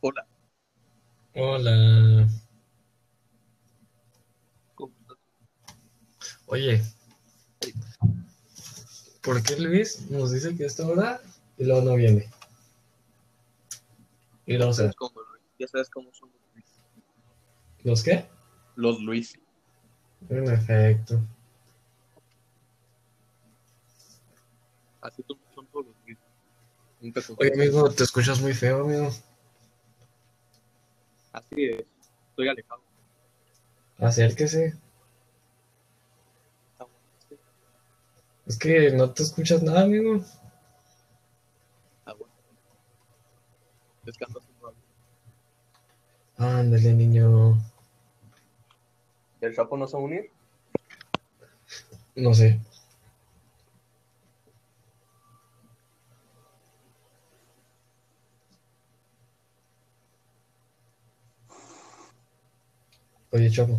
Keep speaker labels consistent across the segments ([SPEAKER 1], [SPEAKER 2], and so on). [SPEAKER 1] Hola.
[SPEAKER 2] Hola.
[SPEAKER 1] ¿Cómo estás?
[SPEAKER 2] Oye, ¿por qué Luis nos dice que es hora y luego no viene? Y luego
[SPEAKER 1] Ya
[SPEAKER 2] se...
[SPEAKER 1] sabes cómo, Luis. Ya sabes cómo son los Luis.
[SPEAKER 2] ¿Los qué?
[SPEAKER 1] Los Luis.
[SPEAKER 2] En efecto.
[SPEAKER 1] Así son, son todos los Luis. Nunca son-
[SPEAKER 2] Oye, amigo, te escuchas muy feo, amigo.
[SPEAKER 1] Así es. Estoy alejado.
[SPEAKER 2] Acérquese. Es que no te escuchas nada, amigo.
[SPEAKER 1] Ah, bueno. Es que ando haciendo algo.
[SPEAKER 2] Ándale, niño.
[SPEAKER 1] ¿El sapo no se va a unir?
[SPEAKER 2] No sé. Oye,
[SPEAKER 1] El sapo
[SPEAKER 2] Chapo,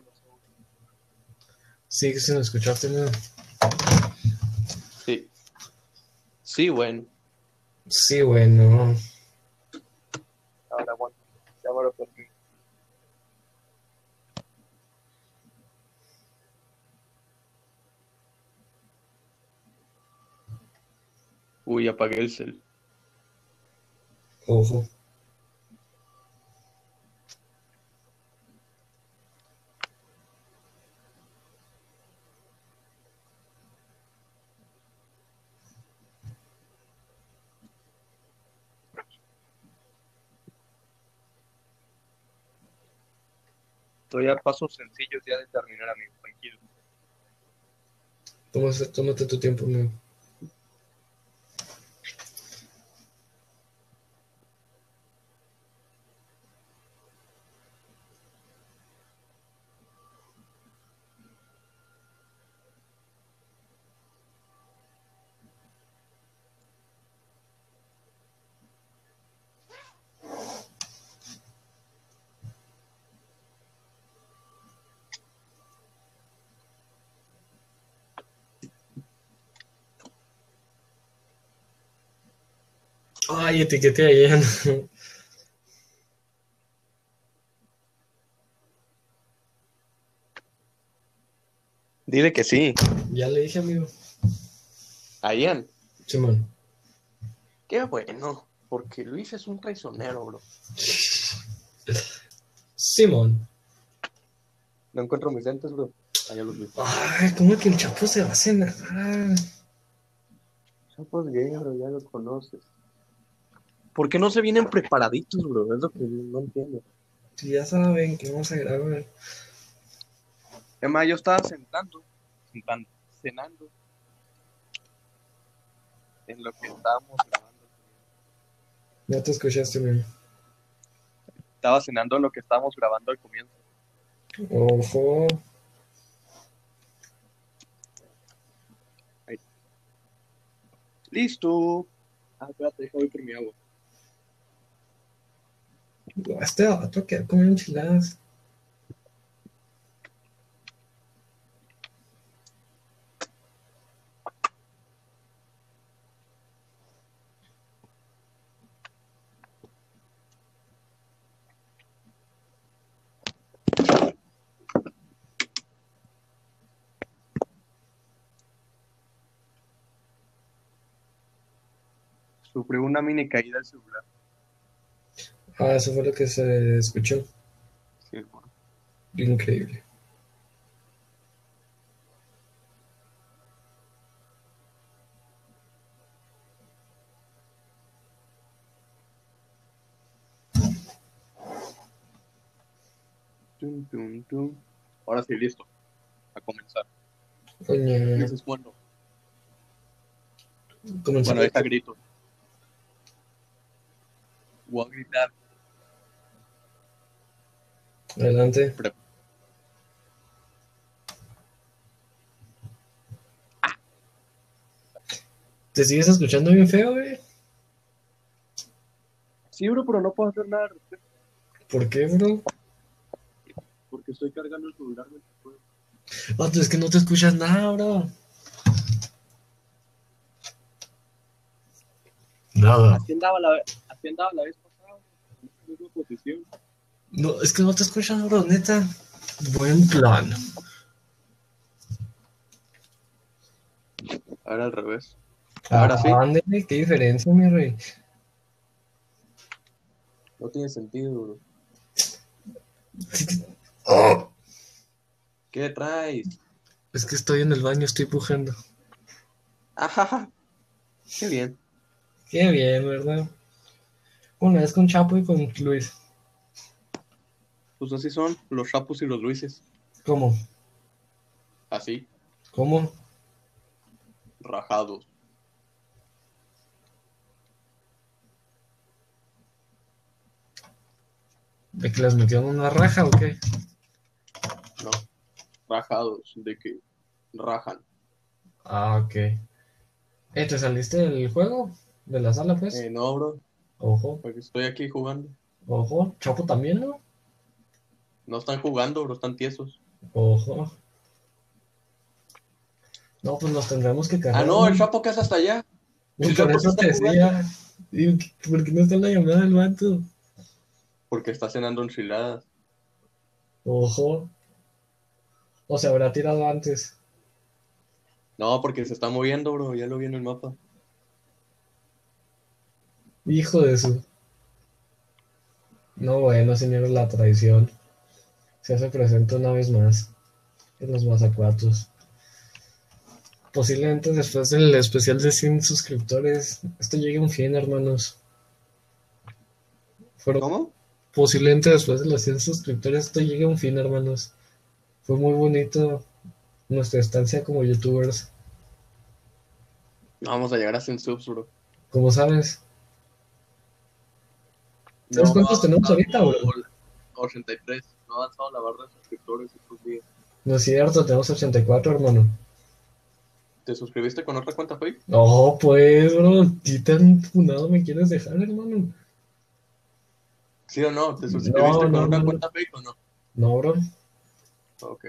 [SPEAKER 1] no se va a unir.
[SPEAKER 2] sigue sin escucharte, amigo.
[SPEAKER 1] Sí. Sí, bueno.
[SPEAKER 2] Sí, bueno.
[SPEAKER 1] Ahora aguanta. Ya me lo perdí. Uy, apagué el cel.
[SPEAKER 2] Ojo.
[SPEAKER 1] Estoy a pasos sencillos ya de terminar, amigo. Tranquilo.
[SPEAKER 2] Tómate, tómate tu tiempo, amigo. Ay, etiquete a Ian.
[SPEAKER 1] Dile que sí.
[SPEAKER 2] Ya le dije, amigo.
[SPEAKER 1] A Ian.
[SPEAKER 2] Simón.
[SPEAKER 1] Qué bueno. Porque Luis es un traicionero, bro.
[SPEAKER 2] Simón.
[SPEAKER 1] No encuentro mis lentes, bro. Allá los vi.
[SPEAKER 2] Ay, ¿cómo que el Chapo se va a cenar?
[SPEAKER 1] Sapos gay, Ah, pues bro. Ya los conoces. ¿Por qué no se vienen preparaditos, bro? Es lo que no entiendo.
[SPEAKER 2] Si ya saben que vamos a grabar.
[SPEAKER 1] Es más, yo estaba sentando, sentando, cenando. En lo que estábamos grabando.
[SPEAKER 2] Ya te escuchaste, amigo.
[SPEAKER 1] Estaba cenando en lo que estábamos grabando al comienzo.
[SPEAKER 2] Ojo.
[SPEAKER 1] Listo. Ah, espérate, deja voy por mi agua.
[SPEAKER 2] Este vato que comió enchiladas.
[SPEAKER 1] Sufrió una mini caída del celular.
[SPEAKER 2] Ah, eso fue lo que se escuchó.
[SPEAKER 1] Sí, bueno.
[SPEAKER 2] Increíble.
[SPEAKER 1] Tum, tum, tum. Ahora sí, listo. A comenzar.
[SPEAKER 2] Coño,
[SPEAKER 1] Ese es bueno.
[SPEAKER 2] comenzamos.
[SPEAKER 1] Bueno, deja grito. Voy a gritar.
[SPEAKER 2] Adelante. ¿Te sigues escuchando bien feo, güey?
[SPEAKER 1] Sí, bro, pero no puedo hacer nada al respecto,
[SPEAKER 2] ¿Por qué, bro?
[SPEAKER 1] porque estoy cargando el celular. güey.
[SPEAKER 2] Vato, es que no te escuchas nada, bro.
[SPEAKER 3] Nada.
[SPEAKER 4] Así andaba la, así andaba la vez pasada, en la misma posición.
[SPEAKER 2] No, es que no te escuchan, bro, neta. Buen plan.
[SPEAKER 5] Ahora al revés. Ahora sí.
[SPEAKER 2] Ándale, qué diferencia, mi rey.
[SPEAKER 5] No tiene sentido, bro.
[SPEAKER 2] Oh,
[SPEAKER 5] ¿Qué traes?
[SPEAKER 2] Es que estoy en el baño, estoy pujando.
[SPEAKER 5] Ajá. Qué bien.
[SPEAKER 2] Qué bien, ¿verdad? Una vez con Chapo y con Luis.
[SPEAKER 5] Pues así son los Chapos y los Luises.
[SPEAKER 2] ¿Cómo?
[SPEAKER 5] Así,
[SPEAKER 2] ¿Cómo?
[SPEAKER 5] rajados.
[SPEAKER 2] ¿De que las metieron en una raja o qué?
[SPEAKER 5] No. Rajados, de que rajan.
[SPEAKER 2] Ah, ok. Eh, ¿Te saliste del juego? ¿De la sala, pues?
[SPEAKER 5] Eh, no, bro,
[SPEAKER 2] Ojo,
[SPEAKER 5] porque estoy aquí jugando.
[SPEAKER 2] ojo. Chapo también, ¿no?
[SPEAKER 5] No están jugando, bro, están tiesos.
[SPEAKER 2] Ojo. No, pues los tendremos que cargar.
[SPEAKER 5] Ah, no, el Chapo que hace hasta allá.
[SPEAKER 2] Pues
[SPEAKER 5] el
[SPEAKER 2] por
[SPEAKER 5] Chapo
[SPEAKER 2] eso
[SPEAKER 5] está
[SPEAKER 2] te
[SPEAKER 5] jugando.
[SPEAKER 2] decía. Digo, ¿qué- ¿por qué no está en la llamada del vato?
[SPEAKER 5] Porque está cenando enchiladas.
[SPEAKER 2] Ojo. O se habrá tirado antes.
[SPEAKER 5] No, porque se está moviendo, bro, ya lo vi en el mapa.
[SPEAKER 2] Hijo de su. No, bueno, señores, la traición. Se hace presente una vez más. En los mazacuatos. Posiblemente después del especial de 100 suscriptores, esto llegue a un fin, hermanos. Fueron
[SPEAKER 5] ¿Cómo?
[SPEAKER 2] posiblemente después de los 100 suscriptores esto llegue a un fin, hermanos. Fue muy bonito nuestra estancia como youtubers.
[SPEAKER 5] No vamos a llegar a 100 subs, bro.
[SPEAKER 2] Como sabes, ¿Sabes cuántos tenemos ahorita, bro?
[SPEAKER 5] 83. No ha avanzado la barra de suscriptores estos días.
[SPEAKER 2] no es cierto, tenemos 84, hermano.
[SPEAKER 5] ¿Te suscribiste con otra cuenta fake?
[SPEAKER 2] No, pues, bro, ti tan funado me quieres dejar, hermano.
[SPEAKER 5] ¿Sí o no? ¿Te suscribiste con
[SPEAKER 2] no,
[SPEAKER 5] otra
[SPEAKER 2] no.
[SPEAKER 5] cuenta fake o no?
[SPEAKER 2] No, bro.
[SPEAKER 5] Ok.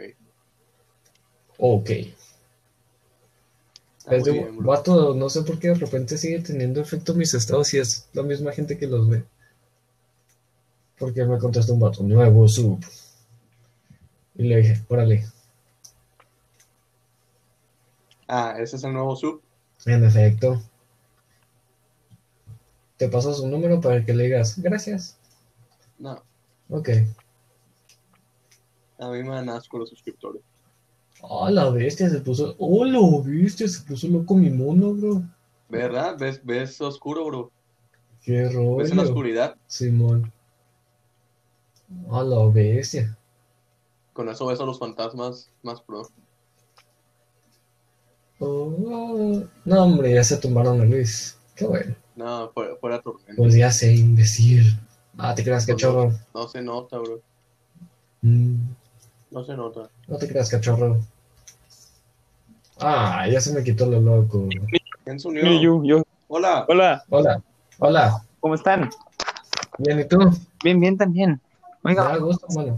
[SPEAKER 2] Ok.
[SPEAKER 5] Está
[SPEAKER 2] Es de-
[SPEAKER 5] muy bien, bro.
[SPEAKER 2] vato, no sé por qué de repente sigue teniendo efecto mis estados y es la misma gente que los ve. Porque me contestó un vato, nuevo sub. Y le dije, órale,
[SPEAKER 5] Ah, ese es el nuevo sub.
[SPEAKER 2] En efecto. Te paso su número para que le digas gracias.
[SPEAKER 5] No,
[SPEAKER 2] Ok.
[SPEAKER 5] a mí me dan asco los suscriptores.
[SPEAKER 2] Ah, la bestia se puso. Oh, lo viste, se puso loco mi mono, bro.
[SPEAKER 5] ¿Verdad? ¿Ves, ves oscuro, bro?
[SPEAKER 2] Qué
[SPEAKER 5] ¿Ves en la
[SPEAKER 2] rollo.
[SPEAKER 5] oscuridad?
[SPEAKER 2] Simón. Ah, la bestia.
[SPEAKER 5] Con eso ves a los fantasmas más pro.
[SPEAKER 2] Oh, oh. No, hombre, ya se tumbaron a Luis. Qué bueno.
[SPEAKER 5] No, fuera, fuera tormenta.
[SPEAKER 2] Pues ya sé, imbécil. Ah, te creas, cachorro.
[SPEAKER 5] No se nota, bro.
[SPEAKER 2] Mm,
[SPEAKER 5] No se nota.
[SPEAKER 2] no te creas, cachorro. Ah, ya se me quitó lo loco.
[SPEAKER 5] ¿Quién se
[SPEAKER 3] Mire,
[SPEAKER 5] unió?
[SPEAKER 3] yo, yo.
[SPEAKER 5] Hola.
[SPEAKER 3] Hola,
[SPEAKER 2] Hola, hola.
[SPEAKER 3] ¿cómo están?
[SPEAKER 2] Bien, ¿y tú?
[SPEAKER 3] Bien, bien también. Oiga,
[SPEAKER 2] Ah, gusto, bueno.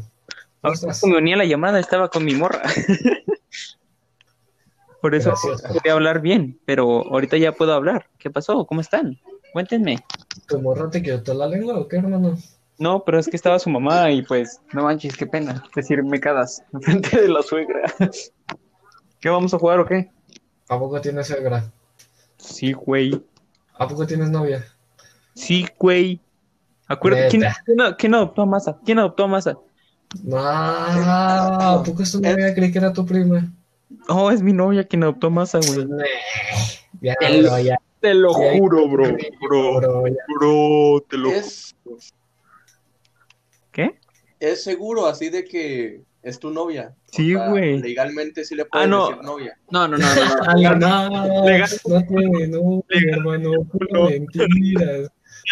[SPEAKER 2] ¿Cómo estás?
[SPEAKER 3] justo me unía la llamada, estaba con mi morra. Por eso
[SPEAKER 2] Gracias.
[SPEAKER 3] no podía hablar bien, pero ahorita ya puedo hablar. ¿Qué pasó? ¿Cómo están? Cuéntenme.
[SPEAKER 2] ¿Tu morra te quedó toda la lengua o qué, hermano?
[SPEAKER 3] No, pero es que estaba su mamá y pues, no manches, qué pena decirme cadas enfrente de la suegra. ¿Qué vamos a jugar o qué?
[SPEAKER 2] ¿A poco tienes suegra?
[SPEAKER 3] Sí, güey.
[SPEAKER 2] ¿A poco tienes novia?
[SPEAKER 3] Sí, güey. Acuérdate, ¿quién,
[SPEAKER 2] Neta.
[SPEAKER 3] quién, quién adoptó a Masa? ¿Quién adoptó a Masa?
[SPEAKER 2] No, ¿a poco es tu novia? Creí que era tu prima.
[SPEAKER 3] Oh, es mi novia quien adoptó a Masa, güey.
[SPEAKER 2] Ya,
[SPEAKER 3] El-
[SPEAKER 2] bro, ya,
[SPEAKER 3] Te lo
[SPEAKER 2] Sí, ahí-
[SPEAKER 3] juro, bro, bro,
[SPEAKER 2] bro, ya.
[SPEAKER 3] bro, te lo
[SPEAKER 5] Es,
[SPEAKER 3] ¿Qué?
[SPEAKER 5] es seguro así de que es tu novia.
[SPEAKER 3] Sí,
[SPEAKER 5] O sea,
[SPEAKER 3] güey.
[SPEAKER 5] Legalmente sí le puedes
[SPEAKER 3] Ah, no.
[SPEAKER 5] decir novia.
[SPEAKER 3] No, no, no, no. no.
[SPEAKER 2] A la nada.
[SPEAKER 3] Legal.
[SPEAKER 2] No tiene novia,
[SPEAKER 3] Legal.
[SPEAKER 2] hermano.
[SPEAKER 3] No.
[SPEAKER 2] Puras mentiras.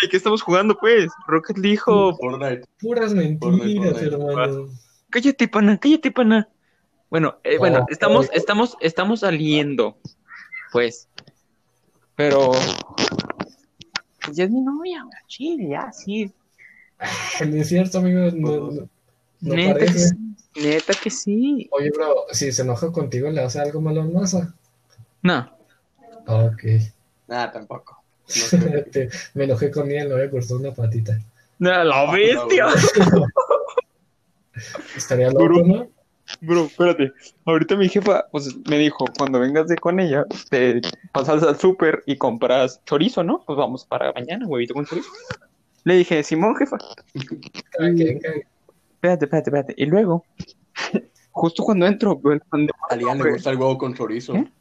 [SPEAKER 3] ¿De ¿Qué estamos jugando, pues? Rocket le dijo,
[SPEAKER 5] Fortnite.
[SPEAKER 2] Puras mentiras, hermano.
[SPEAKER 3] cállate, pana, cállate, pana. Bueno, eh, bueno,
[SPEAKER 2] No,
[SPEAKER 3] estamos,
[SPEAKER 2] no.
[SPEAKER 3] estamos, estamos saliendo, pues. Pero... pues Ya es mi novia, güey, chill, ya, sí.
[SPEAKER 2] No es cierto, amigo. No, no, no
[SPEAKER 3] neta, que
[SPEAKER 2] parece.
[SPEAKER 3] sí. neta que sí.
[SPEAKER 2] Oye, bro, si se enoja contigo, ¿le hace algo malo a masa?
[SPEAKER 3] No,
[SPEAKER 2] Ah, ok.
[SPEAKER 5] Nada, tampoco. sé.
[SPEAKER 2] Te- me enojé con ella y le había cortado una patita.
[SPEAKER 3] Ah, No, la bestia.
[SPEAKER 2] Estaría loco,
[SPEAKER 3] Duro.
[SPEAKER 2] ¿no?
[SPEAKER 3] Bro, espérate. Ahorita mi jefa pues, me dijo, cuando vengas de con ella, te pasas al súper y compras chorizo, ¿no? Pues vamos para mañana, huevito con chorizo. Le dije, Simón, jefa,
[SPEAKER 2] Cada quien que-
[SPEAKER 3] espérate, espérate, espérate. Y luego, justo cuando entro, veo el pan de
[SPEAKER 5] A Lian le gusta el huevo con chorizo.
[SPEAKER 3] ¿Eh?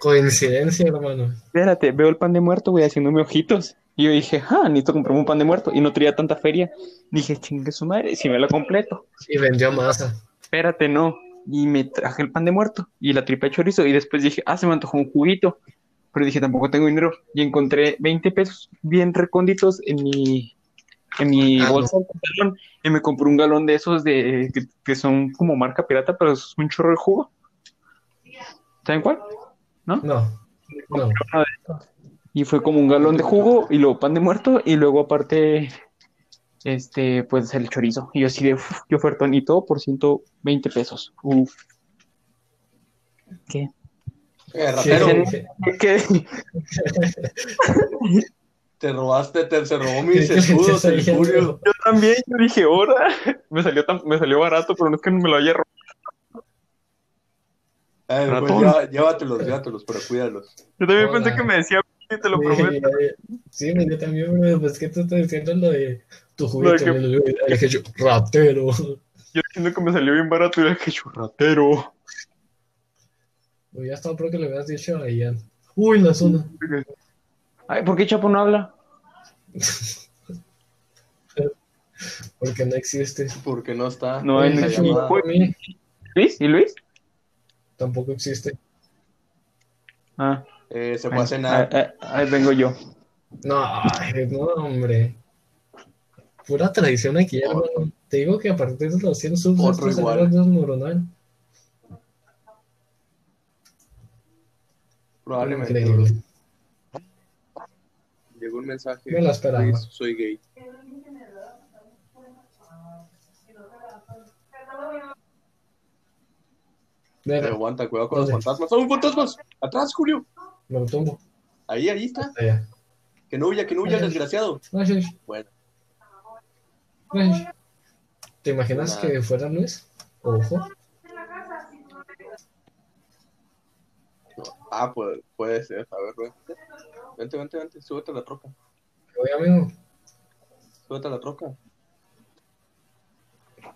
[SPEAKER 2] Coincidencia, hermano.
[SPEAKER 3] espérate, veo el pan de muerto, güey, haciéndome ojitos. Y yo dije, ah, necesito comprarme un pan de muerto. Y no tenía tanta feria. Dije, chingue su madre, si me lo completo.
[SPEAKER 2] Y vendió masa.
[SPEAKER 3] Espérate, no. Y me traje el pan de muerto y la tripa de chorizo. Y después dije, ah, se me antojó un juguito. Pero dije, tampoco tengo dinero. Y encontré 20 pesos bien recónditos en mi, en mi
[SPEAKER 2] Ah,
[SPEAKER 3] bolsa de pantalón. Y me compré un galón de esos de, que, que son como marca pirata, pero es un chorro de jugo. ¿Saben cuál?
[SPEAKER 2] No, no.
[SPEAKER 3] Y fue como un galón de jugo y luego pan de muerto y luego aparte, este, pues el chorizo. Y yo así de, uf, qué ofertón y todo por 120 pesos. Uf. ¿Qué?
[SPEAKER 5] Eh,
[SPEAKER 3] Pero-
[SPEAKER 5] ratero,
[SPEAKER 2] ¿Qué- qué-
[SPEAKER 3] ¿Qué?
[SPEAKER 5] te robaste, te, se robó mis
[SPEAKER 2] qué- qué-
[SPEAKER 5] escudos,
[SPEAKER 2] qué-
[SPEAKER 5] el Julio.
[SPEAKER 3] Yo también, yo dije, ahora. Me salió, tan- me salió barato, pero no es que me lo haya robado.
[SPEAKER 5] Eh, pues,
[SPEAKER 3] Ratón.
[SPEAKER 5] lleva- llévatelos, llévatelos, pero cuídalos.
[SPEAKER 3] Yo también
[SPEAKER 2] Hola.
[SPEAKER 3] pensé que me decía, y te lo
[SPEAKER 2] Sí,
[SPEAKER 3] prometo.
[SPEAKER 2] Sí, güey, yo también, pero pues que te estoy diciendo lo de tu juguete.
[SPEAKER 3] que-
[SPEAKER 2] me lo digo, y Le dije yo, ratero.
[SPEAKER 3] Yo diciendo que me salió bien barato y dije, churratero.
[SPEAKER 2] Hubiera estado pro que le hubieras dicho a Ian. Uy, la zona.
[SPEAKER 3] Ay, ¿por qué Chapo no habla?
[SPEAKER 2] Porque no existe.
[SPEAKER 5] Porque no está.
[SPEAKER 3] No,
[SPEAKER 5] en
[SPEAKER 3] en
[SPEAKER 5] la
[SPEAKER 3] el-
[SPEAKER 5] llamada.
[SPEAKER 2] Para mí,
[SPEAKER 3] ¿Luis? ¿Y Luis?
[SPEAKER 2] tampoco existe.
[SPEAKER 3] Ah,
[SPEAKER 5] Eh, se fue
[SPEAKER 3] bueno,
[SPEAKER 5] a cenar.
[SPEAKER 3] ah, ah, ahí vengo yo.
[SPEAKER 2] No, ay, no, hombre. Pura tradición aquí,
[SPEAKER 5] Otro.
[SPEAKER 2] hermano. Te digo que a partir de los 100 subs,
[SPEAKER 5] Otro
[SPEAKER 2] esto se
[SPEAKER 5] igual.
[SPEAKER 2] agarra neuronal.
[SPEAKER 3] ah,
[SPEAKER 5] Probablemente.
[SPEAKER 2] Increíble.
[SPEAKER 5] Llegó un mensaje.
[SPEAKER 2] Me lo esperaba.
[SPEAKER 5] Luis, soy gay. Pero
[SPEAKER 2] Mira,
[SPEAKER 5] aguanta, cuidado con los
[SPEAKER 2] ¿Dónde?
[SPEAKER 5] fantasmas. ¡Son fantasmas! ¡Atrás, Julio!
[SPEAKER 2] me lo tumbo.
[SPEAKER 5] Ahí, ahí está.
[SPEAKER 2] Allá.
[SPEAKER 5] Que no huya, que no huya, el desgraciado.
[SPEAKER 2] Gracias.
[SPEAKER 5] Bueno,
[SPEAKER 2] Gracias. ¿Te imaginas que fuera Luis? Ojo.
[SPEAKER 5] no. ah, pues puede ser. A ver, güey. Vente, vente, vente. Súbete a la troca.
[SPEAKER 2] Oye, amigo.
[SPEAKER 5] Súbete a la troca.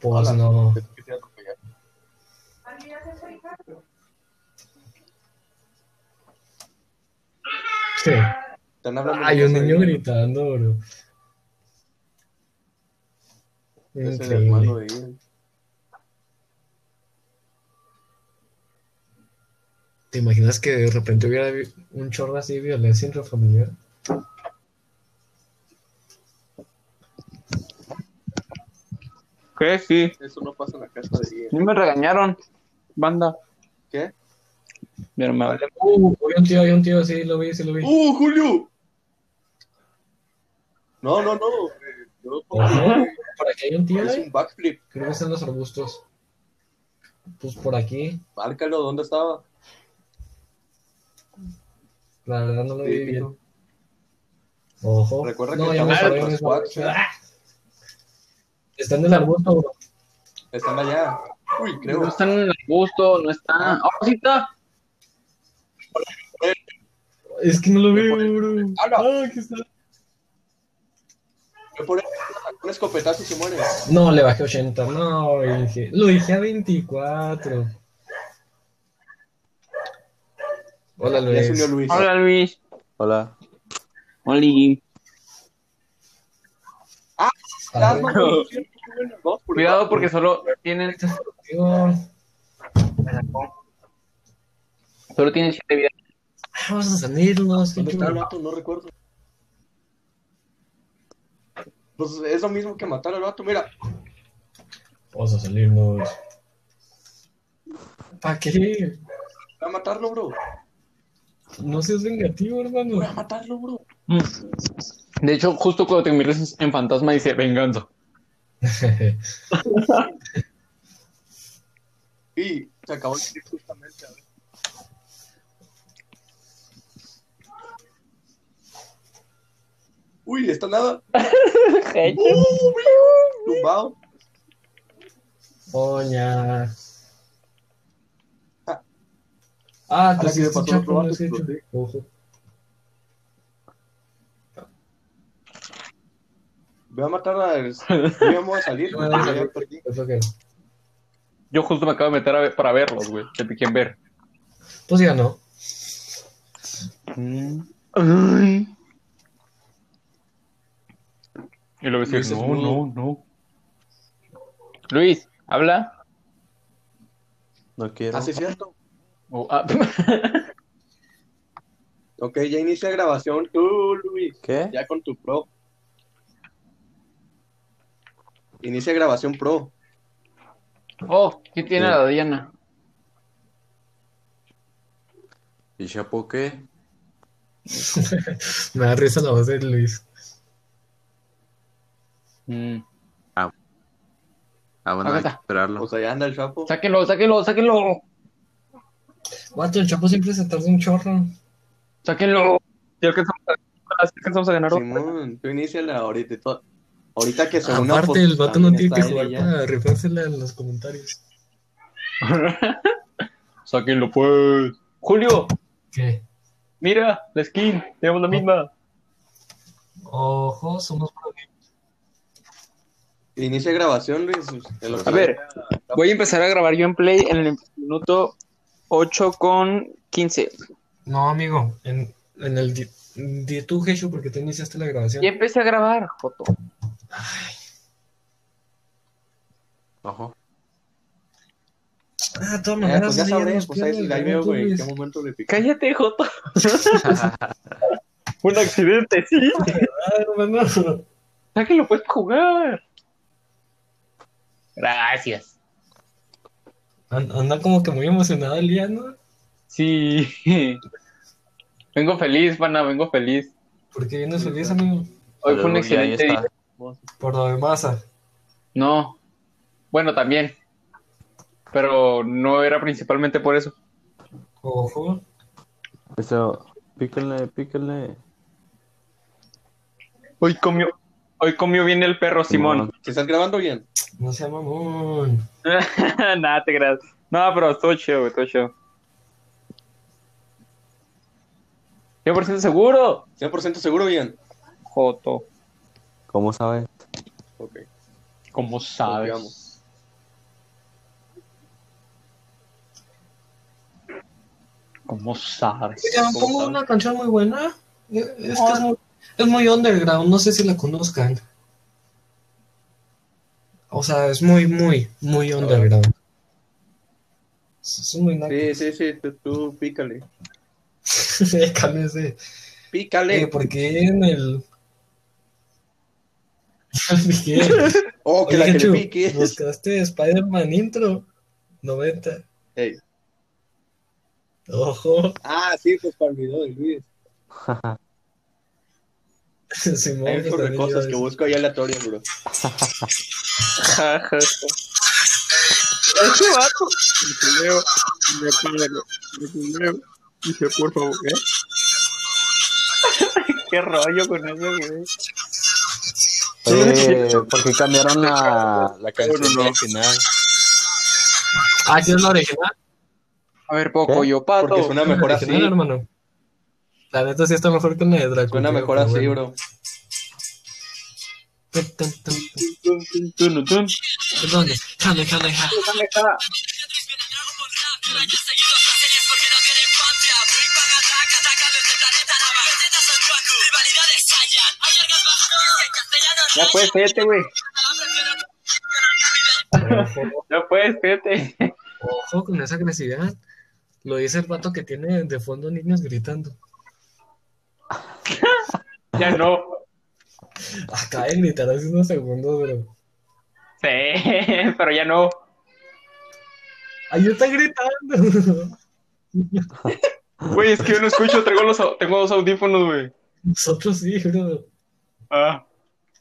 [SPEAKER 2] Pues
[SPEAKER 5] Hola.
[SPEAKER 2] Oh, no.
[SPEAKER 5] Te quisiera atropellar.
[SPEAKER 2] Sí.
[SPEAKER 5] Están hablando.
[SPEAKER 2] Hay
[SPEAKER 5] de
[SPEAKER 2] un
[SPEAKER 5] cosas
[SPEAKER 2] niño
[SPEAKER 5] ahí.
[SPEAKER 2] gritando, bro.
[SPEAKER 5] Es el
[SPEAKER 2] Increíble.
[SPEAKER 5] hermano de Ian.
[SPEAKER 2] ¿Te imaginas que de repente hubiera vi- un chorro así de violencia intrafamiliar?
[SPEAKER 3] ¿Qué? Sí.
[SPEAKER 5] Eso no pasa en la casa de Ian.
[SPEAKER 3] No me regañaron. Banda.
[SPEAKER 5] ¿Qué?
[SPEAKER 3] Pero me vale.
[SPEAKER 2] Uh, había un tío, había un tío, sí, lo vi, sí lo vi.
[SPEAKER 5] ¡Uh, Julio! No, no, no. eh, no,
[SPEAKER 2] Ajá. ¿Por aquí hay un tío?
[SPEAKER 5] Es
[SPEAKER 2] eh?
[SPEAKER 5] un backflip.
[SPEAKER 2] Creo que están los arbustos. Pues por aquí,
[SPEAKER 5] Márcalo, ¿dónde estaba?
[SPEAKER 2] la verdad no lo vi bien.
[SPEAKER 5] Típico.
[SPEAKER 2] Ojo.
[SPEAKER 5] Recuerda
[SPEAKER 2] no,
[SPEAKER 5] que
[SPEAKER 2] ya me
[SPEAKER 5] estamos
[SPEAKER 2] acordé,
[SPEAKER 5] en
[SPEAKER 2] me
[SPEAKER 5] los
[SPEAKER 2] acordé.
[SPEAKER 5] cuatro.
[SPEAKER 2] ¡Ah! Está en el arbusto, bro.
[SPEAKER 5] Están allá. Uy, creo.
[SPEAKER 3] No están en el gusto, no están. ¡Oh, sí está!
[SPEAKER 2] Es que no lo veo,
[SPEAKER 5] Recuerda.
[SPEAKER 2] bro.
[SPEAKER 5] Habla.
[SPEAKER 2] Ah, aquí está.
[SPEAKER 5] Yo por él, un escopetazo y se muere.
[SPEAKER 2] No, le bajé 80. No, y dije, lo dije a 24. Hola,
[SPEAKER 5] Ya se
[SPEAKER 2] Luis.
[SPEAKER 5] unió Luis.
[SPEAKER 3] Hola, Luis.
[SPEAKER 1] Hola.
[SPEAKER 3] Oli.
[SPEAKER 5] Ah,
[SPEAKER 2] Salve.
[SPEAKER 5] no, sí, qué bueno. Vamos por el
[SPEAKER 3] Cuidado
[SPEAKER 5] bajo.
[SPEAKER 3] porque solo tienen,
[SPEAKER 2] Digo,
[SPEAKER 3] solo tienen siete vidas.
[SPEAKER 2] Vamos a salirnos.
[SPEAKER 5] ¿Dónde está el
[SPEAKER 2] Yo
[SPEAKER 5] vato? No recuerdo. Pues es lo mismo que matar al vato. Mira,
[SPEAKER 2] Vamos a salirnos. ¿Para qué?
[SPEAKER 5] voy a matarlo, bro. Voy
[SPEAKER 2] No seas vengativo, hermano.
[SPEAKER 5] a matarlo, bro.
[SPEAKER 3] De hecho, justo cuando te miras en fantasma dice venganza.
[SPEAKER 5] Y se acabó el clip justamente. a ver. uy, está nada.
[SPEAKER 3] Hey.
[SPEAKER 5] Uy, tumbado.
[SPEAKER 2] Oña. Ah, tú
[SPEAKER 5] Ahora
[SPEAKER 2] sí
[SPEAKER 5] que me
[SPEAKER 2] estás
[SPEAKER 5] pasó
[SPEAKER 2] chapo,
[SPEAKER 5] otro
[SPEAKER 2] no es
[SPEAKER 5] vato,
[SPEAKER 2] que
[SPEAKER 5] exploté.
[SPEAKER 2] yo- Ojo.
[SPEAKER 5] Voy a matar a. Voy a mover a salir.
[SPEAKER 2] Yo me voy a
[SPEAKER 5] porque
[SPEAKER 2] salir.
[SPEAKER 5] ya perdí.
[SPEAKER 2] Fue que-
[SPEAKER 3] Yo justo me acabo de meter a ver- para verlos, güey. Te piqué en ver.
[SPEAKER 2] Pues ya no.
[SPEAKER 3] Ay. Y luego
[SPEAKER 5] Luis es
[SPEAKER 3] decir, no,
[SPEAKER 5] mudo.
[SPEAKER 3] no, no. Luis, habla.
[SPEAKER 5] No quiero. Ah, sí, cierto.
[SPEAKER 3] O- ah,
[SPEAKER 5] Ok, ya inicia grabación tú, Luis.
[SPEAKER 6] ¿Qué?
[SPEAKER 5] Ya con tu pro. Inicia grabación pro.
[SPEAKER 3] oh, ¿qué tiene
[SPEAKER 6] Sí.
[SPEAKER 3] la Diana?
[SPEAKER 6] ¿Y Chapo qué?
[SPEAKER 2] Me da risa la voz de Luis.
[SPEAKER 3] Mm.
[SPEAKER 6] Ah, bueno,
[SPEAKER 3] Acá
[SPEAKER 6] hay que
[SPEAKER 3] está. Pues,
[SPEAKER 6] esperarlo.
[SPEAKER 5] O sea, ya anda el chapo.
[SPEAKER 3] Sáquenlo, sáquenlo, sáquenlo.
[SPEAKER 2] Guato, el Chapo siempre se tarda un chorro.
[SPEAKER 3] Sáquenlo. Si alcanzamos a, si alcanzamos a ganar otra.
[SPEAKER 5] Simón, tú inicia la ahorita. y todo. Ahorita que se una
[SPEAKER 2] Aparte,
[SPEAKER 5] pues,
[SPEAKER 2] el vato no
[SPEAKER 5] también
[SPEAKER 2] tiene que
[SPEAKER 5] está
[SPEAKER 2] jugar
[SPEAKER 5] él y ya.
[SPEAKER 2] para rifársela en los comentarios.
[SPEAKER 3] Sáquenlo, pues. Julio,
[SPEAKER 2] ¿Qué?
[SPEAKER 3] mira, la skin. Tenemos la misma.
[SPEAKER 2] Ojo, somos
[SPEAKER 5] Inicia grabación, Luis. en lo que-
[SPEAKER 3] A ver, voy a empezar a grabar yo en Play en el minuto 8 con 15.
[SPEAKER 2] No, amigo, en, en el di, di tú, Jesús, porque tú iniciaste la grabación.
[SPEAKER 3] Ya empecé a grabar, Joto.
[SPEAKER 6] Ojo.
[SPEAKER 2] Ah, de todas
[SPEAKER 5] Eh,
[SPEAKER 2] maneras,
[SPEAKER 5] pues ya
[SPEAKER 2] ahí ya
[SPEAKER 5] sabré,
[SPEAKER 2] nos
[SPEAKER 5] pues
[SPEAKER 2] pierde
[SPEAKER 5] ahí sí,
[SPEAKER 2] el
[SPEAKER 5] ahí veo,
[SPEAKER 2] remoto,
[SPEAKER 5] güey, en
[SPEAKER 2] Luis.
[SPEAKER 5] qué momento le piqué.
[SPEAKER 3] Cállate, Joto. Un accidente, sí.
[SPEAKER 2] Ah, hermano.
[SPEAKER 3] Sáquenlo, puedes jugar. Gracias.
[SPEAKER 2] An- Anda como que muy emocionado el día, ¿no?
[SPEAKER 3] Sí. Vengo feliz, pana, vengo feliz.
[SPEAKER 2] Porque vienes feliz, amigo.
[SPEAKER 3] Hoy fue un
[SPEAKER 6] Luego ya ahí
[SPEAKER 3] excelente día.
[SPEAKER 6] está.
[SPEAKER 2] Por lo ah, de masa.
[SPEAKER 3] No. Bueno, también. Pero no era principalmente por eso.
[SPEAKER 2] Ojo.
[SPEAKER 6] Eso, píquenle, píquenle.
[SPEAKER 3] Hoy comió, hoy comió bien el perro Simón.
[SPEAKER 5] ¿Te estás grabando bien?
[SPEAKER 2] No se llama Moon.
[SPEAKER 3] Nada, te creas. No, pero estuvo chido, güey, estuvo chido. 100% seguro.
[SPEAKER 5] 100% seguro bien.
[SPEAKER 3] Joto.
[SPEAKER 6] ¿Cómo sabes?
[SPEAKER 5] Ok.
[SPEAKER 3] ¿Cómo
[SPEAKER 5] Confiamos.
[SPEAKER 3] ¿Cómo sabes?
[SPEAKER 2] Oigan,
[SPEAKER 5] ¿Cómo
[SPEAKER 2] pongo
[SPEAKER 5] saben?
[SPEAKER 2] una canción muy buena. Eh, Es que es muy, es muy underground, no sé si la conozcan. O sea, es muy, muy, muy underground. Es es muy naco.
[SPEAKER 5] Sí, sí, sí, tú, tú pícale.
[SPEAKER 2] Cálmese. Eh,
[SPEAKER 5] Pícale.
[SPEAKER 2] ¿Por qué en el. Miguel,
[SPEAKER 5] Oh, que
[SPEAKER 2] oye, pues,
[SPEAKER 5] la que
[SPEAKER 2] Chu,
[SPEAKER 5] le piques.
[SPEAKER 2] buscaste Spider-Man intro 90.
[SPEAKER 5] Ey.
[SPEAKER 2] Ojo,
[SPEAKER 5] Ah, sí, pues para el video de Luis.
[SPEAKER 2] Simón.
[SPEAKER 5] Hay un
[SPEAKER 2] pues,
[SPEAKER 5] chorro de
[SPEAKER 2] también
[SPEAKER 5] cosas que
[SPEAKER 2] iba a
[SPEAKER 5] busco ahí aleatorias, bro.
[SPEAKER 3] Ja, ja, ja. Ese vato. Me culeo, me culeo, me culeo. Dice, por favor, ¿qué? Qué rollo con eso, güey.
[SPEAKER 2] Eh,
[SPEAKER 6] Oye, ¿por qué cambiaron la, la canción
[SPEAKER 3] Bueno, no.
[SPEAKER 6] del final?
[SPEAKER 2] decir. Ah, ¿quieres la original?
[SPEAKER 3] A ver, poco,
[SPEAKER 6] ¿Qué?
[SPEAKER 3] yo pato.
[SPEAKER 5] Porque suena mejor
[SPEAKER 2] La
[SPEAKER 5] así.
[SPEAKER 2] original, hermano. La neta sí está mejor que la de Draco.
[SPEAKER 5] Suena
[SPEAKER 2] tío,
[SPEAKER 5] mejor
[SPEAKER 2] pero
[SPEAKER 5] así,
[SPEAKER 2] bueno.
[SPEAKER 5] bro.
[SPEAKER 2] Tun, tun, tun, tun.
[SPEAKER 3] Tun, tun, tun, tun.
[SPEAKER 2] ¿De dónde? Jale, jale, jale.
[SPEAKER 3] Ya puedes, cállate, güey. Ya puedes, cállate.
[SPEAKER 2] Ojo con esa agresividad. Lo dice el vato que tiene de fondo niños gritando.
[SPEAKER 3] Ya no.
[SPEAKER 2] Acaba de gritar hace unos segundos, bro.
[SPEAKER 3] Sí, pero ya no.
[SPEAKER 2] ¡Ahí está gritando!
[SPEAKER 3] Güey, es que yo no escucho, tengo, los, au- tengo dos audífonos, güey.
[SPEAKER 2] Nosotros sí, bro.
[SPEAKER 3] Ah.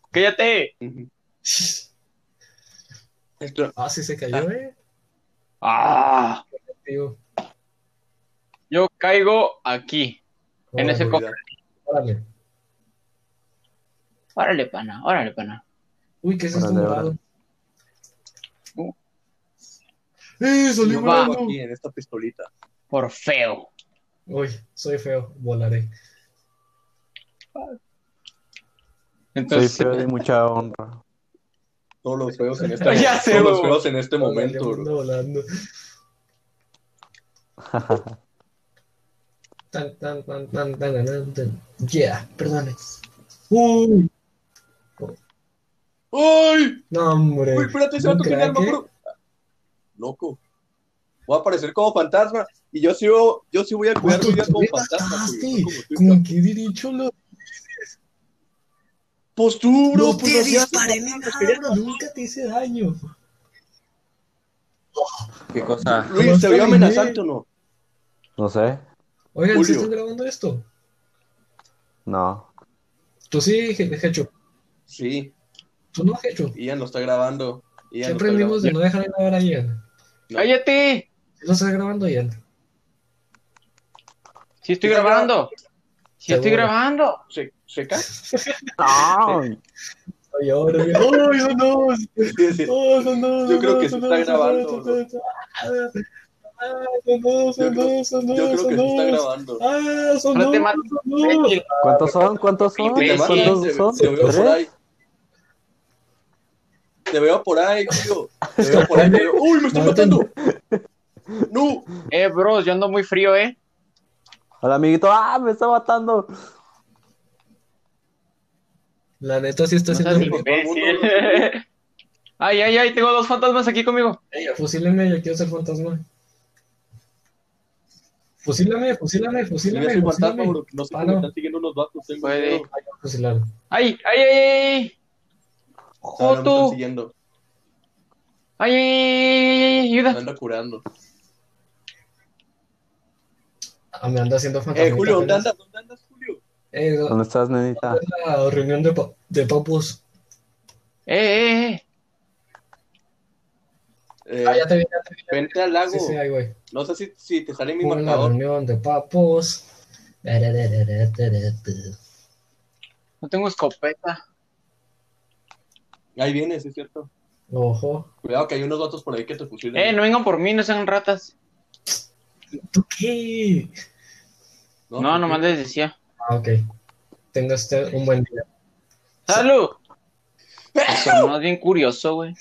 [SPEAKER 3] Cállate.
[SPEAKER 5] Esto-
[SPEAKER 2] Ah, sí se cayó, eh.
[SPEAKER 3] Ah.
[SPEAKER 2] Tío.
[SPEAKER 3] Yo caigo aquí. En ese
[SPEAKER 2] Órale,
[SPEAKER 3] co-
[SPEAKER 5] Mira,
[SPEAKER 2] Órale.
[SPEAKER 7] Órale, pana, órale, pana.
[SPEAKER 2] Uy, ¿qué es esto
[SPEAKER 6] Órale,
[SPEAKER 2] morado?
[SPEAKER 7] órale.
[SPEAKER 2] ¡Eh, salí
[SPEAKER 7] No va.
[SPEAKER 2] morado!
[SPEAKER 5] Aquí en esta pistolita.
[SPEAKER 7] Por feo.
[SPEAKER 2] Uy, soy feo, volaré.
[SPEAKER 6] Soy
[SPEAKER 3] Entonces,
[SPEAKER 6] feo de mucha honra.
[SPEAKER 5] Todos los feos en esta
[SPEAKER 3] Ya sé,
[SPEAKER 5] todos los
[SPEAKER 3] huevo.
[SPEAKER 5] feos en este momento,
[SPEAKER 2] Ando
[SPEAKER 5] bro.
[SPEAKER 2] volando. Tan, tan, tan, tan, tan, tan, tan. Yeah, perdone. Uy,
[SPEAKER 5] ¡Ay!
[SPEAKER 2] no, hombre.
[SPEAKER 5] Uy, espérate, se va a tocar el alma,
[SPEAKER 2] Eh, ¿Crack, eh?
[SPEAKER 5] bro. Loco. Voy a aparecer como fantasma. Y yo sí, voy- yo sí voy a
[SPEAKER 2] Pues
[SPEAKER 5] cuidar mi vida como
[SPEAKER 2] Uy,
[SPEAKER 5] fantasma.
[SPEAKER 2] mataste.
[SPEAKER 5] güey, no como tú,
[SPEAKER 2] ¿Con qué derecho lo
[SPEAKER 5] Pues tú, bro,
[SPEAKER 2] no
[SPEAKER 5] pues
[SPEAKER 2] te
[SPEAKER 5] hacías-
[SPEAKER 2] disparé ni nada, bro, nunca te hice daño.
[SPEAKER 6] ¿Qué cosa?
[SPEAKER 5] Luis, ¿te vio amenazante o no?
[SPEAKER 6] No sé.
[SPEAKER 2] Oigan, ¿sí
[SPEAKER 5] Julio.
[SPEAKER 2] están grabando esto?
[SPEAKER 6] No.
[SPEAKER 2] Tú Pues sí, Ge- Hecho.
[SPEAKER 5] Sí,
[SPEAKER 2] Tú no, Hecho.
[SPEAKER 5] Ian lo está grabando. Ian lo
[SPEAKER 2] Siempre
[SPEAKER 5] está
[SPEAKER 2] vimos de no dejar grabar a Ian.
[SPEAKER 7] Cállate.
[SPEAKER 2] ¿Sí ¿Lo estás grabando, Ian?
[SPEAKER 7] Si estoy grabando. Si estoy
[SPEAKER 2] Seguro.
[SPEAKER 7] grabando.
[SPEAKER 5] grabando. ¿Se, se cae?
[SPEAKER 6] No.
[SPEAKER 2] Ay, ahora, mira. ¡Oh, eso no!
[SPEAKER 5] Sí, sí.
[SPEAKER 2] ¡Oh, eso no!
[SPEAKER 5] Yo creo que
[SPEAKER 2] eso
[SPEAKER 5] se
[SPEAKER 2] no,
[SPEAKER 5] está
[SPEAKER 2] eso no, eso
[SPEAKER 5] grabando,
[SPEAKER 2] no,
[SPEAKER 5] bro.
[SPEAKER 2] eso no. ¡Ah, eso no, eso
[SPEAKER 5] Yo
[SPEAKER 2] no,
[SPEAKER 5] creo-
[SPEAKER 2] eso no,
[SPEAKER 5] Yo creo
[SPEAKER 2] eso
[SPEAKER 5] que se
[SPEAKER 2] no.
[SPEAKER 5] está grabando.
[SPEAKER 2] ¡Ah, eso
[SPEAKER 7] No
[SPEAKER 2] no,
[SPEAKER 7] te mates,
[SPEAKER 2] eso no!
[SPEAKER 6] ¿Cuántos son? ¿Cuántos son?
[SPEAKER 7] Sí,
[SPEAKER 5] Te
[SPEAKER 7] sí,
[SPEAKER 6] ¿Cuántos
[SPEAKER 5] te-
[SPEAKER 6] son?
[SPEAKER 5] Te veo por
[SPEAKER 6] ¿Tres?
[SPEAKER 5] ahí. Te veo por ahí, tío. Te veo por ahí. te veo- ¡Uy, me están matando! ¡No!
[SPEAKER 7] Eh, bros, yo ando muy frío, eh.
[SPEAKER 6] Hola, amiguito. ¡Ah, me está matando!
[SPEAKER 2] La neta sí está
[SPEAKER 7] No
[SPEAKER 2] haciendo
[SPEAKER 7] seas
[SPEAKER 2] ruido.
[SPEAKER 7] imbécil. Ay, ay, ay, tengo dos fantasmas aquí conmigo.
[SPEAKER 2] Fusílenme, yo quiero ser fantasma. Fusílame, fusílame,
[SPEAKER 5] Yo
[SPEAKER 2] fusílame.
[SPEAKER 5] soy fantasma,
[SPEAKER 2] fusílame. Pues
[SPEAKER 5] bro. No sé
[SPEAKER 2] Ah,
[SPEAKER 5] cómo
[SPEAKER 2] no.
[SPEAKER 5] me están siguiendo unos vatos. Tengo
[SPEAKER 7] Puede.
[SPEAKER 5] miedo.
[SPEAKER 2] Fusilar.
[SPEAKER 7] Ay, ay, ay, ay.
[SPEAKER 5] Ah, no, me están
[SPEAKER 7] Joto.
[SPEAKER 5] siguiendo.
[SPEAKER 7] Ay, ay, ay, ay, ay,
[SPEAKER 5] Me
[SPEAKER 7] ayuda.
[SPEAKER 5] anda curando.
[SPEAKER 2] Ah, me anda haciendo fantasma.
[SPEAKER 5] Eh, Julio, ¿dónde andas? ¿Dónde andas, Julio?
[SPEAKER 2] Eh,
[SPEAKER 6] ¿Dónde estás, nenita?
[SPEAKER 2] la reunión de, pa- de papus.
[SPEAKER 7] Eh, eh, eh.
[SPEAKER 5] Eh,
[SPEAKER 2] Ah, ya te vi, ya te vi.
[SPEAKER 5] Vente al lago.
[SPEAKER 2] Sí, sí, ahí voy.
[SPEAKER 5] No sé si, si te sale mi
[SPEAKER 2] Una
[SPEAKER 5] marcador.
[SPEAKER 2] reunión de papos.
[SPEAKER 7] No tengo escopeta.
[SPEAKER 5] Ahí viene, sí es cierto.
[SPEAKER 2] Ojo.
[SPEAKER 5] Cuidado que hay unos vatos por ahí que te fusilan.
[SPEAKER 7] Eh, no vengan por mí, no sean ratas.
[SPEAKER 2] ¿Tú qué?
[SPEAKER 7] No, nomás les decía.
[SPEAKER 2] Ah, ok. Tenga usted un buen día.
[SPEAKER 7] ¡Salud! Eso no es bien curioso, güey.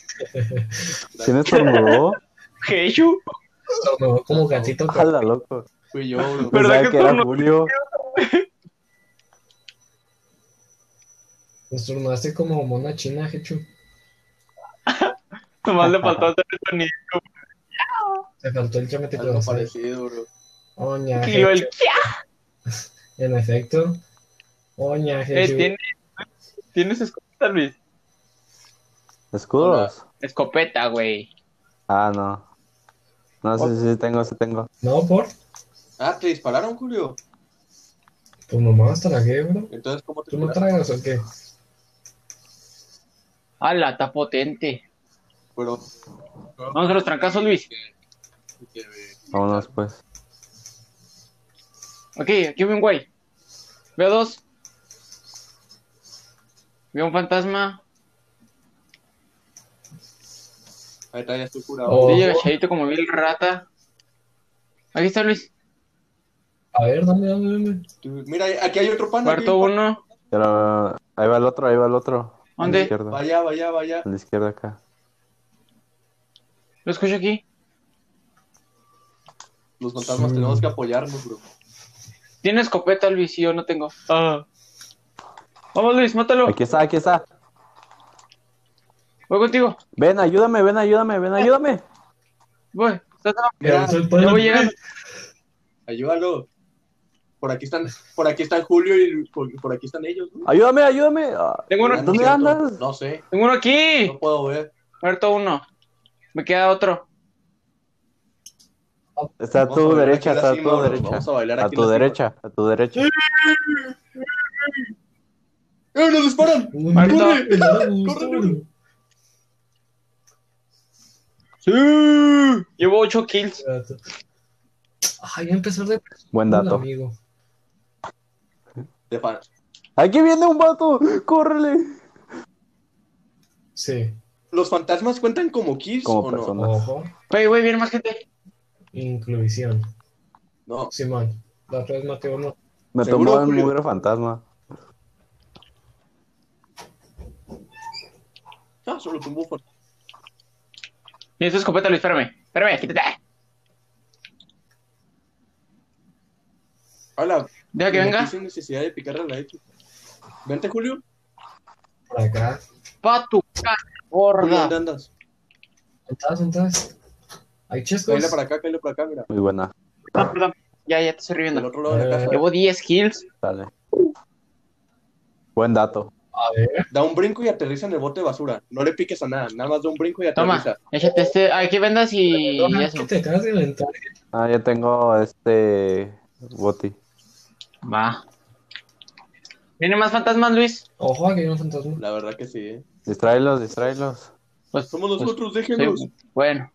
[SPEAKER 6] ¿Quién estornudó?
[SPEAKER 7] ¿Qué yo?
[SPEAKER 2] No, me voy como gatito. pero-
[SPEAKER 6] ¡Hala, loco!
[SPEAKER 5] Fui yo, bro.
[SPEAKER 7] ¿Verdad
[SPEAKER 6] Pensaba
[SPEAKER 7] que
[SPEAKER 6] que era
[SPEAKER 7] estornudó?
[SPEAKER 6] Julio.
[SPEAKER 2] Estornudaste como mona china, Hechu.
[SPEAKER 7] Nomás le faltó hacer el sonido.
[SPEAKER 2] Te faltó el chamete
[SPEAKER 5] Algo parecido, bro.
[SPEAKER 2] Oña,
[SPEAKER 7] Y lo- el
[SPEAKER 2] Hechu. En efecto. Oña,
[SPEAKER 3] Este
[SPEAKER 7] Eh,
[SPEAKER 2] Hechu.
[SPEAKER 7] ¿tiene- ¿Tienes escopeta, Luis?
[SPEAKER 6] ¿Escudos?
[SPEAKER 7] Escopeta, güey.
[SPEAKER 6] Ah, no. No, sí, sí, tengo, sí tengo.
[SPEAKER 2] No, por.
[SPEAKER 5] Ah, te dispararon, Julio.
[SPEAKER 2] Pues nomás tragué, bro.
[SPEAKER 5] Entonces, ¿cómo te
[SPEAKER 2] ¿Tú no
[SPEAKER 5] curaste?
[SPEAKER 2] tragas o qué?
[SPEAKER 7] ¡Hala, está potente!
[SPEAKER 5] Pero,
[SPEAKER 7] Vamos a los trancazos, Luis.
[SPEAKER 5] eh,
[SPEAKER 6] Vámonos, pues.
[SPEAKER 7] Ok, aquí veo un güey. Veo dos. Veo un fantasma.
[SPEAKER 5] Ahí está, ya estoy curado.
[SPEAKER 2] Oh.
[SPEAKER 7] Veo agachadito como vil rata. Aquí está Luis.
[SPEAKER 2] A ver, dame, dame, dame.
[SPEAKER 5] Tú- Mira, aquí hay otro panda.
[SPEAKER 7] Cuarto
[SPEAKER 5] aquí.
[SPEAKER 7] uno.
[SPEAKER 6] Pero ahí va el otro, ahí va el otro. A la
[SPEAKER 7] ¿Dónde?
[SPEAKER 6] izquierda,
[SPEAKER 5] Vaya, vaya, vaya.
[SPEAKER 6] a la izquierda acá.
[SPEAKER 7] Lo escucho aquí.
[SPEAKER 5] Los fantasmas
[SPEAKER 2] Sí.
[SPEAKER 5] tenemos que apoyarnos, bro.
[SPEAKER 7] Tiene escopeta, Luis, y yo no tengo. Ah. Vamos, Luis, mátalo.
[SPEAKER 6] Aquí está, aquí está.
[SPEAKER 7] Voy contigo.
[SPEAKER 6] Ven, ayúdame, ven, ayúdame, ven, ayúdame.
[SPEAKER 7] Voy. Estás-
[SPEAKER 5] Mira,
[SPEAKER 2] Yo
[SPEAKER 7] Ya voy llegando.
[SPEAKER 5] ayúdalo. Por aquí están, por aquí están Julio y por, por aquí están ellos, ¿no?
[SPEAKER 6] Ayúdame, ayúdame. Ah,
[SPEAKER 7] Tengo uno,
[SPEAKER 5] Ah, no
[SPEAKER 6] ¿Dónde
[SPEAKER 5] es cierto.
[SPEAKER 6] andas?
[SPEAKER 5] No sé,
[SPEAKER 7] tengo uno aquí.
[SPEAKER 5] no puedo ver.
[SPEAKER 7] Muerto uno. Me queda otro.
[SPEAKER 6] Está a
[SPEAKER 5] Vamos
[SPEAKER 6] tu
[SPEAKER 5] bailar
[SPEAKER 6] derecha,
[SPEAKER 5] aquí en
[SPEAKER 6] está
[SPEAKER 5] la
[SPEAKER 6] a
[SPEAKER 5] cima,
[SPEAKER 6] tu
[SPEAKER 5] bro.
[SPEAKER 6] derecha.
[SPEAKER 5] Vamos a bailar
[SPEAKER 6] A
[SPEAKER 5] aquí en
[SPEAKER 6] tu
[SPEAKER 5] la cima.
[SPEAKER 6] derecha, a tu derecha.
[SPEAKER 5] ¡Eh, nos disparan!
[SPEAKER 7] Marta.
[SPEAKER 5] ¡Corre!
[SPEAKER 2] Corre,
[SPEAKER 5] Corre.
[SPEAKER 7] Sí. Llevo ocho kills.
[SPEAKER 2] Gato. Ay, voy a empezar de
[SPEAKER 6] Buen
[SPEAKER 2] un
[SPEAKER 6] dato.
[SPEAKER 2] amigo.
[SPEAKER 5] De fan.
[SPEAKER 6] Aquí viene un vato, córrele.
[SPEAKER 2] Sí.
[SPEAKER 5] ¿Los fantasmas cuentan como kills
[SPEAKER 6] Como
[SPEAKER 5] o
[SPEAKER 6] persona.
[SPEAKER 2] Ojo.
[SPEAKER 7] Güey, güey, viene más gente.
[SPEAKER 2] Inclusión.
[SPEAKER 5] no? No.
[SPEAKER 2] Simón. La otra vez maté uno.
[SPEAKER 6] Me
[SPEAKER 5] Seguro,
[SPEAKER 6] tomó el
[SPEAKER 5] Julio.
[SPEAKER 6] mugre fantasma.
[SPEAKER 5] Ah, solo tumbó un fantasma.
[SPEAKER 7] Necesito escopeta, Luis, espérame. Espérame, quítate.
[SPEAKER 5] Hola.
[SPEAKER 7] Deja que
[SPEAKER 5] me
[SPEAKER 7] venga.
[SPEAKER 5] metí Sin necesidad de picarle a la X. Vente, Julio.
[SPEAKER 2] Por acá.
[SPEAKER 7] Pa' tu cara,
[SPEAKER 5] Julio,
[SPEAKER 7] gorda.
[SPEAKER 5] ¿dónde andas?
[SPEAKER 2] ¿Sentadas, sentadas? Hay chescos.
[SPEAKER 5] Cállale para acá, cállale para acá, mira.
[SPEAKER 6] Muy buena.
[SPEAKER 7] Ah, perdón. Ya, ya te estoy
[SPEAKER 5] Del
[SPEAKER 7] riendo.
[SPEAKER 5] otro lado de la casa.
[SPEAKER 7] Llevo 10 kills.
[SPEAKER 6] Dale. Buen dato.
[SPEAKER 2] A ver.
[SPEAKER 5] Da un brinco y aterriza en el bote de basura. No le piques a nada, nada más da un brinco y
[SPEAKER 7] Toma,
[SPEAKER 5] aterriza.
[SPEAKER 7] échate este. Aquí vendas y, y
[SPEAKER 2] Ojalá que
[SPEAKER 7] eso.
[SPEAKER 2] te acabas de inventar.
[SPEAKER 6] Ah, yo tengo este boti.
[SPEAKER 7] Va. ¿Vienen más fantasmas, Luis?
[SPEAKER 2] Ojo, aquí hay un fantasma.
[SPEAKER 5] La verdad que sí, ¿eh?
[SPEAKER 6] Distráelos, distráelos.
[SPEAKER 7] Pues,
[SPEAKER 5] Somos
[SPEAKER 7] pues,
[SPEAKER 5] nosotros,
[SPEAKER 7] sí,
[SPEAKER 5] déjenos.
[SPEAKER 7] Bueno,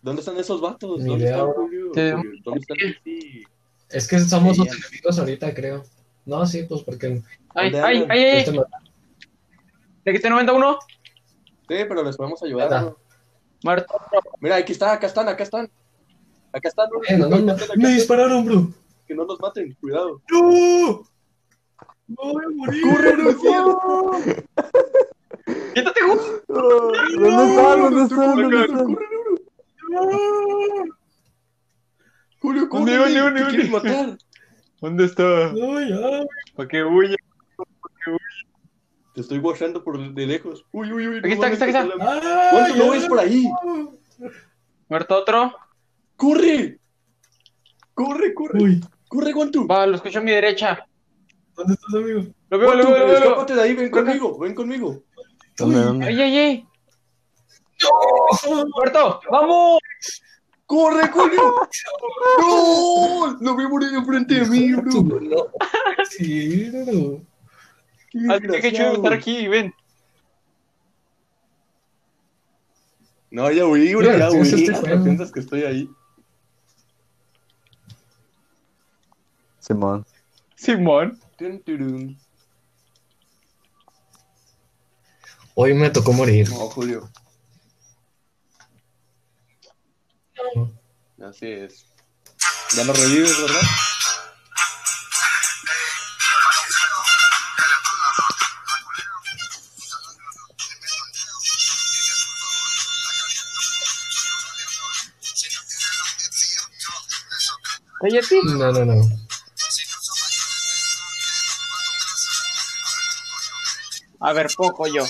[SPEAKER 5] ¿Dónde están esos vatos?
[SPEAKER 2] Ni
[SPEAKER 5] ¿Dónde
[SPEAKER 2] idea,
[SPEAKER 5] están,
[SPEAKER 2] bro.
[SPEAKER 5] Julio?
[SPEAKER 7] Sí.
[SPEAKER 5] Julio, ¿Dónde están? Sí.
[SPEAKER 2] Es que somos
[SPEAKER 5] Sí,
[SPEAKER 2] los
[SPEAKER 5] ya.
[SPEAKER 2] enemigos ahorita, creo. No, sí, pues porque.
[SPEAKER 7] ay,
[SPEAKER 5] ¿Dónde
[SPEAKER 7] ay,
[SPEAKER 5] andan?
[SPEAKER 7] ay, ay,
[SPEAKER 2] Este
[SPEAKER 7] ay.
[SPEAKER 2] me-
[SPEAKER 7] le quité 91.
[SPEAKER 5] Sí, pero les podemos ayudar.
[SPEAKER 2] Nada.
[SPEAKER 5] ¿no?
[SPEAKER 7] Muerto.
[SPEAKER 5] Mira, aquí está, acá están, acá están. Acá están, no,
[SPEAKER 2] Eh, no, no,
[SPEAKER 5] acá
[SPEAKER 2] no.
[SPEAKER 5] están, acá
[SPEAKER 2] Me
[SPEAKER 5] están.
[SPEAKER 2] dispararon, bro.
[SPEAKER 5] que no nos maten, cuidado.
[SPEAKER 2] ¡No! ¡No voy a morir!
[SPEAKER 5] ¡Corre,
[SPEAKER 7] Quítate, güey.
[SPEAKER 6] ¿Dónde están? ¿Dónde están? ¿Dónde están?
[SPEAKER 5] Julio, corre,
[SPEAKER 7] Hunde, hunde,
[SPEAKER 5] te
[SPEAKER 7] hunde,
[SPEAKER 5] quieren
[SPEAKER 7] hunde.
[SPEAKER 5] matar.
[SPEAKER 7] ¿Dónde está?
[SPEAKER 2] ¡No, ya!
[SPEAKER 7] Para que huya.
[SPEAKER 5] Te estoy guachando por de lejos. Uy, uy, uy.
[SPEAKER 7] Aquí está, aquí está, aquí está.
[SPEAKER 2] ¡Ah,
[SPEAKER 5] ¿Cuánto
[SPEAKER 2] ya!
[SPEAKER 5] no ves por ahí?
[SPEAKER 7] Muerto otro.
[SPEAKER 5] ¡Corre! ¡Corre, corre!
[SPEAKER 2] Uy,
[SPEAKER 5] ¡Corre, Guantu!
[SPEAKER 7] Va, lo escucho a mi derecha.
[SPEAKER 2] ¿dónde estás, amigo?
[SPEAKER 7] Lo veo, lo
[SPEAKER 5] Guantu,
[SPEAKER 7] veo, lo veo.
[SPEAKER 5] escápate de ahí, ven conmigo, ven conmigo.
[SPEAKER 6] ¿Dónde, dónde?
[SPEAKER 7] Ay, ay, ay. Muerto, vamos.
[SPEAKER 5] ¡Corre, Julio! ¡No! Lo vi morir enfrente de mí, bro.
[SPEAKER 2] Tú, no. Sí, bro.
[SPEAKER 5] Qué
[SPEAKER 3] Ah,
[SPEAKER 7] Así que
[SPEAKER 5] desgraciado.
[SPEAKER 7] chulo estar aquí, ven.
[SPEAKER 5] No, ya huí, bro,
[SPEAKER 2] Mira,
[SPEAKER 5] ya
[SPEAKER 2] sí,
[SPEAKER 5] huí.
[SPEAKER 2] es este juego.
[SPEAKER 5] Piensas que estoy ahí.
[SPEAKER 6] Simón.
[SPEAKER 7] Simón.
[SPEAKER 5] Tun, turun.
[SPEAKER 2] Hoy me tocó morir.
[SPEAKER 5] No, Julio. Así es. Ya lo revives, ¿verdad?
[SPEAKER 7] Cállate.
[SPEAKER 2] No, no, no.
[SPEAKER 7] A ver, poco yo.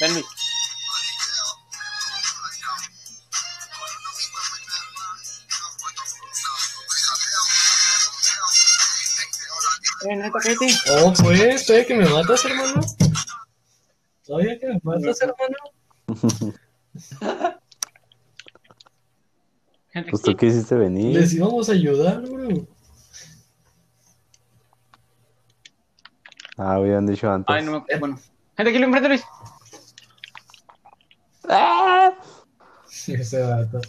[SPEAKER 7] Ven, Luis. Eh, neta, cállate.
[SPEAKER 2] Oh, pues, todavía que me matas, hermano. Todavía que me matas, hermano.
[SPEAKER 7] Gente,
[SPEAKER 6] Pues tú quisiste venir.
[SPEAKER 2] Les íbamos a ayudar, bro.
[SPEAKER 6] Ah, habían dicho
[SPEAKER 7] Ay,
[SPEAKER 6] antes.
[SPEAKER 7] no me. Bueno. Gente, aquí lo enfrente, Luis.
[SPEAKER 2] Ese vato.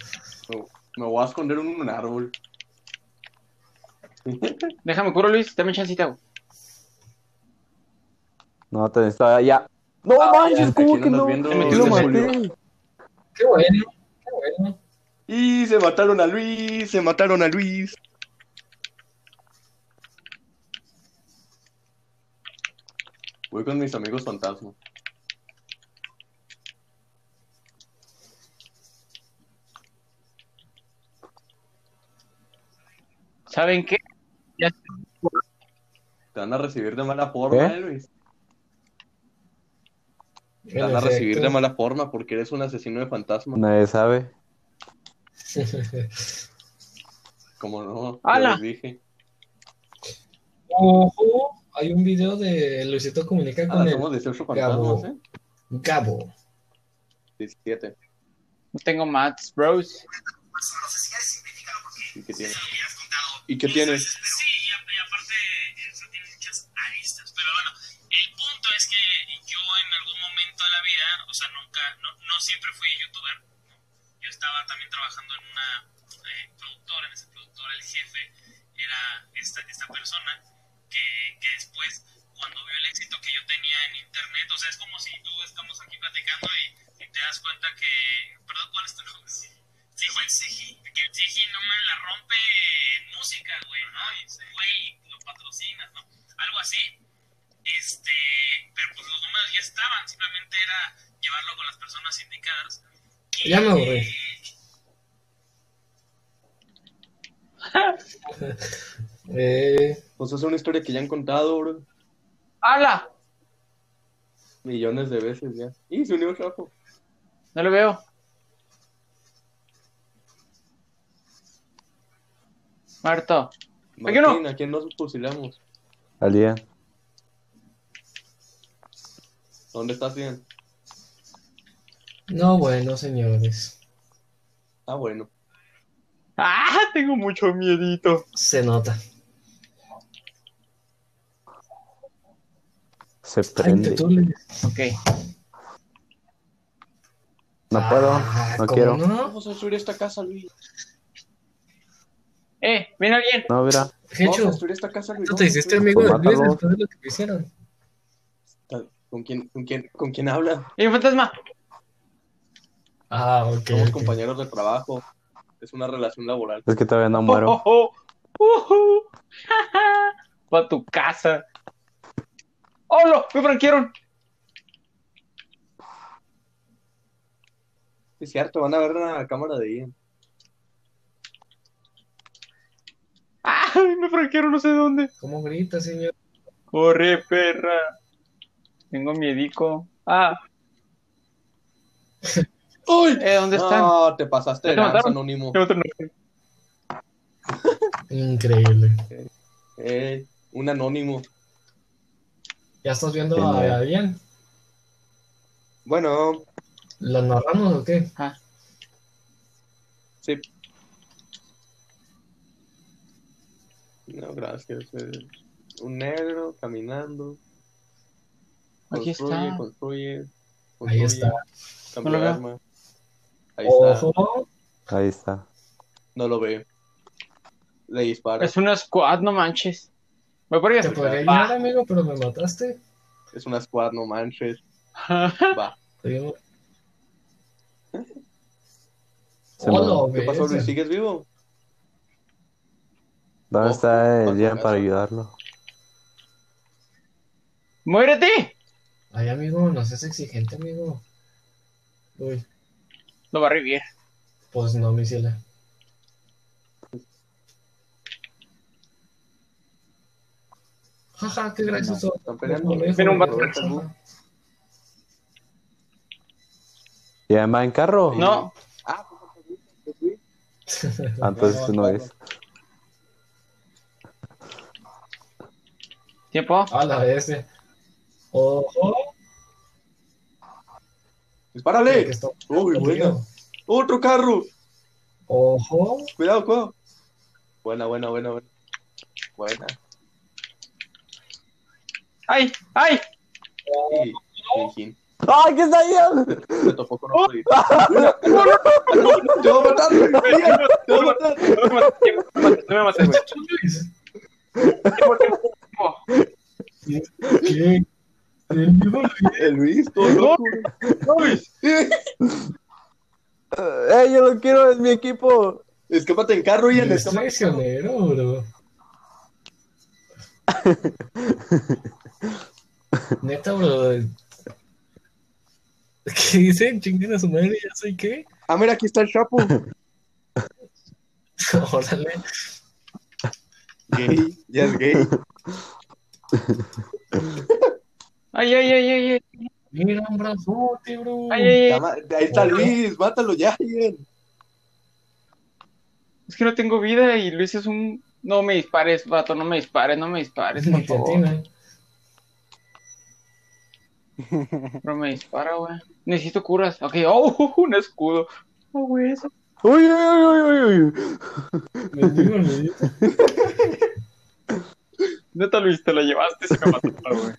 [SPEAKER 5] Me- Me voy a esconder en un árbol.
[SPEAKER 7] Déjame curo, Luis. Dame chancita, güey.
[SPEAKER 6] No, te necesitaba ya. No manches, ¿cómo
[SPEAKER 5] Aquí
[SPEAKER 6] que
[SPEAKER 5] andas
[SPEAKER 6] no?
[SPEAKER 5] viendo-
[SPEAKER 7] Te metí
[SPEAKER 6] Yo lo
[SPEAKER 7] un
[SPEAKER 6] maté.
[SPEAKER 2] Qué bueno, qué bueno.
[SPEAKER 5] Y se mataron a Luis, se mataron a Luis. Voy con mis amigos fantasma.
[SPEAKER 7] ¿Saben qué?
[SPEAKER 5] Te van a recibir de mala forma,
[SPEAKER 6] ¿Eh?
[SPEAKER 5] eh, Luis. Te
[SPEAKER 2] En
[SPEAKER 5] van a recibir de
[SPEAKER 2] efecto.
[SPEAKER 5] mala forma porque eres un asesino de fantasma.
[SPEAKER 6] Nadie sabe.
[SPEAKER 5] Como no, ya
[SPEAKER 7] ¡Hala!
[SPEAKER 5] les dije.
[SPEAKER 2] Ojo, hay un video de Luisito Comunica
[SPEAKER 5] Ah,
[SPEAKER 2] con el
[SPEAKER 5] somos 18
[SPEAKER 2] Gabo.
[SPEAKER 5] fantasmas, ¿eh?
[SPEAKER 2] Gabo.
[SPEAKER 5] 17.
[SPEAKER 7] No tengo mats, bros.
[SPEAKER 5] ¿Y qué tiene? ¿Y qué tiene?
[SPEAKER 1] Sí, y ap- y aparte, o sea, tiene muchas aristas, pero bueno, el punto es que yo en algún momento de la vida, o o sea, nunca, no, no siempre fui youtuber. ¿no? Yo estaba también trabajando en una eh, productora, en esa productora el jefe era esta, esta persona que, que después, cuando vio el éxito que yo tenía en internet, o sea, es como si tú estamos aquí platicando y, y te das cuenta que, perdón, ¿cuál es tu nombre? Sí, sí, güey, Sigi, que el Sigi no man la rompe en música, güey, ¿no? Y, güey, lo patrocinas, ¿no? Algo así, este, pero pues los números ya estaban, simplemente era llevarlo con las personas indicadas. Y,
[SPEAKER 2] Ya me aburrí. Eh,
[SPEAKER 5] Pues es una historia que ya han contado, bro.
[SPEAKER 3] ¡Hala!
[SPEAKER 5] Millones de veces ya. Y se unió Chapo.
[SPEAKER 3] No lo veo. Muerto. ¿Por qué no?
[SPEAKER 5] Martín, ¿a quién nos fusilamos?
[SPEAKER 6] Al día.
[SPEAKER 5] ¿Dónde estás bien?
[SPEAKER 2] no, bueno, señores.
[SPEAKER 5] Ah, bueno.
[SPEAKER 3] ¡Ah! Tengo mucho miedito.
[SPEAKER 2] Se nota.
[SPEAKER 6] Se
[SPEAKER 2] Ay, te
[SPEAKER 6] prende.
[SPEAKER 2] tú le-
[SPEAKER 3] Ok.
[SPEAKER 6] No puedo,
[SPEAKER 2] Ah,
[SPEAKER 6] no
[SPEAKER 2] ¿cómo
[SPEAKER 6] quiero. No,
[SPEAKER 2] no?
[SPEAKER 5] Vamos a destruir esta casa, Luis.
[SPEAKER 3] Eh, viene alguien.
[SPEAKER 6] mira.
[SPEAKER 5] Vamos a
[SPEAKER 2] Hecho,
[SPEAKER 5] destruir esta casa, Luis.
[SPEAKER 2] tú te hiciste amigo
[SPEAKER 6] Pues
[SPEAKER 2] de Luis
[SPEAKER 6] mátalo.
[SPEAKER 2] después de lo que te hicieron.
[SPEAKER 5] ¿Con quién, con, quién, ¿Con quién habla?
[SPEAKER 3] ¡Y un fantasma!
[SPEAKER 2] Ah, ok.
[SPEAKER 5] Somos
[SPEAKER 2] ok.
[SPEAKER 5] compañeros de trabajo. Es una relación laboral.
[SPEAKER 6] Es que todavía no muero.
[SPEAKER 3] Oh, oh, oh. Ujú. Ja, ja. Voy a tu casa. ¡Hola! ¡Me franquearon!
[SPEAKER 5] Es cierto, van a ver la cámara de Ian.
[SPEAKER 3] ¡Ah! Me franquearon no sé dónde.
[SPEAKER 2] ¿Cómo grita, señor?
[SPEAKER 3] Corre, perra. Tengo miedico. Ah.
[SPEAKER 5] ¡Uy!
[SPEAKER 3] Eh, ¿dónde están?
[SPEAKER 5] No, te pasaste de
[SPEAKER 3] ¿Ya te
[SPEAKER 5] lanza,
[SPEAKER 3] mataron?
[SPEAKER 5] anónimo.
[SPEAKER 3] Yo otro no.
[SPEAKER 2] Increíble.
[SPEAKER 5] Eh, un anónimo.
[SPEAKER 2] ¿Ya estás viendo
[SPEAKER 6] Sí, no.
[SPEAKER 2] a Adrián?
[SPEAKER 5] Bueno,
[SPEAKER 2] ¿Lo narramos o qué?
[SPEAKER 5] sí. No, gracias. eh. Un negro caminando.
[SPEAKER 3] Aquí
[SPEAKER 5] Construye,
[SPEAKER 3] está.
[SPEAKER 5] construye,
[SPEAKER 2] Ahí
[SPEAKER 5] construye,
[SPEAKER 2] está.
[SPEAKER 5] cambia
[SPEAKER 3] No lo
[SPEAKER 5] de
[SPEAKER 3] veo.
[SPEAKER 5] arma. Ahí está.
[SPEAKER 2] Ojo.
[SPEAKER 6] Ahí está.
[SPEAKER 5] No lo veo. Le dispara.
[SPEAKER 3] Es una squad, no manches. Voy por
[SPEAKER 2] Te
[SPEAKER 3] allá.
[SPEAKER 2] podría ayudar, amigo, pero me mataste.
[SPEAKER 5] Es una squad, no manches. Va.
[SPEAKER 2] Oye,
[SPEAKER 6] Se
[SPEAKER 2] hola,
[SPEAKER 5] ¿Qué pasó,
[SPEAKER 2] bestia.
[SPEAKER 5] Luis? ¿Sigues vivo?
[SPEAKER 6] ¿Dónde
[SPEAKER 5] Ojo,
[SPEAKER 6] está
[SPEAKER 5] para
[SPEAKER 6] el
[SPEAKER 5] tu
[SPEAKER 6] día
[SPEAKER 5] casa.
[SPEAKER 6] para ayudarlo?
[SPEAKER 3] ¡Muérete!
[SPEAKER 2] Ay, amigo, no seas exigente, amigo. Uy,
[SPEAKER 3] Lo va a revivir.
[SPEAKER 2] pues no, mi cielo. Jaja, qué gracioso.
[SPEAKER 5] Están peleando.
[SPEAKER 2] Lejos,
[SPEAKER 3] Viene un vato.
[SPEAKER 2] lejos.
[SPEAKER 6] ¿Y además en carro?
[SPEAKER 3] No.
[SPEAKER 5] Ah,
[SPEAKER 6] Ah, entonces no es.
[SPEAKER 3] Tiempo.
[SPEAKER 2] A la vez. eh. Ojo. que
[SPEAKER 5] dispárale.
[SPEAKER 2] está-
[SPEAKER 5] Uy, buena. Otro carro.
[SPEAKER 2] Ojo.
[SPEAKER 5] Cuidado, cuidado. Buena, buena, buena, buena. Buena.
[SPEAKER 3] ¡Ay! ¡Ay!
[SPEAKER 5] Y, y Jin.
[SPEAKER 6] ¡Ay, qué está ahí!
[SPEAKER 5] Se topó con otro. y- ¡Te va a matar! Ian, ¡Te va a matar!
[SPEAKER 3] No me mates, no me mates, güey.
[SPEAKER 2] Luis.
[SPEAKER 3] Tiempo, tiempo, tiempo.
[SPEAKER 2] ¿Qué? El mismo Luis.
[SPEAKER 5] El Luis, todo loco.
[SPEAKER 6] ¡Eh, yo lo quiero en mi equipo!
[SPEAKER 5] Escápate en carro, Ian.
[SPEAKER 2] Luis
[SPEAKER 5] Escápate.
[SPEAKER 2] traicionero, bro. Neta, bro. ¿Qué dicen? Chinguen a su madre, ya sé qué.
[SPEAKER 5] Ah, mira, aquí está el Chapo.
[SPEAKER 2] Órale.
[SPEAKER 5] Gay, ya es gay.
[SPEAKER 3] ¡Ay, ay, ay, ay! ay.
[SPEAKER 2] Mira, un brazote, bro.
[SPEAKER 3] ¡Ay, ay,
[SPEAKER 5] Ya
[SPEAKER 3] ay!
[SPEAKER 5] ma- Ahí está Luis, mátalo ya, Ian.
[SPEAKER 3] Es que no tengo vida y Luis es un. No me dispares, vato, no me dispares, no me dispares, por
[SPEAKER 2] Ni te
[SPEAKER 3] favor.
[SPEAKER 2] atina.
[SPEAKER 3] No me dispara, güey. Necesito curas. Ok, oh, un escudo. Oh, güey, eso.
[SPEAKER 6] ¡Uy, uy, uy, uy, uy!
[SPEAKER 2] Me digo, me digo.
[SPEAKER 3] Neta, Luis, te la llevaste, se me mató, güey.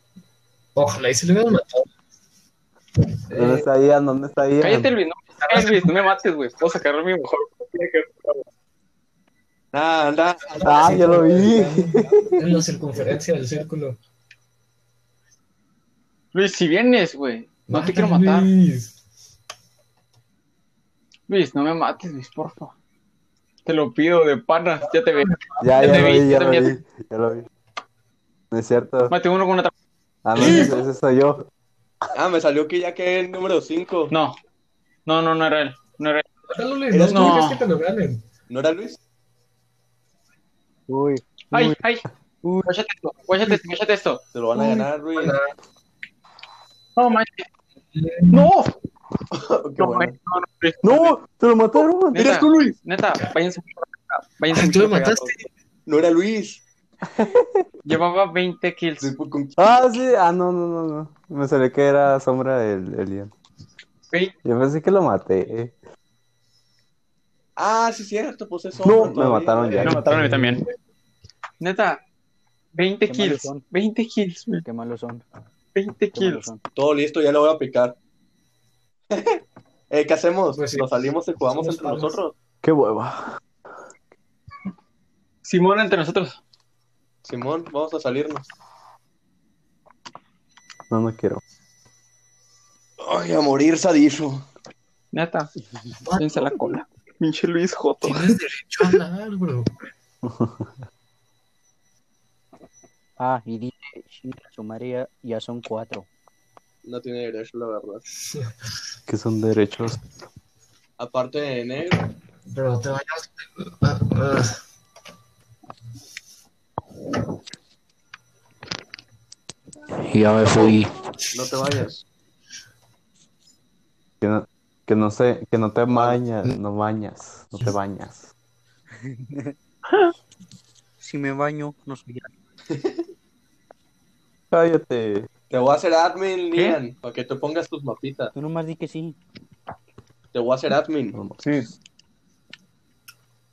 [SPEAKER 2] Ojalá y se le hubieran matado.
[SPEAKER 6] ¿Dónde está Ian? ¿Dónde está Ian?
[SPEAKER 7] Cállate, Elvis, no, Elvis, no me mates, güey. Puedo sacar mi mejor.
[SPEAKER 5] Nah, nah.
[SPEAKER 6] Ah, ya lo vi.
[SPEAKER 2] En la circunferencia del círculo.
[SPEAKER 7] Luis, si vienes, güey. No te quiero matar.
[SPEAKER 2] Luis.
[SPEAKER 7] Luis, no me mates, Luis, porfa. Te lo pido de pana, ya te veo.
[SPEAKER 6] Ya,
[SPEAKER 7] Ya
[SPEAKER 6] ya
[SPEAKER 7] te
[SPEAKER 6] lo
[SPEAKER 7] vi,
[SPEAKER 6] vi,
[SPEAKER 7] yo
[SPEAKER 6] ya lo
[SPEAKER 7] también.
[SPEAKER 6] vi. Ya lo vi. No es cierto.
[SPEAKER 7] Mate uno con una trampa.
[SPEAKER 6] Ah, no, ese, ese soy yo.
[SPEAKER 5] Ah, me salió que ya que el número 5.
[SPEAKER 7] No. No, no, no era él. No era él.
[SPEAKER 2] Mátalo, Luis, no,
[SPEAKER 7] No.
[SPEAKER 2] quieres que te lo ganen.
[SPEAKER 5] ¿No era Luis?
[SPEAKER 6] Uy.
[SPEAKER 7] Ay, ay. Guáchate esto, guáchate esto, guáchate esto.
[SPEAKER 5] Se lo van a ganar, Luis.
[SPEAKER 7] No, manches. No,
[SPEAKER 5] Ah, Qué
[SPEAKER 7] no,
[SPEAKER 5] bueno.
[SPEAKER 7] manches, no, no, Luis.
[SPEAKER 6] ¡No! ¡Se lo mataron!
[SPEAKER 7] Neta,
[SPEAKER 5] Luis?
[SPEAKER 7] neta, váyanse. váyanse
[SPEAKER 2] Ay, tú
[SPEAKER 7] mucho
[SPEAKER 2] me
[SPEAKER 7] pegados.
[SPEAKER 2] mataste.
[SPEAKER 5] No era Luis.
[SPEAKER 7] Llevaba 20 kills.
[SPEAKER 5] Después con-
[SPEAKER 6] Ah, sí. Ah, no, no, no, no. Me salió que era sombra el, el Ian.
[SPEAKER 7] Ve-
[SPEAKER 6] Yo pensé que lo maté. eh.
[SPEAKER 5] Ah, sí, cierto, pues eso.
[SPEAKER 6] No, me mataron ya.
[SPEAKER 7] Me mataron a mí también. Neta, 20
[SPEAKER 8] Qué malos
[SPEAKER 7] kills.
[SPEAKER 8] son.
[SPEAKER 7] 20 kills, güey,
[SPEAKER 8] Qué malos son. Qué
[SPEAKER 7] 20
[SPEAKER 8] malos
[SPEAKER 7] kills.
[SPEAKER 8] son.
[SPEAKER 5] Todo listo, ya lo voy a picar. eh, ¿Qué hacemos?
[SPEAKER 2] Pues sí.
[SPEAKER 5] Nos salimos y jugamos
[SPEAKER 2] Somos
[SPEAKER 5] entre
[SPEAKER 2] panas.
[SPEAKER 5] nosotros.
[SPEAKER 6] ¡Qué hueva!
[SPEAKER 7] Simón entre nosotros.
[SPEAKER 5] Simón, vamos a salirnos.
[SPEAKER 6] No, no quiero.
[SPEAKER 5] Ay, a morir sadizo.
[SPEAKER 7] Neta, piensa la cola. Pinche Luis Joto.
[SPEAKER 2] Tienes derecho a hablar, bro.
[SPEAKER 8] Ah, y dice, chinga su madre, ya, ya son cuatro.
[SPEAKER 5] No tiene derecho, la verdad.
[SPEAKER 6] Que son derechos.
[SPEAKER 5] Aparte de negro.
[SPEAKER 2] Pero no te vayas. Ah, ah.
[SPEAKER 8] Ya me fui.
[SPEAKER 5] No te vayas.
[SPEAKER 6] Que no, que no sé, que no te bañas, no bañas, no te bañas.
[SPEAKER 8] Si me baño, no soy
[SPEAKER 6] Cállate.
[SPEAKER 5] Te voy a hacer admin, Lian, para que te pongas tus mapitas.
[SPEAKER 8] Tú nomás di que sí.
[SPEAKER 5] Te voy a hacer admin.
[SPEAKER 7] Sí.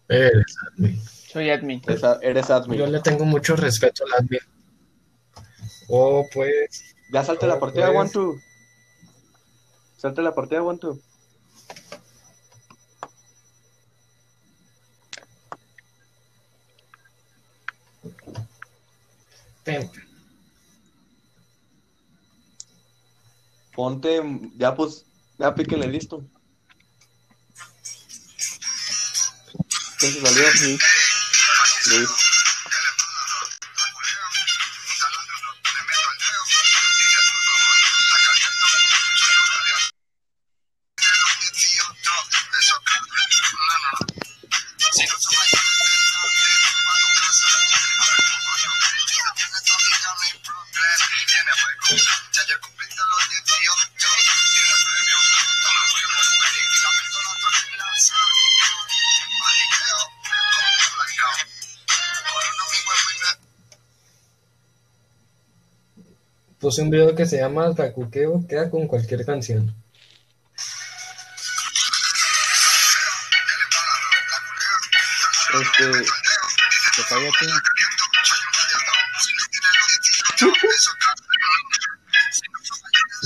[SPEAKER 2] Eres admin.
[SPEAKER 7] Soy admin.
[SPEAKER 5] Eres a- Eres
[SPEAKER 2] Eh, Yo
[SPEAKER 5] admin.
[SPEAKER 2] le tengo mucho respeto al admin. Oh, pues.
[SPEAKER 5] Ya salte la partida,
[SPEAKER 2] Pues-
[SPEAKER 5] one two. Salte la partida, one two.
[SPEAKER 2] Ten.
[SPEAKER 5] Ponte, ya pues, ya píquenle listo. ¿Quién se salió? Sí. Luis.
[SPEAKER 2] Puse un video que se llama Tacuqueo, queda con cualquier canción.
[SPEAKER 5] Este,
[SPEAKER 8] Que cállate.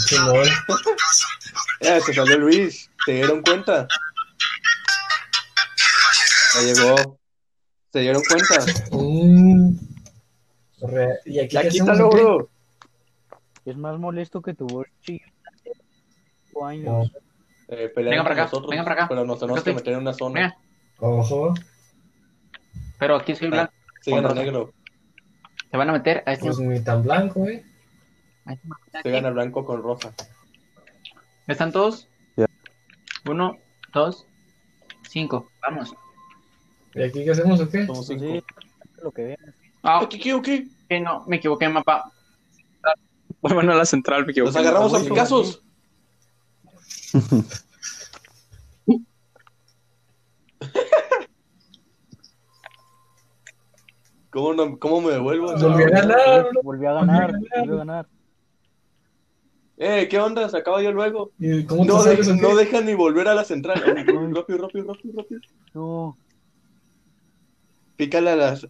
[SPEAKER 2] Simón,
[SPEAKER 5] eh, se salió Luis. ¿Se dieron cuenta? Ya llegó. ¿Se dieron cuenta?
[SPEAKER 2] Mm. Re- y aquí
[SPEAKER 5] Ya
[SPEAKER 2] qué hacemos,
[SPEAKER 5] quítalo,
[SPEAKER 2] o qué?
[SPEAKER 5] bro.
[SPEAKER 8] Es más molesto que tu voz, chica. Cinco
[SPEAKER 2] No.
[SPEAKER 8] años.
[SPEAKER 5] Eh,
[SPEAKER 7] Venga
[SPEAKER 5] pelean
[SPEAKER 7] para
[SPEAKER 5] con
[SPEAKER 7] acá,
[SPEAKER 5] nosotros,
[SPEAKER 7] venga para acá.
[SPEAKER 5] pero nos tenemos que
[SPEAKER 7] Acá
[SPEAKER 5] meter
[SPEAKER 7] estoy.
[SPEAKER 5] en una zona.
[SPEAKER 7] Venga.
[SPEAKER 2] Ojo.
[SPEAKER 7] Pero aquí soy blanco.
[SPEAKER 5] Sigan a negro,
[SPEAKER 7] Se van a meter a este.
[SPEAKER 2] Pues ni tan blanco, eh.
[SPEAKER 7] a este-
[SPEAKER 5] sigan a blanco con roja.
[SPEAKER 7] ¿Están todos?
[SPEAKER 6] Ya.
[SPEAKER 7] Uno, dos, cinco. Vamos.
[SPEAKER 2] ¿Y aquí qué hacemos o qué?
[SPEAKER 5] Somos cinco.
[SPEAKER 8] Pues Sí, lo que veas.
[SPEAKER 7] Ah,
[SPEAKER 5] ¿Qué, qué, qué?
[SPEAKER 7] que no, me equivoqué de mapa. Bueno, a la central, me equivoqué.
[SPEAKER 5] Los agarramos a
[SPEAKER 2] sí.
[SPEAKER 5] picazos. ¿Cómo, no- cómo me devuelvo?
[SPEAKER 2] Volví a ganar, bro.
[SPEAKER 8] Volví a ganar, volví a ganar.
[SPEAKER 5] Eh, ¿qué onda? ¿Se acaba yo luego?
[SPEAKER 2] ¿Y cómo te
[SPEAKER 5] No,
[SPEAKER 2] sales
[SPEAKER 5] de-
[SPEAKER 2] o qué?
[SPEAKER 5] no dejan ni volver a la central. Rápido, rápido, rápido, rápido.
[SPEAKER 8] No.
[SPEAKER 5] Pícale a las...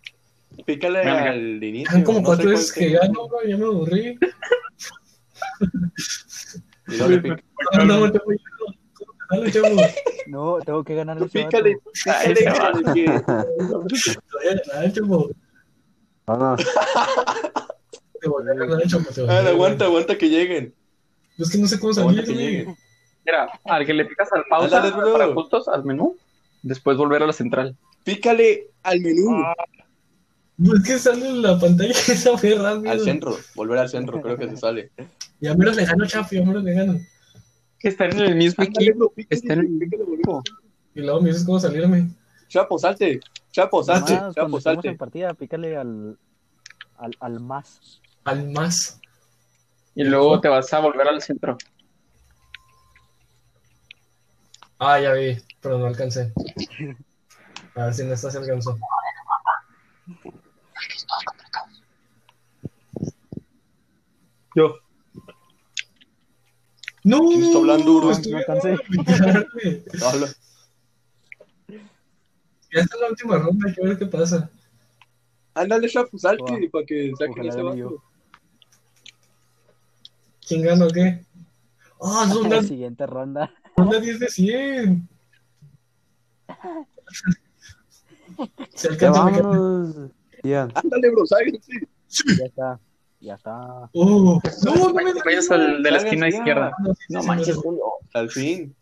[SPEAKER 5] Pícale
[SPEAKER 7] Mira, mira.
[SPEAKER 5] al inicio.
[SPEAKER 2] Son como
[SPEAKER 5] no sé
[SPEAKER 2] cuatro
[SPEAKER 5] cuál
[SPEAKER 2] veces
[SPEAKER 5] sea.
[SPEAKER 2] que gano, bro, ya me aburrí.
[SPEAKER 6] Y no le pica.
[SPEAKER 2] No, no, no, chavo.
[SPEAKER 8] No, tengo que ganar el
[SPEAKER 5] Pícale, pícale, que-
[SPEAKER 2] Ganar, chavo.
[SPEAKER 6] No, no.
[SPEAKER 2] Te volví a ganar, chavo. te volví a
[SPEAKER 5] Ah,
[SPEAKER 2] ganar.
[SPEAKER 5] aguanta, aguanta que lleguen.
[SPEAKER 2] Es que no sé cómo salir,
[SPEAKER 5] Aguanta que
[SPEAKER 2] güey.
[SPEAKER 5] lleguen.
[SPEAKER 7] Mira, al que le picas al pausa
[SPEAKER 5] Ándale, bro.
[SPEAKER 7] para gustos, al menú, después volver a la central.
[SPEAKER 5] Pícale al menú,
[SPEAKER 2] No, es que sale en la pantalla esa vez rápido.
[SPEAKER 5] al centro, volver al centro, creo que se sale.
[SPEAKER 2] Ya menos le gano, chavo, ya menos le gano.
[SPEAKER 7] Que están en el mismo
[SPEAKER 5] Ándale,
[SPEAKER 7] equipo.
[SPEAKER 5] bro, pícale,
[SPEAKER 7] Está en el-
[SPEAKER 5] pícale, boludo.
[SPEAKER 2] Y luego me dices cómo salirme.
[SPEAKER 5] Chapo, salte, Chapo, salte,
[SPEAKER 8] Nomás cuando
[SPEAKER 5] Chapo,
[SPEAKER 8] estemos en
[SPEAKER 5] salte.
[SPEAKER 8] partida, pícale al, al, al más.
[SPEAKER 2] Al más.
[SPEAKER 7] Y luego te vas a volver al centro.
[SPEAKER 2] Ah, ya vi, pero no alcancé. A ver si en esta se alcanzó.
[SPEAKER 7] Yo.
[SPEAKER 2] ¡No!
[SPEAKER 5] ¿Quién está hablando, bro?
[SPEAKER 2] Estuve
[SPEAKER 8] No alcancé.
[SPEAKER 2] a golpearme.
[SPEAKER 5] Habla.
[SPEAKER 2] Ya está la última ronda, hay que ver qué pasa.
[SPEAKER 5] Ándale, Chapo, salte
[SPEAKER 8] Ojalá.
[SPEAKER 5] para que saquen
[SPEAKER 8] Ojalá
[SPEAKER 5] ese
[SPEAKER 8] gane yo.
[SPEAKER 5] vato.
[SPEAKER 2] ¿Quién gana o qué? ¡Ah, son
[SPEAKER 8] La
[SPEAKER 2] las
[SPEAKER 8] siguiente ronda.
[SPEAKER 2] Una 10 de 100. Se
[SPEAKER 6] Ya
[SPEAKER 2] alcanza a mecanismo.
[SPEAKER 6] vámonos. Ian.
[SPEAKER 5] Ándale, bro, sáquense.
[SPEAKER 8] Ya está. Ya está.
[SPEAKER 2] Oh, no, no me
[SPEAKER 7] Vayas al de la
[SPEAKER 5] Salgan
[SPEAKER 7] esquina
[SPEAKER 5] ya.
[SPEAKER 7] izquierda.
[SPEAKER 2] No, sí, sí,
[SPEAKER 7] No
[SPEAKER 2] sí,
[SPEAKER 7] manches,
[SPEAKER 2] sí.
[SPEAKER 7] Julio.
[SPEAKER 5] Al fin,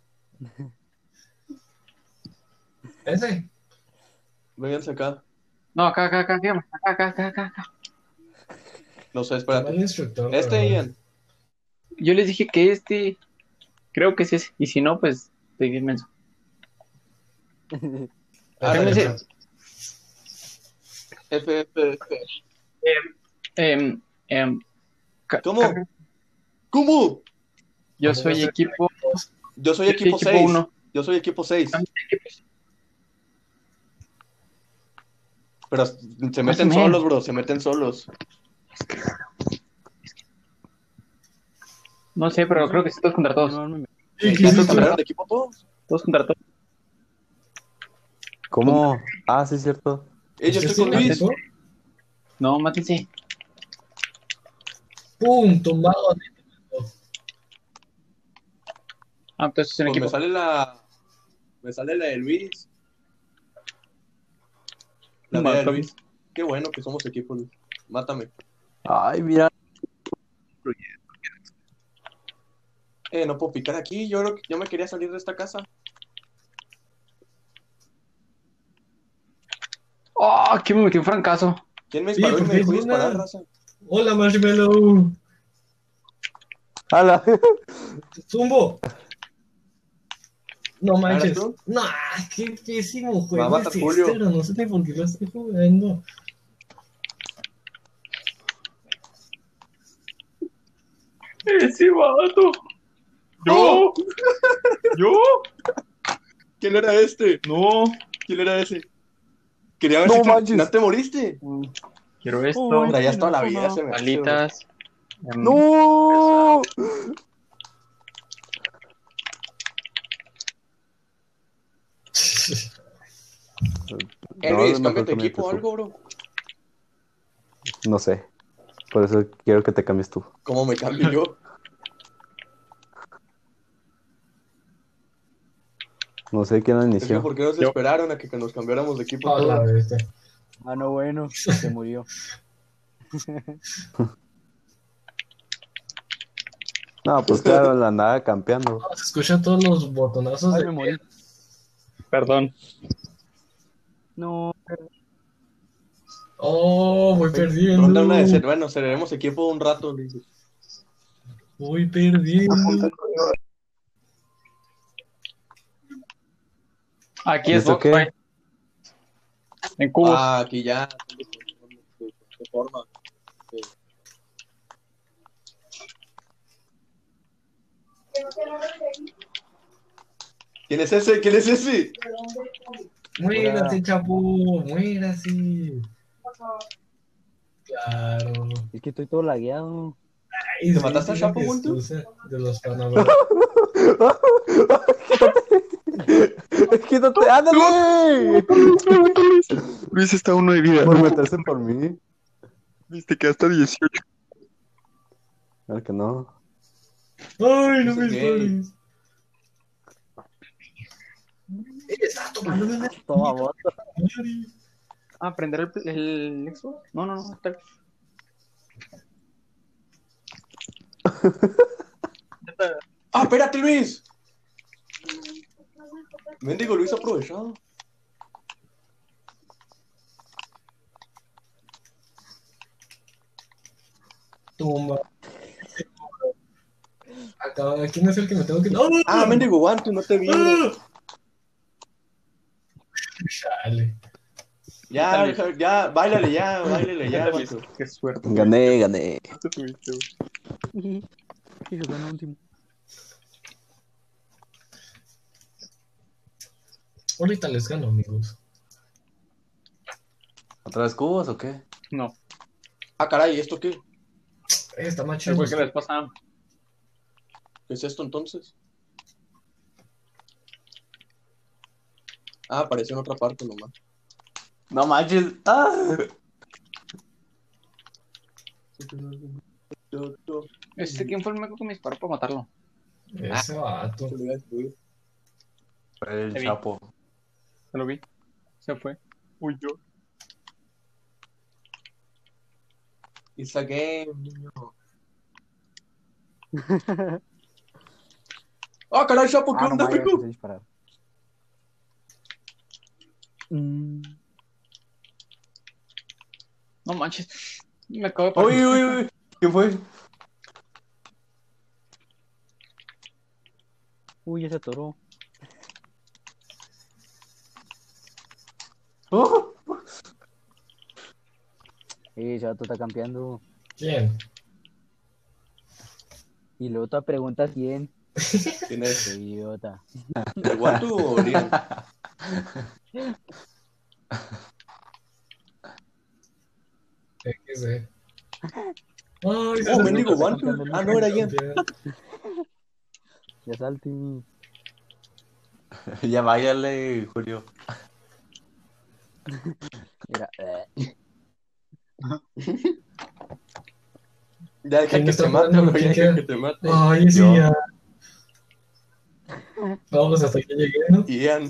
[SPEAKER 2] Ese.
[SPEAKER 5] vénganse acá.
[SPEAKER 7] No, acá, acá, acá, acá, acá, acá, acá, acá.
[SPEAKER 5] No sé,
[SPEAKER 2] Mal
[SPEAKER 5] espérate.
[SPEAKER 2] instructor.
[SPEAKER 5] Este,
[SPEAKER 2] cabrón.
[SPEAKER 5] Ian.
[SPEAKER 7] Yo les dije que este, creo que sí es. Y si no, pues, estoy bien menso.
[SPEAKER 5] ah,
[SPEAKER 2] Ándale,
[SPEAKER 7] Cálmense.
[SPEAKER 2] pues.
[SPEAKER 5] F, F, F.
[SPEAKER 7] Em, em, ca-
[SPEAKER 5] ¿Cómo?
[SPEAKER 7] ca-
[SPEAKER 5] ¿Cómo?
[SPEAKER 7] Yo soy equipo,
[SPEAKER 5] Yo soy equipo 6.
[SPEAKER 7] uno.
[SPEAKER 5] Yo soy equipo 6. Pero se meten
[SPEAKER 7] Más o menos.
[SPEAKER 5] solos, bro, se meten solos.
[SPEAKER 7] No sé, pero creo que sí, todos contra todos.
[SPEAKER 8] No, no,
[SPEAKER 2] ¿Y qué
[SPEAKER 5] ¿Ya se
[SPEAKER 2] hiciste?
[SPEAKER 5] cambiaron de equipo todos?
[SPEAKER 7] Todos contra todos.
[SPEAKER 6] ¿Cómo? Ah, sí, es cierto.
[SPEAKER 5] Eh, yo
[SPEAKER 2] ¿Usted
[SPEAKER 5] estoy con
[SPEAKER 2] sí
[SPEAKER 5] Luis.
[SPEAKER 2] lanzó?
[SPEAKER 7] No, mátense.
[SPEAKER 2] ¡Pum! Tumbado.
[SPEAKER 7] Ah, entonces es
[SPEAKER 5] Pues
[SPEAKER 7] un
[SPEAKER 5] me
[SPEAKER 7] equipo.
[SPEAKER 5] sale la. Me sale la de Luis. La mía de
[SPEAKER 7] Mátame.
[SPEAKER 5] Luis. Qué bueno que somos equipo, Luis. Mátame.
[SPEAKER 6] Ay, mira.
[SPEAKER 5] Eh, no puedo picar aquí. Yo creo que yo me quería salir de esta casa.
[SPEAKER 7] ¡Oh! ¿Quién me metió un francazo?
[SPEAKER 5] ¿Quién me
[SPEAKER 2] Sí,
[SPEAKER 5] disparó y me
[SPEAKER 2] porque
[SPEAKER 5] dejó
[SPEAKER 2] es una-
[SPEAKER 5] disparar, raza?
[SPEAKER 2] Hola, Marshmallow.
[SPEAKER 6] ¡Hala!
[SPEAKER 2] Zumbo. No manches.
[SPEAKER 5] ¿Ahora tú?
[SPEAKER 2] No, qué pésimo juego.
[SPEAKER 5] Va a matar
[SPEAKER 2] es este,
[SPEAKER 5] Julio.
[SPEAKER 2] pero no sé ni por qué lo estoy jugando.
[SPEAKER 7] ¡Ese vato! ¡Oh!
[SPEAKER 5] ¡No!
[SPEAKER 7] ¡Yo!
[SPEAKER 5] ¿Quién era este?
[SPEAKER 7] ¡No!
[SPEAKER 5] ¿Quién era ese? Quería ver
[SPEAKER 6] No
[SPEAKER 5] si te-
[SPEAKER 6] manches.
[SPEAKER 5] no te moriste.
[SPEAKER 7] Quiero esto.
[SPEAKER 8] Uy,
[SPEAKER 5] Traías toda la
[SPEAKER 8] no,
[SPEAKER 5] vida,
[SPEAKER 8] no.
[SPEAKER 5] se me hace, bro.
[SPEAKER 7] Palitas. Em,
[SPEAKER 6] ¡No!
[SPEAKER 5] Eh,
[SPEAKER 6] No,
[SPEAKER 5] Luis,
[SPEAKER 6] no,
[SPEAKER 5] cámbiate
[SPEAKER 6] creo que
[SPEAKER 5] equipo o
[SPEAKER 6] metes tú.
[SPEAKER 5] algo, bro.
[SPEAKER 6] No sé. Por eso quiero que te cambies tú.
[SPEAKER 5] ¿Cómo me cambio yo?
[SPEAKER 6] No sé quién lo
[SPEAKER 5] Es que
[SPEAKER 6] inició.
[SPEAKER 5] ¿por qué nos
[SPEAKER 7] Yo.
[SPEAKER 5] esperaron a que que nos cambiáramos de equipo?
[SPEAKER 2] Hola,
[SPEAKER 5] todos?
[SPEAKER 2] bestia.
[SPEAKER 8] Ah, no, bueno. Se murió.
[SPEAKER 6] No, pues claro, la andaba campeando.
[SPEAKER 2] Se escuchan todos los botonazos.
[SPEAKER 8] Ay,
[SPEAKER 2] De...
[SPEAKER 8] me morí.
[SPEAKER 7] Perdón.
[SPEAKER 8] No.
[SPEAKER 2] Oh, voy perdiendo.
[SPEAKER 5] Ronda una de ser- Bueno, seremos equipo un rato, Luis.
[SPEAKER 2] Voy perdiendo.
[SPEAKER 7] Aquí
[SPEAKER 6] ¿Y
[SPEAKER 7] es
[SPEAKER 6] eso
[SPEAKER 7] Box
[SPEAKER 6] qué?
[SPEAKER 7] Fight. En cubos.
[SPEAKER 5] Ah, aquí ya. De forma. ¿Quién es ese? ¿Quién es ese?
[SPEAKER 2] Muérase, chapu. Muérase. Claro.
[SPEAKER 8] Es que estoy todo lagueado.
[SPEAKER 2] Ay,
[SPEAKER 5] ¿Te mataste a
[SPEAKER 2] sí,
[SPEAKER 5] Chapo,
[SPEAKER 2] que
[SPEAKER 5] Guntu?
[SPEAKER 2] excusa De los panamá.
[SPEAKER 6] ¡Quítate! ¡Ándale!
[SPEAKER 9] Luis está a uno de vida.
[SPEAKER 6] Por meterse por mí.
[SPEAKER 9] Luis, te quedaste a 18.
[SPEAKER 6] Claro que no.
[SPEAKER 2] Ay, no
[SPEAKER 5] Eso
[SPEAKER 2] me
[SPEAKER 5] qué.
[SPEAKER 2] spoilees. Él estaba tomando una
[SPEAKER 8] Toma, bota.
[SPEAKER 7] Ah, prender el, pl- el Xbox. No, no, no. tal-
[SPEAKER 5] ¡Ah, espérate, Luis! Mendigo Luis aprovechado.
[SPEAKER 2] tumba. Acaba, ¿quién es el que me tengo que.? ¡No!
[SPEAKER 5] Ah, mendigo guante, no te vi.
[SPEAKER 2] ¡Ah! Chale.
[SPEAKER 5] Ya, ya, bailale ya, bailale ya, vato.
[SPEAKER 7] Qué suerte.
[SPEAKER 6] Gané, gané.
[SPEAKER 7] tú tuviste, güey.
[SPEAKER 8] Y yo gané último.
[SPEAKER 2] Ahorita les gano, amigos.
[SPEAKER 6] ¿Otra vez cubos o qué?
[SPEAKER 7] No,
[SPEAKER 5] Ah, caray, ¿esto qué?
[SPEAKER 2] Eh, Está más chido.
[SPEAKER 7] igual que la vez pasada.
[SPEAKER 5] ¿Qué es esto entonces? Ah, apareció en otra parte nomás.
[SPEAKER 6] No manches. ¡Ah!
[SPEAKER 5] Yo, yo,
[SPEAKER 7] Este, ¿quién fue el meco que me disparó para matarlo?
[SPEAKER 2] Ese vato.
[SPEAKER 5] se lo voy a destruir.
[SPEAKER 6] El
[SPEAKER 7] Te vi.
[SPEAKER 6] chapo.
[SPEAKER 7] Se lo vi. Se fue. Uy, yo.
[SPEAKER 5] It's a game, niño. ¡Ah, caray, Chapo! ¿Qué
[SPEAKER 8] Ah, no,
[SPEAKER 5] onda,
[SPEAKER 8] madre,
[SPEAKER 5] amigo?
[SPEAKER 8] empecé a disparar. Mm,
[SPEAKER 7] No manches. Me acabo de
[SPEAKER 5] Uy, uy, uy. ¿Qué fue?
[SPEAKER 8] Uy, ya se atoró.
[SPEAKER 5] Oh,
[SPEAKER 8] Eh, ese vato está campeando.
[SPEAKER 2] ¿Quién?
[SPEAKER 8] Y luego te preguntas quién.
[SPEAKER 5] ¿Quién es?
[SPEAKER 8] Qué idiota.
[SPEAKER 5] ¿El Guatu o Lian?
[SPEAKER 2] XD. Ay,
[SPEAKER 5] Oh,
[SPEAKER 2] eh. se-
[SPEAKER 5] mendigo Guatu. Ah, no, era Ian.
[SPEAKER 8] Ya salte.
[SPEAKER 6] ya váyale, Julio.
[SPEAKER 8] Mira, eh,
[SPEAKER 5] Ya deja
[SPEAKER 2] ¿Quién
[SPEAKER 5] que
[SPEAKER 2] está
[SPEAKER 5] te mate,
[SPEAKER 2] jugando?
[SPEAKER 5] bro. Ya
[SPEAKER 2] ¿Quién
[SPEAKER 5] deja
[SPEAKER 2] queda?
[SPEAKER 5] que te mate.
[SPEAKER 2] Ay, sí,
[SPEAKER 6] Yo.
[SPEAKER 2] ya. Vamos, hasta que llegué, ¿no?
[SPEAKER 5] Ian.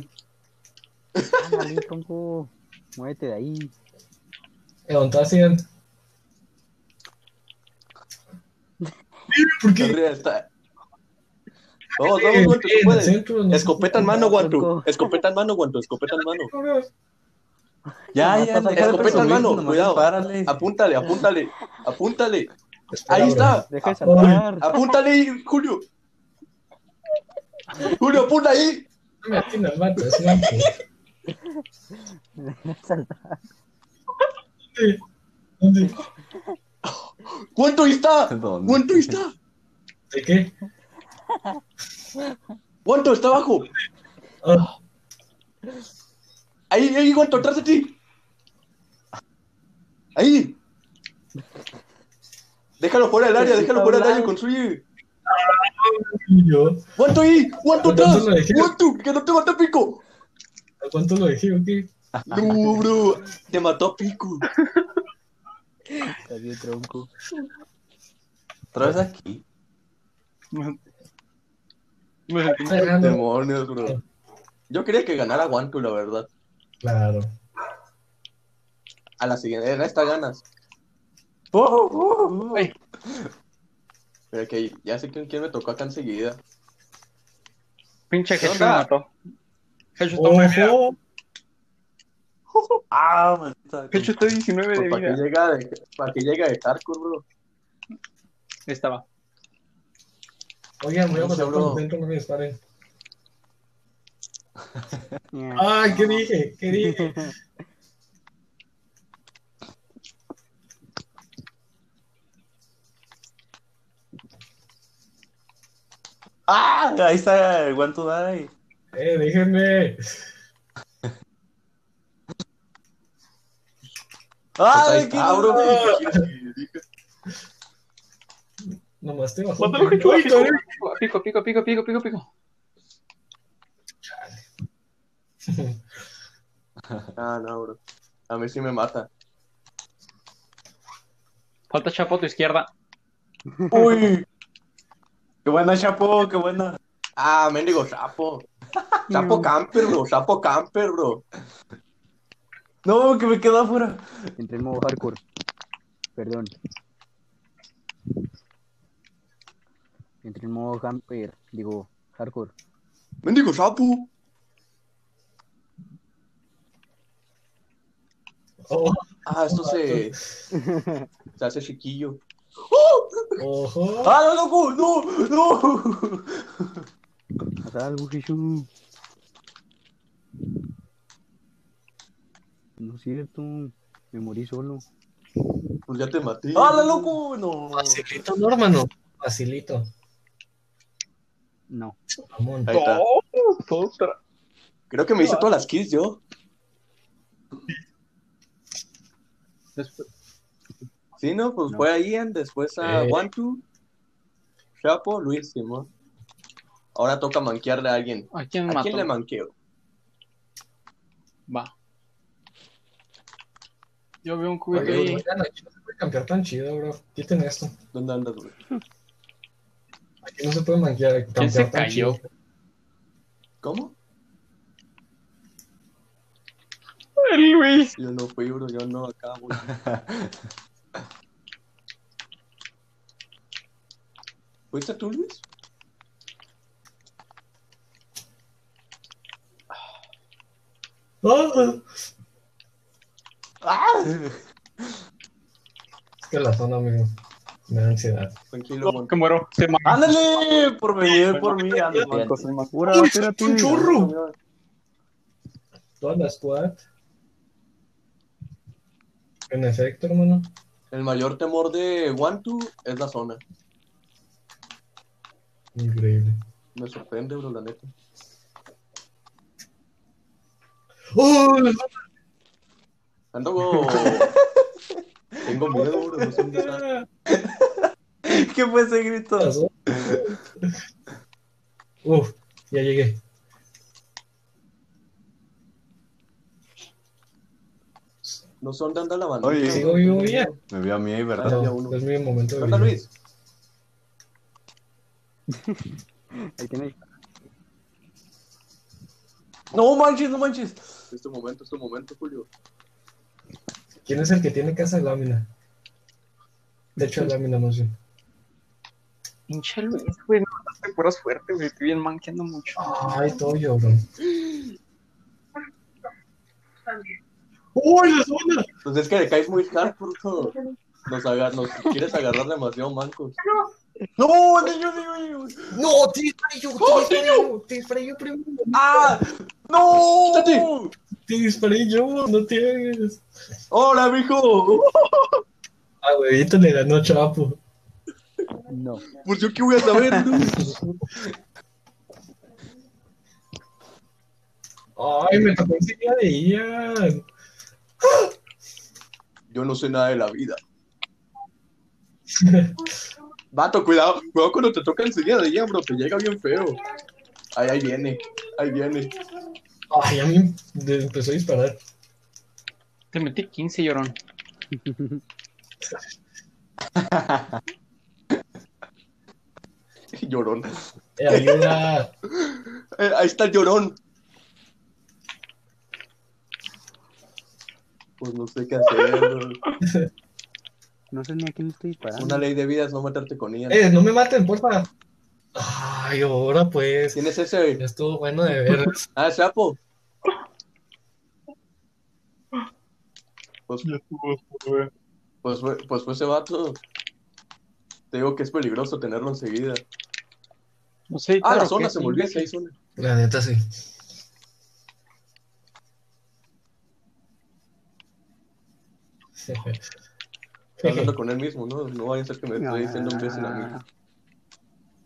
[SPEAKER 8] ándale, ah, tronco. Muévete de ahí.
[SPEAKER 2] ¿Eh, ¿Dónde estás, Ian? ¿Por qué?
[SPEAKER 5] Arriba está. Vamos, vamos, Guatu, tú
[SPEAKER 2] En el
[SPEAKER 5] puedes.
[SPEAKER 2] centro, no sé.
[SPEAKER 5] Escopeta en mano, Guatu.
[SPEAKER 8] Tronco.
[SPEAKER 5] Escopeta en mano, Guatu. Escopeta en mano.
[SPEAKER 6] Ya,
[SPEAKER 8] No,
[SPEAKER 6] ya, deja de
[SPEAKER 8] no,
[SPEAKER 5] escopeta en
[SPEAKER 6] presumir,
[SPEAKER 5] mano,
[SPEAKER 6] nomás
[SPEAKER 5] cuidado.
[SPEAKER 6] dispárale.
[SPEAKER 5] Apúntale, apúntale. Apúntale.
[SPEAKER 2] Espera,
[SPEAKER 5] Ahí
[SPEAKER 2] bro.
[SPEAKER 5] está.
[SPEAKER 8] Deja de
[SPEAKER 2] Ay.
[SPEAKER 8] saltar.
[SPEAKER 5] Apúntale, Julio. Julio, apunta ahí.
[SPEAKER 2] No me atiende el vato, es guapo.
[SPEAKER 8] Deja de saltar.
[SPEAKER 2] ¿Dónde? ¿Dónde?
[SPEAKER 5] ¿Cuánto está?
[SPEAKER 6] ¿Dónde? Pues
[SPEAKER 5] ¿Cuánto está?
[SPEAKER 2] ¿De qué?
[SPEAKER 5] ¿Cuánto está abajo?
[SPEAKER 2] Ah,
[SPEAKER 5] Ahí, ahí, ¿cuánto? atrás de ti. Ahí. Déjalo fuera del área, déjalo fuera del área, construye.
[SPEAKER 2] y yo.
[SPEAKER 5] ¿Cuánto ahí? ¿Cuánto atrás?
[SPEAKER 2] ¿Cuánto lo dejé?
[SPEAKER 5] ¿Cuánto? Que no te mata pico.
[SPEAKER 2] ¿A cuánto lo dejé o qué?
[SPEAKER 5] No, bro. Te mató pico.
[SPEAKER 8] Está bien, tronco.
[SPEAKER 6] Otra vez aquí.
[SPEAKER 7] Me
[SPEAKER 6] Ah,
[SPEAKER 7] sentí-
[SPEAKER 2] Está ganando.
[SPEAKER 5] Demonios, bro. Yo quería que ganara Guantu, la verdad.
[SPEAKER 2] Claro.
[SPEAKER 5] A la siguiente, en esta ganas.
[SPEAKER 6] Oh, oh, oh.
[SPEAKER 5] Pero que ya sé con quién me tocó acá enseguida.
[SPEAKER 7] Pinche
[SPEAKER 5] ¿Qué
[SPEAKER 7] headshot me
[SPEAKER 5] onda?
[SPEAKER 7] mató. Headshot
[SPEAKER 5] Oh,
[SPEAKER 7] está
[SPEAKER 2] Ojo.
[SPEAKER 6] Ah, maldita.
[SPEAKER 7] Headshot está 19 de
[SPEAKER 5] Pues, ¿Para qué
[SPEAKER 7] vida.
[SPEAKER 5] llega de, para qué llega de hardcore, bro?
[SPEAKER 7] Estaba.
[SPEAKER 2] Oigan, voy a
[SPEAKER 5] No sé,
[SPEAKER 2] pasar por
[SPEAKER 5] bro.
[SPEAKER 2] el centro, no me disparen.
[SPEAKER 8] Ya.
[SPEAKER 2] Ay, ¿qué dije? ¿Qué dije?
[SPEAKER 6] Ah, ahí está el One to Die.
[SPEAKER 2] Eh, déjenme.
[SPEAKER 6] Ah,
[SPEAKER 5] Pues ahí
[SPEAKER 6] ¿de qué?
[SPEAKER 5] está, bro.
[SPEAKER 2] Nomás te bajó.
[SPEAKER 7] Mátalo,
[SPEAKER 2] Uy,
[SPEAKER 7] Headshot.
[SPEAKER 2] caray.
[SPEAKER 7] Pico, pico, pico, pico, pico, pico.
[SPEAKER 5] Ah, no, bro. A mí sí me mata.
[SPEAKER 7] Falta chapo a tu izquierda.
[SPEAKER 5] Uy.
[SPEAKER 6] Qué buena, Chapo, qué buena.
[SPEAKER 5] Ah, mendigo Chapo. Chapo camper, bro. Chapo camper, bro.
[SPEAKER 6] No, que me quedo afuera.
[SPEAKER 8] Entré en modo hardcore. Perdón. Entré en modo camper. Digo, hardcore.
[SPEAKER 5] Mendigo Chapo.
[SPEAKER 2] Oh,
[SPEAKER 5] Ah, esto se, se hace chiquillo.
[SPEAKER 2] ojo.
[SPEAKER 5] ¡Ah, no, loco! ¡No! ¡No!
[SPEAKER 8] Haz algo, Jesús. No es cierto. Me morí solo.
[SPEAKER 5] Pues ya te maté. ¡Ah, la loco! ¡No!
[SPEAKER 2] Facilito, no, hermano. Facilito.
[SPEAKER 8] No.
[SPEAKER 2] Mamón.
[SPEAKER 5] Ahí está.
[SPEAKER 7] Otra.
[SPEAKER 5] Creo que me hice todas las kills yo.
[SPEAKER 7] Después-
[SPEAKER 5] Sí, ¿no? Pues
[SPEAKER 8] No.
[SPEAKER 5] fue a Ian, después a
[SPEAKER 2] Eh.
[SPEAKER 5] One Two, Chapo, Luis, Simón. Ahora toca manquearle a alguien.
[SPEAKER 7] ¿A quién
[SPEAKER 5] ¿A
[SPEAKER 7] mató?
[SPEAKER 5] quién le manqueo?
[SPEAKER 7] Va. Yo veo un cubito
[SPEAKER 2] Oye,
[SPEAKER 7] ahí.
[SPEAKER 2] oigan, aquí no se puede campear tan chido, bro. Quiten esto.
[SPEAKER 5] ¿Dónde andas, güey?
[SPEAKER 2] Aquí no se puede manquear, campear
[SPEAKER 7] se
[SPEAKER 2] tan
[SPEAKER 7] cayó?
[SPEAKER 2] chido.
[SPEAKER 5] ¿Cómo?
[SPEAKER 7] ¡Ay, Luis!
[SPEAKER 5] Yo no fui, bro, yo no acá, güey. ¿Fuiste tú, Luis?
[SPEAKER 2] Ah.
[SPEAKER 6] Ah.
[SPEAKER 2] Es que la zona me, me da ansiedad.
[SPEAKER 5] Tranquilo,
[SPEAKER 7] No,
[SPEAKER 5] güey.
[SPEAKER 7] que muero. Se ma-
[SPEAKER 5] ¡Ándale! Por mí, por mí, ándale.
[SPEAKER 6] Cura, espérate.
[SPEAKER 2] Toda la squad. En efecto, hermano.
[SPEAKER 5] El mayor temor de One Two es la zona.
[SPEAKER 2] Increíble.
[SPEAKER 5] Me sorprende, bro, la neta.
[SPEAKER 2] ¡Oh!
[SPEAKER 5] Ando, güey. Tengo miedo, bro, no sé dónde está.
[SPEAKER 6] ¿Qué fue ese grito?
[SPEAKER 2] pasó? Uf, ya llegué.
[SPEAKER 5] No son de andar la bandita.
[SPEAKER 6] Oye.
[SPEAKER 2] Sigo vivo bien.
[SPEAKER 6] Me vio a mí,
[SPEAKER 5] Ah,
[SPEAKER 6] ¿verdad?
[SPEAKER 5] ya
[SPEAKER 2] No,
[SPEAKER 5] uno.
[SPEAKER 2] es mi momento de
[SPEAKER 5] ¿Dónde
[SPEAKER 2] brillar.
[SPEAKER 5] Luis?
[SPEAKER 8] Ahí tienes.
[SPEAKER 5] No manches, no manches. Este momento, este momento, Julio.
[SPEAKER 2] ¿Quién es el que tiene casa de lámina? De hecho, de lámina más bien.
[SPEAKER 7] Pinche Luis, güey. No mataste pura suerte, güey. Estoy bien manqueando mucho.
[SPEAKER 2] Ay, todo yo, bro. ¡Uy, la zona!
[SPEAKER 5] Pues es que le caes muy hardcore. bro. Nos, agar nos quieres agarrar demasiado mancos. ¡No, niño, niño, niño! ¡Oh,
[SPEAKER 2] ¡No, te yo! ¡Te disparé yo! ¡Te disparé yo primero!
[SPEAKER 5] ¡Ah! ¡No!
[SPEAKER 2] Quítate. ¡Te disparé yo! ¡No tienes!
[SPEAKER 5] ¡Hola, mijo!
[SPEAKER 2] Ah, huevito le ganó Chapo.
[SPEAKER 8] No.
[SPEAKER 5] Pues yo qué voy a saber, bro?
[SPEAKER 2] ¡Ay, me tocó enseguida de Ian!
[SPEAKER 5] Yo no sé nada de la vida. Vato, cuidado, cuidado cuando te toca enseguida de ella, bro, te llega bien feo. Ahí, ahí viene, ahí viene.
[SPEAKER 2] ¡Ay, a mí me empezó a disparar!
[SPEAKER 7] Te metí 15, llorón.
[SPEAKER 5] Llorón.
[SPEAKER 2] Eh, ¡Ayuda!
[SPEAKER 5] Eh, ahí está el llorón. Pues no sé qué hacer. bro.
[SPEAKER 8] No sé ni a quién estoy disparando.
[SPEAKER 5] Una ley de vida es no matarte con ella.
[SPEAKER 2] ¡Eh, no me maten, porfa! ¡Ay, ahora pues!
[SPEAKER 5] ¿Quién es ese?
[SPEAKER 2] Ya estuvo bueno de ver.
[SPEAKER 5] Ah, Chapo. Pues, pues, fue, pues fue ese vato. Te digo que es peligroso tenerlo enseguida.
[SPEAKER 7] No sé.
[SPEAKER 5] Ah, la
[SPEAKER 7] claro,
[SPEAKER 5] zona
[SPEAKER 7] que
[SPEAKER 5] se
[SPEAKER 7] sí,
[SPEAKER 5] volvió
[SPEAKER 7] güey.
[SPEAKER 5] seis zona.
[SPEAKER 2] La neta, sí.
[SPEAKER 5] Hablando con él mismo, ¿no? No vaya a ser que me esté diciendo un beso a mí.
[SPEAKER 8] Ah,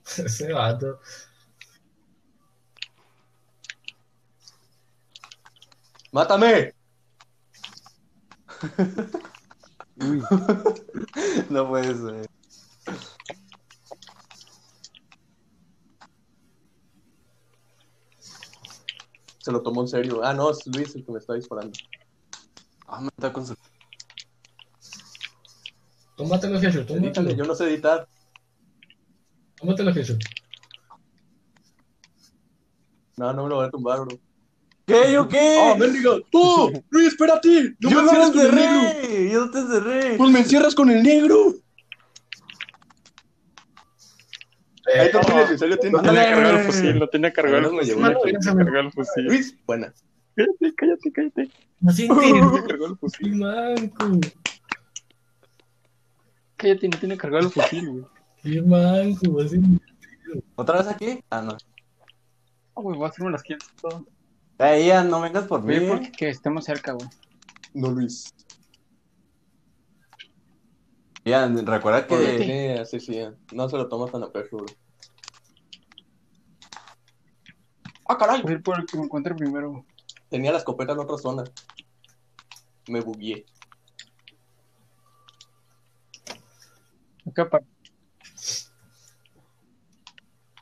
[SPEAKER 2] Ese vato.
[SPEAKER 5] ¡Mátame!
[SPEAKER 8] Uy,
[SPEAKER 6] No puede ser.
[SPEAKER 5] Se lo tomó en serio. Ah, no, es Luis el que me está disparando.
[SPEAKER 6] Ah, me está con su.
[SPEAKER 2] Tú mátalo, Jesús, tú
[SPEAKER 5] Edítale,
[SPEAKER 2] mátalo.
[SPEAKER 5] yo no sé editar.
[SPEAKER 2] Tú ¿Cómo te la ficho?
[SPEAKER 5] No, no me lo voy a tumbar, bro.
[SPEAKER 6] ¿Qué? ¿Yo qué?
[SPEAKER 5] ¡Ah, mendiga! ¡Tú! ¡Luis, espérate! ¡No
[SPEAKER 6] yo
[SPEAKER 5] me
[SPEAKER 6] no me
[SPEAKER 5] encierras con el negro!
[SPEAKER 6] encerré. Yo no te encerré.
[SPEAKER 5] ¡Pues me encierras con el negro! Ahí está muy necesario, tiene
[SPEAKER 6] Pues
[SPEAKER 7] No
[SPEAKER 5] tiene
[SPEAKER 7] tenía
[SPEAKER 5] que pues
[SPEAKER 7] cargado
[SPEAKER 5] cargar
[SPEAKER 7] el fusil, no tenía cargado el
[SPEAKER 5] Ahora me
[SPEAKER 7] fusil.
[SPEAKER 5] llevo
[SPEAKER 7] No
[SPEAKER 5] una
[SPEAKER 7] tenía
[SPEAKER 2] cosa,
[SPEAKER 7] cargado el fusil.
[SPEAKER 5] Luis, buena.
[SPEAKER 7] Cállate, cállate, cállate.
[SPEAKER 2] Así
[SPEAKER 7] No tenía cargado el fusil.
[SPEAKER 2] manco.
[SPEAKER 7] Cállate, no tiene cargado el fusil, güey.
[SPEAKER 2] Qué manco. Así.
[SPEAKER 6] ¿Otra vez aquí? Ah, no.
[SPEAKER 7] Ah, güey, voy a hacerme las quietas todo.
[SPEAKER 6] Ahí ya no vengas por mí.
[SPEAKER 7] Oye,
[SPEAKER 6] ¿eh?
[SPEAKER 7] porque que estemos cerca, güey.
[SPEAKER 5] No, Luis.
[SPEAKER 6] Ya, recuerda que.
[SPEAKER 5] Sí, sí, sí. No se lo tomas tan a pecho, bro. ¡Ah, caray!
[SPEAKER 7] Voy a ir por el que me encuentre primero, güey.
[SPEAKER 5] Tenía la escopeta en otra zona. Me bugué.
[SPEAKER 7] Acá para.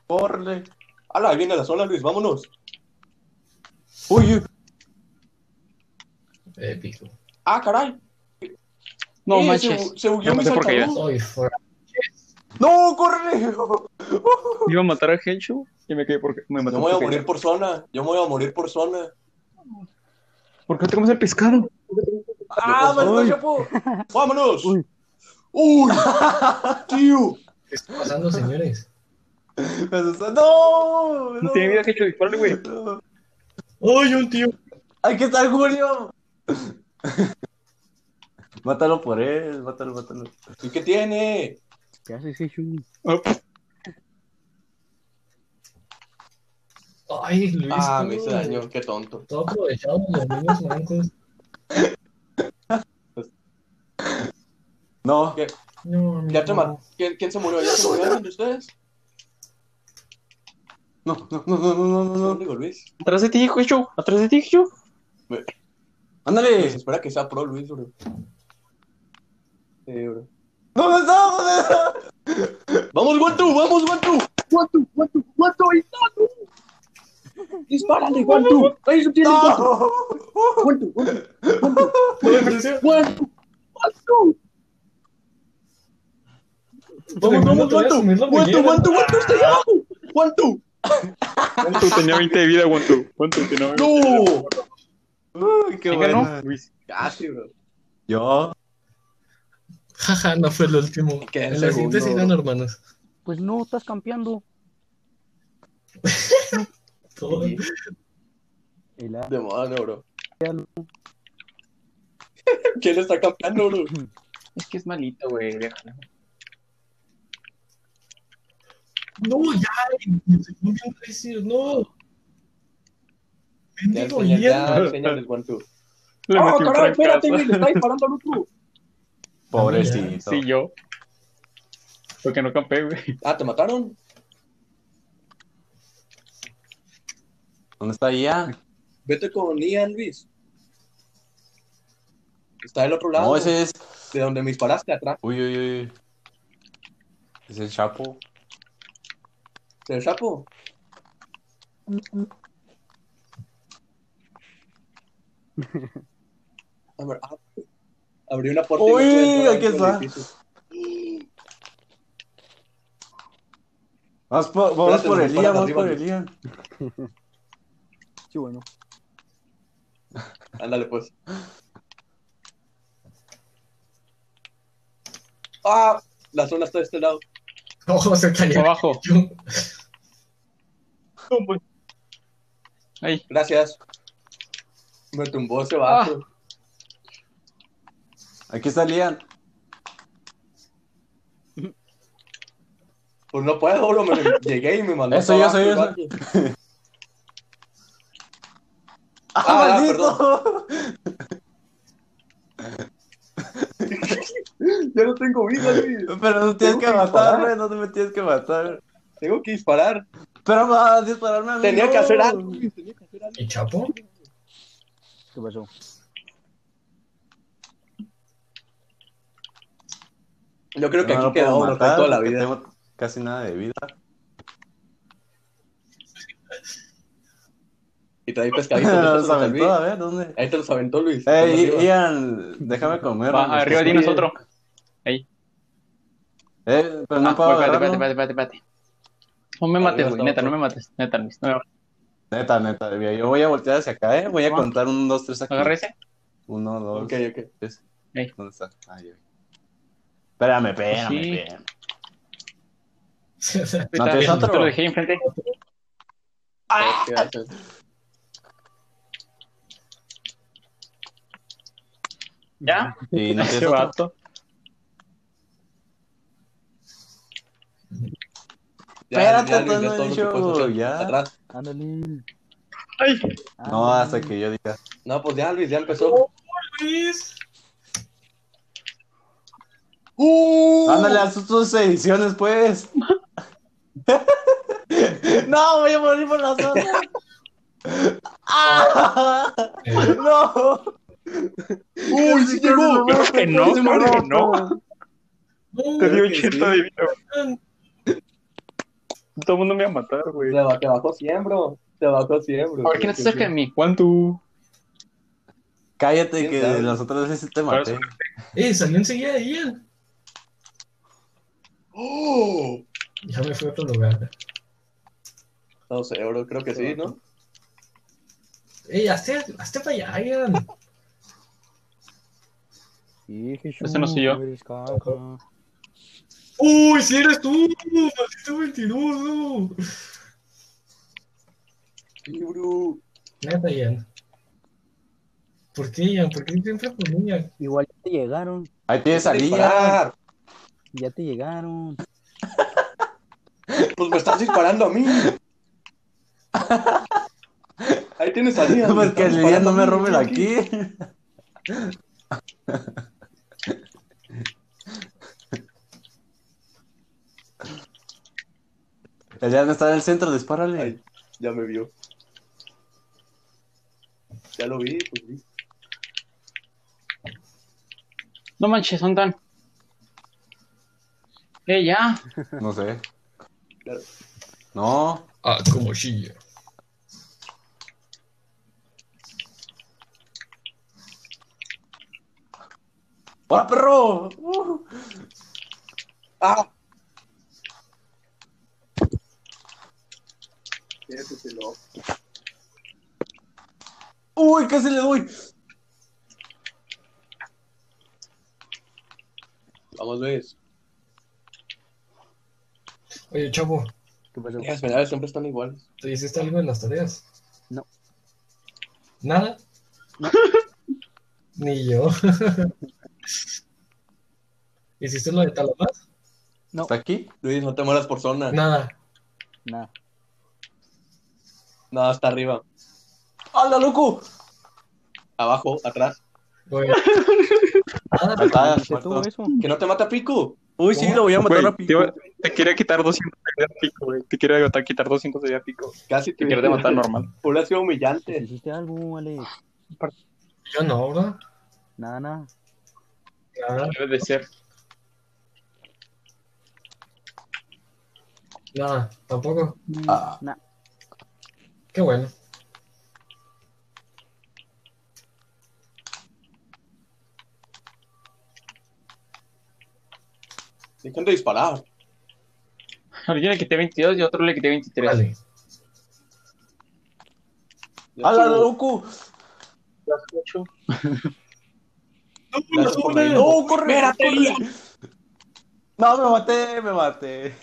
[SPEAKER 6] Corre.
[SPEAKER 5] ¡Hala! Ahí viene la zona, Luis. ¡Vámonos!
[SPEAKER 6] Uy,
[SPEAKER 2] Épico.
[SPEAKER 5] ¡Ah, caray!
[SPEAKER 7] No
[SPEAKER 5] Eh,
[SPEAKER 7] manches.
[SPEAKER 5] Se, se bugueó
[SPEAKER 7] No
[SPEAKER 5] mi
[SPEAKER 7] sé por qué.
[SPEAKER 5] saltador.
[SPEAKER 2] Soy fuera.
[SPEAKER 6] ¡No, corre!
[SPEAKER 7] Iba a matar a Henshu y me quedé porque me mató.
[SPEAKER 5] Yo me voy a
[SPEAKER 7] porque-
[SPEAKER 5] morir por zona. Yo me voy a morir por zona.
[SPEAKER 7] ¿Por qué no tenemos el pescado?
[SPEAKER 5] ¡Ah,
[SPEAKER 6] Yo por-
[SPEAKER 5] maldito chapo! ¡Vámonos! ¡Uy! ¡Tío!
[SPEAKER 2] ¿Qué está pasando, señores?
[SPEAKER 6] Me asustó. ¡No!
[SPEAKER 7] No tiene vida, Henshu, dispárale, güey.
[SPEAKER 2] ¡Ay, un tío!
[SPEAKER 6] ¡Aquí está Julio! mátalo por él, mátalo, mátalo.
[SPEAKER 5] ¿Y qué tiene?
[SPEAKER 8] ¿Qué haces, Henshu?
[SPEAKER 2] ¡Ay, Luis!
[SPEAKER 5] Ah,
[SPEAKER 2] tú,
[SPEAKER 5] me hice daño. ¡Qué tonto!
[SPEAKER 2] Todo aprovechado por los niños mancos.
[SPEAKER 6] No,
[SPEAKER 5] ¿Qué?
[SPEAKER 2] No, no.
[SPEAKER 5] ¿Ya te mar- ¿Quién, quién se murió? ¿Ya se murieron de ustedes?
[SPEAKER 6] no, no, no, no, no, no,
[SPEAKER 5] No,
[SPEAKER 6] no.
[SPEAKER 5] digo Luis.
[SPEAKER 7] Atrás de ti, Henshu. Atrás de ti, Henshu.
[SPEAKER 5] Pues
[SPEAKER 6] ¡Ándale!
[SPEAKER 5] espera que sea pro, Luis, bro. Sí, bro.
[SPEAKER 6] ¿Dónde está? ¿Dónde está?
[SPEAKER 5] ¡Vamos, Guantu! ¡Vamos, Guantu! ¡Guantu! ¡Guantu! ¡Guantu! ¡Ahí está, tú! ¡Dispárale, Guantu! ¡Ahí se tiene Guantu!
[SPEAKER 6] ¡No!
[SPEAKER 5] ¡Guantu! ¡Guantu! ¡Guantu! ¡Guantu! ¡Guantu! ¡Vamos, vamos, Guantu! ¡Guantu, Guantu, Guantu! ¡Está ahí abajo! ¡Guantu!
[SPEAKER 7] ¿Cuánto tenía 20 de vida, Guantu? ¿Cuánto tenía 20 de vida?
[SPEAKER 5] ¡No!
[SPEAKER 6] Uy, qué
[SPEAKER 7] Venga,
[SPEAKER 6] bueno.
[SPEAKER 7] ¿no? Luis.
[SPEAKER 5] Casi, Ah, bro.
[SPEAKER 6] Yo.
[SPEAKER 2] Jaja, no fue el último.
[SPEAKER 5] Queda el
[SPEAKER 2] En la
[SPEAKER 5] segundo.
[SPEAKER 2] siguiente serán hermanos.
[SPEAKER 8] Pues no, estás campeando.
[SPEAKER 2] Todo.
[SPEAKER 8] El A.
[SPEAKER 5] De moda, bro. ¿Quién le está campeando, bro?
[SPEAKER 7] Es que es malito, güey. déjalo.
[SPEAKER 2] No, ya, el segundo iba a decir, no.
[SPEAKER 5] Ya,
[SPEAKER 2] Bendigo
[SPEAKER 5] enseña- ya,
[SPEAKER 2] hierro.
[SPEAKER 5] enseña el Guantu.
[SPEAKER 7] Le
[SPEAKER 5] ¡Ah,
[SPEAKER 7] metí un
[SPEAKER 5] caray! Espérate,
[SPEAKER 7] trancazo.
[SPEAKER 5] güey, le está disparando al otro.
[SPEAKER 6] Pobrecito.
[SPEAKER 7] Sí, yo. Porque no campé, güey.
[SPEAKER 5] Ah, ¿te mataron?
[SPEAKER 6] ¿Dónde está ya?
[SPEAKER 5] Vete con Ian, Luis. Está del otro lado.
[SPEAKER 6] No, ese es.
[SPEAKER 5] De donde me disparaste atrás.
[SPEAKER 6] Uy, uy, uy. Es el Chapo.
[SPEAKER 5] ¿El sapo? A ver, ab- abrí una puerta. y no
[SPEAKER 6] Uy,
[SPEAKER 5] pude entrar
[SPEAKER 6] aquí
[SPEAKER 5] dentro del
[SPEAKER 6] está.
[SPEAKER 5] edificio.
[SPEAKER 6] Vamos por, vamos
[SPEAKER 5] Espérate,
[SPEAKER 6] por
[SPEAKER 5] nos
[SPEAKER 6] el
[SPEAKER 5] disparan
[SPEAKER 6] día, vamos
[SPEAKER 5] arriba,
[SPEAKER 6] por el
[SPEAKER 5] Luis.
[SPEAKER 6] día.
[SPEAKER 8] Sí, bueno.
[SPEAKER 5] Ándale, pues. Ah, la zona está de este lado.
[SPEAKER 2] Ojo, se cayó.
[SPEAKER 7] Abajo.
[SPEAKER 2] Yo-
[SPEAKER 7] Ahí.
[SPEAKER 5] Gracias. Me tumbó ese vato.
[SPEAKER 6] Aquí está Lian.
[SPEAKER 5] Pues no puedo, bro. Me llegué y me mandó.
[SPEAKER 6] Eso,
[SPEAKER 5] para
[SPEAKER 6] eso,
[SPEAKER 5] abajo el vato. Ah, perdón. Ya no tengo vida, Luis.
[SPEAKER 6] Pero no tienes
[SPEAKER 5] Tengo
[SPEAKER 6] que
[SPEAKER 5] que
[SPEAKER 6] matarme, no te me tienes que matar.
[SPEAKER 5] Tengo que disparar.
[SPEAKER 6] Pero va a dispararme a mí.
[SPEAKER 5] Tenía
[SPEAKER 6] no.
[SPEAKER 5] que hacer algo, Luis, tenía que hacer algo.
[SPEAKER 2] ¿Y Chapo?
[SPEAKER 8] ¿Qué pasó?
[SPEAKER 5] Yo creo que
[SPEAKER 6] No
[SPEAKER 5] aquí
[SPEAKER 6] lo
[SPEAKER 5] queda
[SPEAKER 6] puedo
[SPEAKER 5] uno
[SPEAKER 6] matar
[SPEAKER 5] toda la
[SPEAKER 6] porque
[SPEAKER 5] vida.
[SPEAKER 6] Tengo casi nada de vida.
[SPEAKER 5] Y trae pescadito. ¿no?
[SPEAKER 6] Los
[SPEAKER 5] Eso lo salvé.
[SPEAKER 6] aventó,
[SPEAKER 5] Eh,
[SPEAKER 6] a ver, ¿dónde?
[SPEAKER 5] Ahí te los aventó Luis.
[SPEAKER 6] Ey,
[SPEAKER 5] Arriba.
[SPEAKER 6] Ian, déjame comer.
[SPEAKER 7] Va,
[SPEAKER 6] hombre,
[SPEAKER 7] arriba
[SPEAKER 6] pues,
[SPEAKER 7] dinos
[SPEAKER 6] oye.
[SPEAKER 7] otro.
[SPEAKER 6] Eh, pero no
[SPEAKER 7] Ah,
[SPEAKER 6] puedo
[SPEAKER 7] espérate,
[SPEAKER 6] pues agarrarlo.
[SPEAKER 5] Ah,
[SPEAKER 7] Ah, espérate, espérate, espérate. No me mates, güey, neta, no me mates, neta, Luis, no me mates.
[SPEAKER 6] Neta, neta, mira, yo voy a voltear hacia acá, ¿eh? Voy a
[SPEAKER 7] Ah.
[SPEAKER 6] contar un, dos, tres aquí.
[SPEAKER 7] Agarra ese.
[SPEAKER 6] Uno, dos,
[SPEAKER 5] Ok, ok.
[SPEAKER 6] tres.
[SPEAKER 7] Ey.
[SPEAKER 6] ¿Dónde está? Ah, ya. Espérame, espérame,
[SPEAKER 7] Sí.
[SPEAKER 6] espérame.
[SPEAKER 7] Ahí
[SPEAKER 6] ¿No
[SPEAKER 7] está,
[SPEAKER 6] tienes
[SPEAKER 7] bien,
[SPEAKER 6] otro?
[SPEAKER 7] Te lo dejé ahí enfrente.
[SPEAKER 6] Ah,
[SPEAKER 5] ¿Qué haces?
[SPEAKER 7] ¿Ya?
[SPEAKER 6] Sí, no tienes
[SPEAKER 7] Ese
[SPEAKER 6] otro.
[SPEAKER 7] vato.
[SPEAKER 5] Ya,
[SPEAKER 6] Espérate,
[SPEAKER 5] ya,
[SPEAKER 6] tú
[SPEAKER 5] ya todo lo
[SPEAKER 6] no
[SPEAKER 5] que
[SPEAKER 6] has
[SPEAKER 5] puedes
[SPEAKER 6] dicho,
[SPEAKER 5] hacer.
[SPEAKER 6] ya.
[SPEAKER 5] Atrás.
[SPEAKER 8] Ándale.
[SPEAKER 7] Ay,
[SPEAKER 6] No,
[SPEAKER 8] Ándale.
[SPEAKER 6] hasta que yo diga.
[SPEAKER 5] No, pues ya, Luis, ya empezó.
[SPEAKER 6] Ándale, haz tus ediciones, pues. no, voy a morir por las dos. ¡Ah!
[SPEAKER 2] Eh,
[SPEAKER 6] ¡No!
[SPEAKER 5] ¡Uy, sí llegó!
[SPEAKER 7] claro que no, claro que no. Te dio 80 de vida. güey. Todo el mundo me va a matar, güey.
[SPEAKER 5] Te, ba- te bajó siembro. Te bajó siembro.
[SPEAKER 7] A ver, ¿quién está cerca de mí? Juan, tú.
[SPEAKER 6] Cállate, que
[SPEAKER 5] ¿Quién sabe?
[SPEAKER 6] las otras veces te maté.
[SPEAKER 2] Eh, salió enseguida de ella.
[SPEAKER 5] ¡Oh!
[SPEAKER 2] Ya me fui a otro lugar.
[SPEAKER 5] No sé, bro, creo que sí, ¿no?
[SPEAKER 2] Eh, hazte, hazte para allá, Ian.
[SPEAKER 8] Sí, Jesús.
[SPEAKER 7] Ese no soy yo.
[SPEAKER 8] eres caca.
[SPEAKER 2] ¡Uy, si eres tú! ¡Maldito mentiroso!
[SPEAKER 5] Sí, bro.
[SPEAKER 2] Neta, Ian. ¿Por qué, Ian? ¿Por qué siempre con niña?
[SPEAKER 8] Igual ya te llegaron.
[SPEAKER 6] Ahí tienes a Guilla.
[SPEAKER 5] ¡Disparar!
[SPEAKER 8] Ya te llegaron.
[SPEAKER 5] Pues me estás disparando a mí. Ahí tienes salida.
[SPEAKER 6] No, es que Lidia no me roben aquí. Elian está en el centro, dispárale.
[SPEAKER 5] Ay. Ya me vio. Ya lo vi, pues sí.
[SPEAKER 7] No manches, son tan. Eh, ya.
[SPEAKER 6] No sé.
[SPEAKER 5] Claro.
[SPEAKER 6] No.
[SPEAKER 2] Ah, como chilla.
[SPEAKER 6] ¡Hola, perro!
[SPEAKER 5] ¡Ah!
[SPEAKER 6] ¡Uy, casi le doy!
[SPEAKER 5] Vamos, ves.
[SPEAKER 2] Oye, chavo,
[SPEAKER 8] ¿Qué pasó?
[SPEAKER 5] Las finales siempre están iguales.
[SPEAKER 2] ¿te hiciste algo en las tareas?
[SPEAKER 8] No.
[SPEAKER 2] ¿Nada? Ni yo. ¿Hiciste lo de Talamás?
[SPEAKER 6] ¿Está aquí?
[SPEAKER 5] Luis, no te mueras por zona. No,
[SPEAKER 2] Nada.
[SPEAKER 8] Nada.
[SPEAKER 5] hasta arriba.
[SPEAKER 6] ¡Hala, loco!
[SPEAKER 5] Abajo, atrás.
[SPEAKER 2] Oye. Nada, pero
[SPEAKER 6] Matada,
[SPEAKER 8] ¿Hiciste tú
[SPEAKER 6] muerto.
[SPEAKER 8] eso?
[SPEAKER 5] Que no te mata Pico.
[SPEAKER 6] Uy, sí, lo voy a matar
[SPEAKER 7] Güey,
[SPEAKER 6] a
[SPEAKER 7] te, iba-
[SPEAKER 6] Pico.
[SPEAKER 7] te quería quitar 200 de vida pico, güey. Te quería agotar- quitar 200 de vida pico.
[SPEAKER 5] Casi
[SPEAKER 7] Te quería matar normal.
[SPEAKER 5] Hubiera sido humillante.
[SPEAKER 8] ¿Pues ¿Hiciste algo, Alex?
[SPEAKER 2] yo no, ¿verdad?
[SPEAKER 8] Nada, nada.
[SPEAKER 2] Nada,
[SPEAKER 7] Debe de ser.
[SPEAKER 2] nada, tampoco.
[SPEAKER 6] Ah.
[SPEAKER 8] Nada.
[SPEAKER 2] Qué bueno.
[SPEAKER 5] Dejen de disparar.
[SPEAKER 7] Yo le quité 22 y otro le quité 23.
[SPEAKER 2] Dale.
[SPEAKER 5] Ya
[SPEAKER 6] ¡Hala,
[SPEAKER 5] estuvo.
[SPEAKER 6] loco!
[SPEAKER 5] Ya estuvo por ahí.
[SPEAKER 6] ¡No, corre! corre! No, me maté, me maté.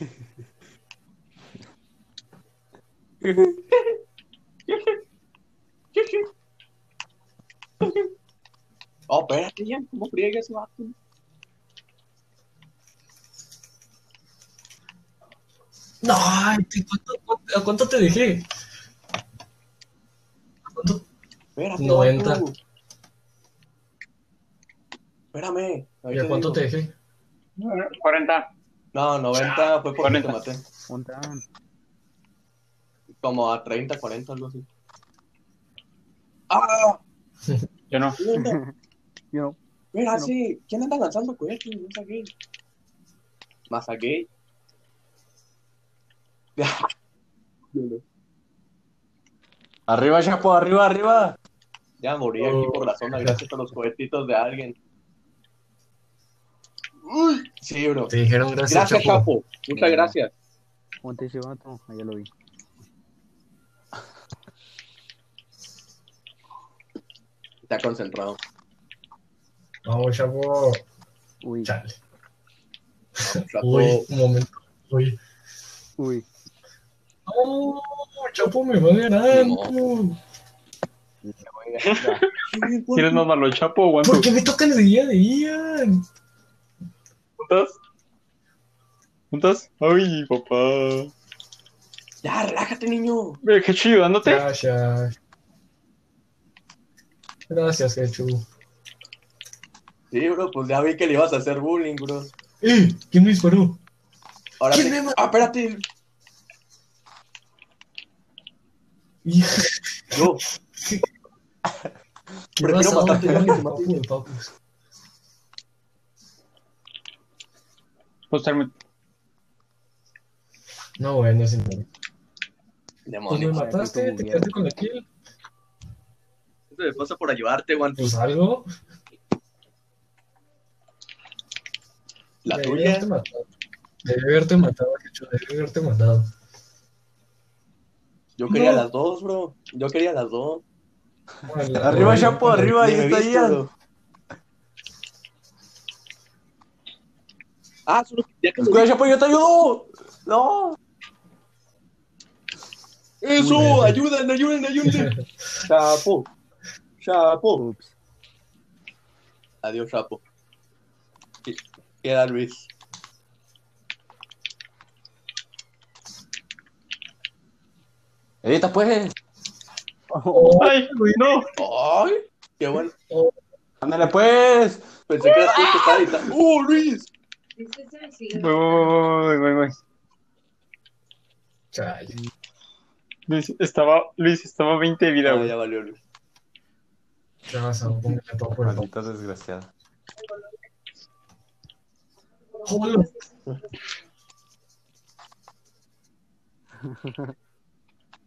[SPEAKER 5] Oh, espérate, ya. ¿Cómo friega ese vato?
[SPEAKER 2] No, ay, te- ¿cuánto, cuánto- a cuánto te dejé? ¿A cuánto?
[SPEAKER 5] Espérate.
[SPEAKER 2] 90.
[SPEAKER 5] vato. Espérame.
[SPEAKER 2] ¿Y a
[SPEAKER 5] Ahorita
[SPEAKER 2] cuánto
[SPEAKER 5] digo.
[SPEAKER 2] te dejé?
[SPEAKER 7] 40.
[SPEAKER 5] No, 90 fue porque
[SPEAKER 7] 40.
[SPEAKER 5] te maté.
[SPEAKER 8] Un tan.
[SPEAKER 5] Como a 30, 40, algo así. ¡Ah!
[SPEAKER 7] Yo no.
[SPEAKER 5] ¿Quién anda?
[SPEAKER 8] Yo.
[SPEAKER 5] Mira,
[SPEAKER 8] Pero-
[SPEAKER 5] sí. ¿Quién anda lanzando cohetes? Masagay. Masagay.
[SPEAKER 6] Arriba, Chapo, arriba, arriba.
[SPEAKER 5] Ya morí aquí por la zona gracias a los cohetitos de alguien. Uy, sí, bro.
[SPEAKER 2] Te dijeron gracias,
[SPEAKER 5] Gracias,
[SPEAKER 2] Chapo.
[SPEAKER 5] Chapo. Muchas gracias.
[SPEAKER 8] Ponte ese vato, allá lo vi.
[SPEAKER 5] Está concentrado.
[SPEAKER 2] Vamos, chavo.
[SPEAKER 8] Uy.
[SPEAKER 2] Chale.
[SPEAKER 5] Chapo.
[SPEAKER 2] Uy, un momento. Uy.
[SPEAKER 8] Uy.
[SPEAKER 2] No, Chapo me va ganando.
[SPEAKER 7] ¿Quieres más malo, Chapo o
[SPEAKER 2] ¿Por
[SPEAKER 7] Guantu?
[SPEAKER 2] qué me tocan el día de Ian?
[SPEAKER 7] ¿Juntas? ¿Juntas? Ay, papá.
[SPEAKER 5] Ya, relájate, niño.
[SPEAKER 7] Me dejé chillándote.
[SPEAKER 2] Gracias. Gracias, Hechu.
[SPEAKER 5] Sí, bro, pues ya vi que le ibas a hacer bullying, bro.
[SPEAKER 2] ¡Eh! ¿Quién me disparó?
[SPEAKER 5] Ahora
[SPEAKER 2] ¿Quién
[SPEAKER 5] te-
[SPEAKER 2] me ma-
[SPEAKER 5] Ah, espérate.
[SPEAKER 2] Hijo,
[SPEAKER 5] Yo,
[SPEAKER 2] ¿Qué
[SPEAKER 5] Prefiero
[SPEAKER 2] pasó?
[SPEAKER 5] matarte yo que te mate.
[SPEAKER 2] Papu de papus.
[SPEAKER 7] Pues termi-
[SPEAKER 2] No, bueno, señor. Pues me
[SPEAKER 5] demonios.
[SPEAKER 2] mataste, te quedaste con la kill.
[SPEAKER 5] Esto me pasa por ayudarte, Juan.
[SPEAKER 2] Pues algo.
[SPEAKER 5] La
[SPEAKER 2] Debí
[SPEAKER 5] tuya.
[SPEAKER 2] haberte matado. Debí haberte matado, Hechu. Debí haberte matado.
[SPEAKER 5] Yo quería
[SPEAKER 2] No.
[SPEAKER 5] las dos, bro. Yo quería las dos.
[SPEAKER 2] Bueno, la-
[SPEAKER 6] Arriba,
[SPEAKER 2] la-
[SPEAKER 6] Chapo, arriba, ahí
[SPEAKER 5] Ni me
[SPEAKER 6] está
[SPEAKER 5] viste,
[SPEAKER 6] Ian.
[SPEAKER 5] bro. Ah, solo quería que
[SPEAKER 6] Escucha, Chapo, yo te ayudo.
[SPEAKER 5] ¡No! ¡Eso! ¡Ayuden, ayuden, ayuden! ¡Chapo! ¡Chapo!
[SPEAKER 8] Ups.
[SPEAKER 5] Adiós, Chapo. Qu- Queda Luis.
[SPEAKER 6] Ahorita pues.
[SPEAKER 7] Ay, no.
[SPEAKER 5] ¡Ay! ¡Qué bueno!
[SPEAKER 6] Ándale pues.
[SPEAKER 5] Pensé que eras tú que estaba editando. ¡Uh, Luis!
[SPEAKER 7] Voy,
[SPEAKER 6] Pues
[SPEAKER 7] voy, voy, voy, voy.
[SPEAKER 2] Chale.
[SPEAKER 7] Luis estaba, Luis estaba 20 de vida,
[SPEAKER 5] Ah,
[SPEAKER 7] güey.
[SPEAKER 5] ya valió, Luis.
[SPEAKER 2] Ya vas a poner el papu de papus.
[SPEAKER 6] Maldita desgraciada.
[SPEAKER 2] Hola.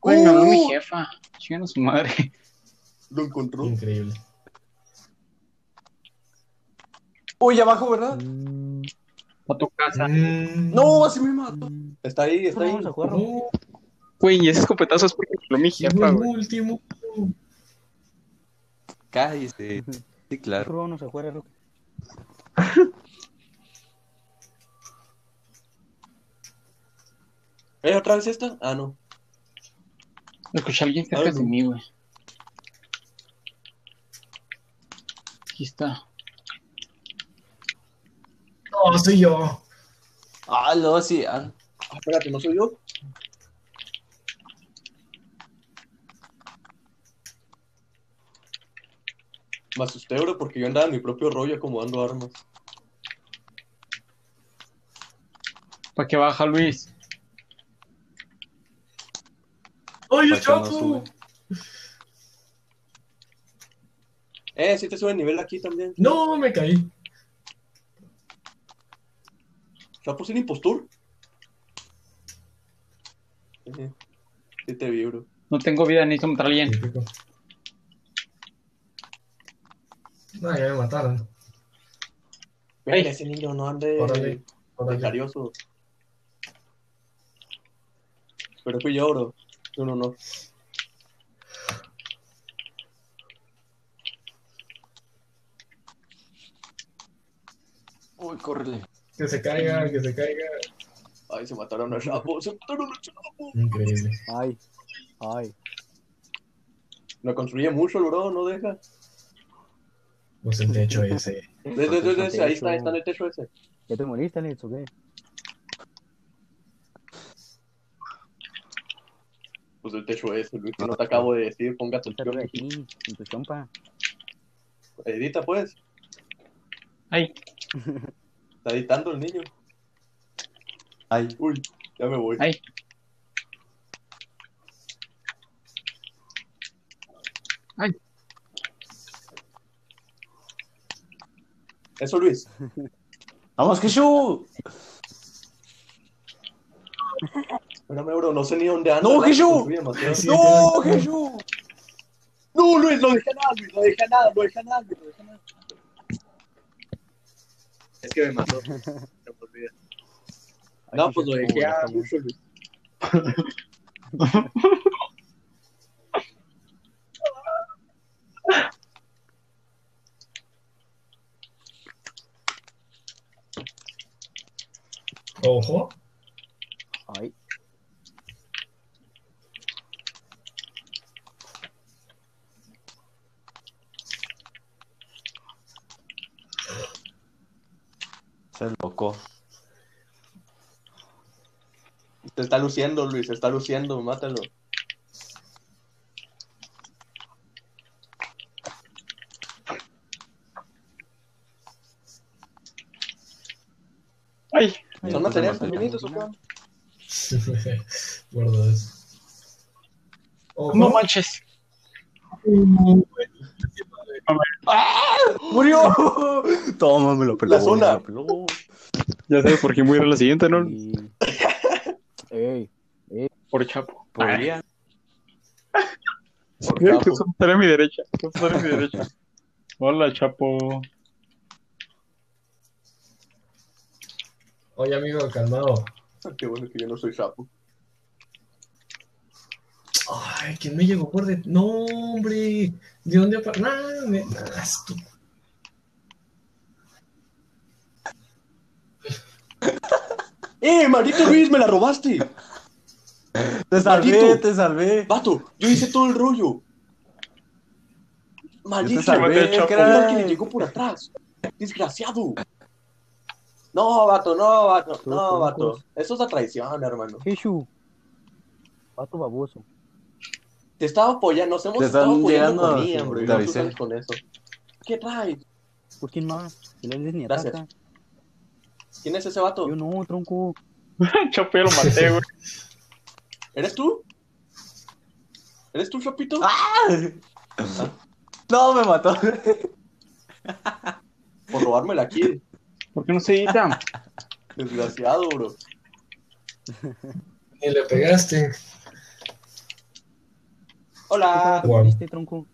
[SPEAKER 7] Güey, me habló mi jefa. Chingan a su madre.
[SPEAKER 5] Lo encontró.
[SPEAKER 2] Increíble.
[SPEAKER 6] Uy, abajo, ¿verdad?
[SPEAKER 7] A tu casa.
[SPEAKER 2] Mm,
[SPEAKER 6] No, así me mató.
[SPEAKER 5] Está ahí, está ahí.
[SPEAKER 8] Vamos a jugar. ¿no?
[SPEAKER 2] No,
[SPEAKER 7] Güey, y ese escopetazo es porque me habló mi jefa,
[SPEAKER 2] el
[SPEAKER 7] güey.
[SPEAKER 2] último.
[SPEAKER 6] Cállese. Sí, claro.
[SPEAKER 8] Robo, Vamos a jugar, Roque.
[SPEAKER 5] ¿Eh, otra vez esta? Ah, no.
[SPEAKER 7] Escuché a alguien cerca
[SPEAKER 5] Ay,
[SPEAKER 7] de
[SPEAKER 5] no.
[SPEAKER 7] mí, güey. Aquí está.
[SPEAKER 2] No, soy yo.
[SPEAKER 6] Ah, no, sí. ah.
[SPEAKER 5] Ah, espérate, ¿no soy yo? Me asusté, bro, porque yo andaba en mi propio rollo acomodando armas.
[SPEAKER 7] ¿Para qué baja, Luis?
[SPEAKER 2] ¡Oye,
[SPEAKER 6] Para que no sube.
[SPEAKER 5] Eh, sí te sube el nivel aquí también.
[SPEAKER 2] No, me caí.
[SPEAKER 5] Chapo sin impostor. Ujú. Sí te vi, bro.
[SPEAKER 7] No tengo vida, necesito matar a alguien.
[SPEAKER 2] Típico. No, ya me mataron.
[SPEAKER 5] Mira,
[SPEAKER 7] Ey.
[SPEAKER 5] ese niño no ande
[SPEAKER 2] Órale,
[SPEAKER 1] Eh,
[SPEAKER 2] Órale.
[SPEAKER 5] carioso. Pero fui yo, bro. No, no, no.
[SPEAKER 6] Uy, córrele.
[SPEAKER 2] Que se caiga, que se caiga.
[SPEAKER 5] Ay, se mataron a Chapo. Se mataron a Chapo.
[SPEAKER 2] Increíble.
[SPEAKER 8] Ay. Ay.
[SPEAKER 5] No construye mucho, bro. No deja.
[SPEAKER 2] Pues el techo ese.
[SPEAKER 5] Ves, ves, ves, ves, Ahí está, ahí está en el techo ese.
[SPEAKER 8] ¿Ya te moriste, Alex, o qué?
[SPEAKER 5] Pues el techo ese, Luis, que no te acabo de decir, ponga tu
[SPEAKER 8] Ponte aquí, en tu chompa.
[SPEAKER 5] Edita pues,
[SPEAKER 7] Ay,
[SPEAKER 5] está editando el niño.
[SPEAKER 6] Ay,
[SPEAKER 5] Uy, ya me voy.
[SPEAKER 7] ay.
[SPEAKER 5] Eso Luis.
[SPEAKER 6] vamos, que yo.
[SPEAKER 5] Espérame, bro, no sé ni dónde anda.
[SPEAKER 6] ¡No,
[SPEAKER 5] la-
[SPEAKER 6] Jesús!
[SPEAKER 5] construye demasiado.
[SPEAKER 2] Sí,
[SPEAKER 6] No, que yo.
[SPEAKER 5] No, Luis, no deja nada, Luis, no deja nada, no deja nada, Luis, no deja nada. Es que me mató. Se me olvida.
[SPEAKER 8] Ay,
[SPEAKER 5] No,
[SPEAKER 8] sí,
[SPEAKER 5] pues
[SPEAKER 8] sí,
[SPEAKER 5] lo
[SPEAKER 8] sí,
[SPEAKER 5] dejé
[SPEAKER 8] bueno,
[SPEAKER 5] pues a
[SPEAKER 8] está bien.
[SPEAKER 5] mucho, Luis.
[SPEAKER 2] Ojo.
[SPEAKER 8] Ay.
[SPEAKER 6] Se loco.
[SPEAKER 5] Se está luciendo, Luis, se está luciendo, mátalo.
[SPEAKER 7] Ay,
[SPEAKER 5] ¿Son materiales femeninos o qué?
[SPEAKER 2] Guarda eso. Ojo.
[SPEAKER 7] no manches.
[SPEAKER 5] ¡Ah! ¡Murió!
[SPEAKER 6] Toma, me lo peló.
[SPEAKER 5] La zona.
[SPEAKER 6] me lo peló.
[SPEAKER 7] Ya sabes por quién voy a ir a la siguiente, ¿no?
[SPEAKER 8] Y... Ey,
[SPEAKER 7] Por Chapo.
[SPEAKER 6] Podría.
[SPEAKER 7] Mira, tú estás a mi derecha. Tú estás a mi derecha. Hola, Chapo.
[SPEAKER 2] Oye, amigo, calmado.
[SPEAKER 5] Qué bueno que yo no soy chapo.
[SPEAKER 2] Ay, ¿quién me llegó por detrás? No, hombre. ¿De dónde apa- Nah, me... nah, estu-
[SPEAKER 5] ¡Eh, maldito Luis, me la robaste!
[SPEAKER 6] Te salvé,
[SPEAKER 5] Maldito.
[SPEAKER 6] te salvé.
[SPEAKER 5] Vato, yo hice todo el rollo.
[SPEAKER 6] Yo
[SPEAKER 5] Maldito,
[SPEAKER 6] te salvé,
[SPEAKER 5] güey,
[SPEAKER 6] Chapo.
[SPEAKER 5] era el que le llegó por atrás. Desgraciado. No, vato, no, vato, no, vato. Eso es la traición, hermano.
[SPEAKER 8] Jeshu. Pato baboso.
[SPEAKER 5] Te estaba apoyando, nos hemos
[SPEAKER 6] Te están ¿eh?
[SPEAKER 5] estado apoyando
[SPEAKER 6] llegando,
[SPEAKER 5] con
[SPEAKER 6] sí,
[SPEAKER 5] ella, bro. y
[SPEAKER 6] te
[SPEAKER 5] no tú
[SPEAKER 6] avisé.
[SPEAKER 5] sales con eso. ¿Qué traes?
[SPEAKER 8] ¿Por quién más? El Andrés ni
[SPEAKER 5] Gracias.
[SPEAKER 8] ataca.
[SPEAKER 5] ¿Quién es ese vato?
[SPEAKER 8] Yo no, tronco.
[SPEAKER 7] Chapo ya lo maté, güey.
[SPEAKER 5] ¿Eres tú? ¿Eres tú, Chapito?
[SPEAKER 2] Ah.
[SPEAKER 6] No, me mató.
[SPEAKER 5] Por robármela aquí,
[SPEAKER 7] ¿Por qué no se edita?
[SPEAKER 5] desgraciado, bro.
[SPEAKER 2] Ni le pegaste.
[SPEAKER 5] Hola.
[SPEAKER 2] Guau.
[SPEAKER 8] ¿Viste, tronco?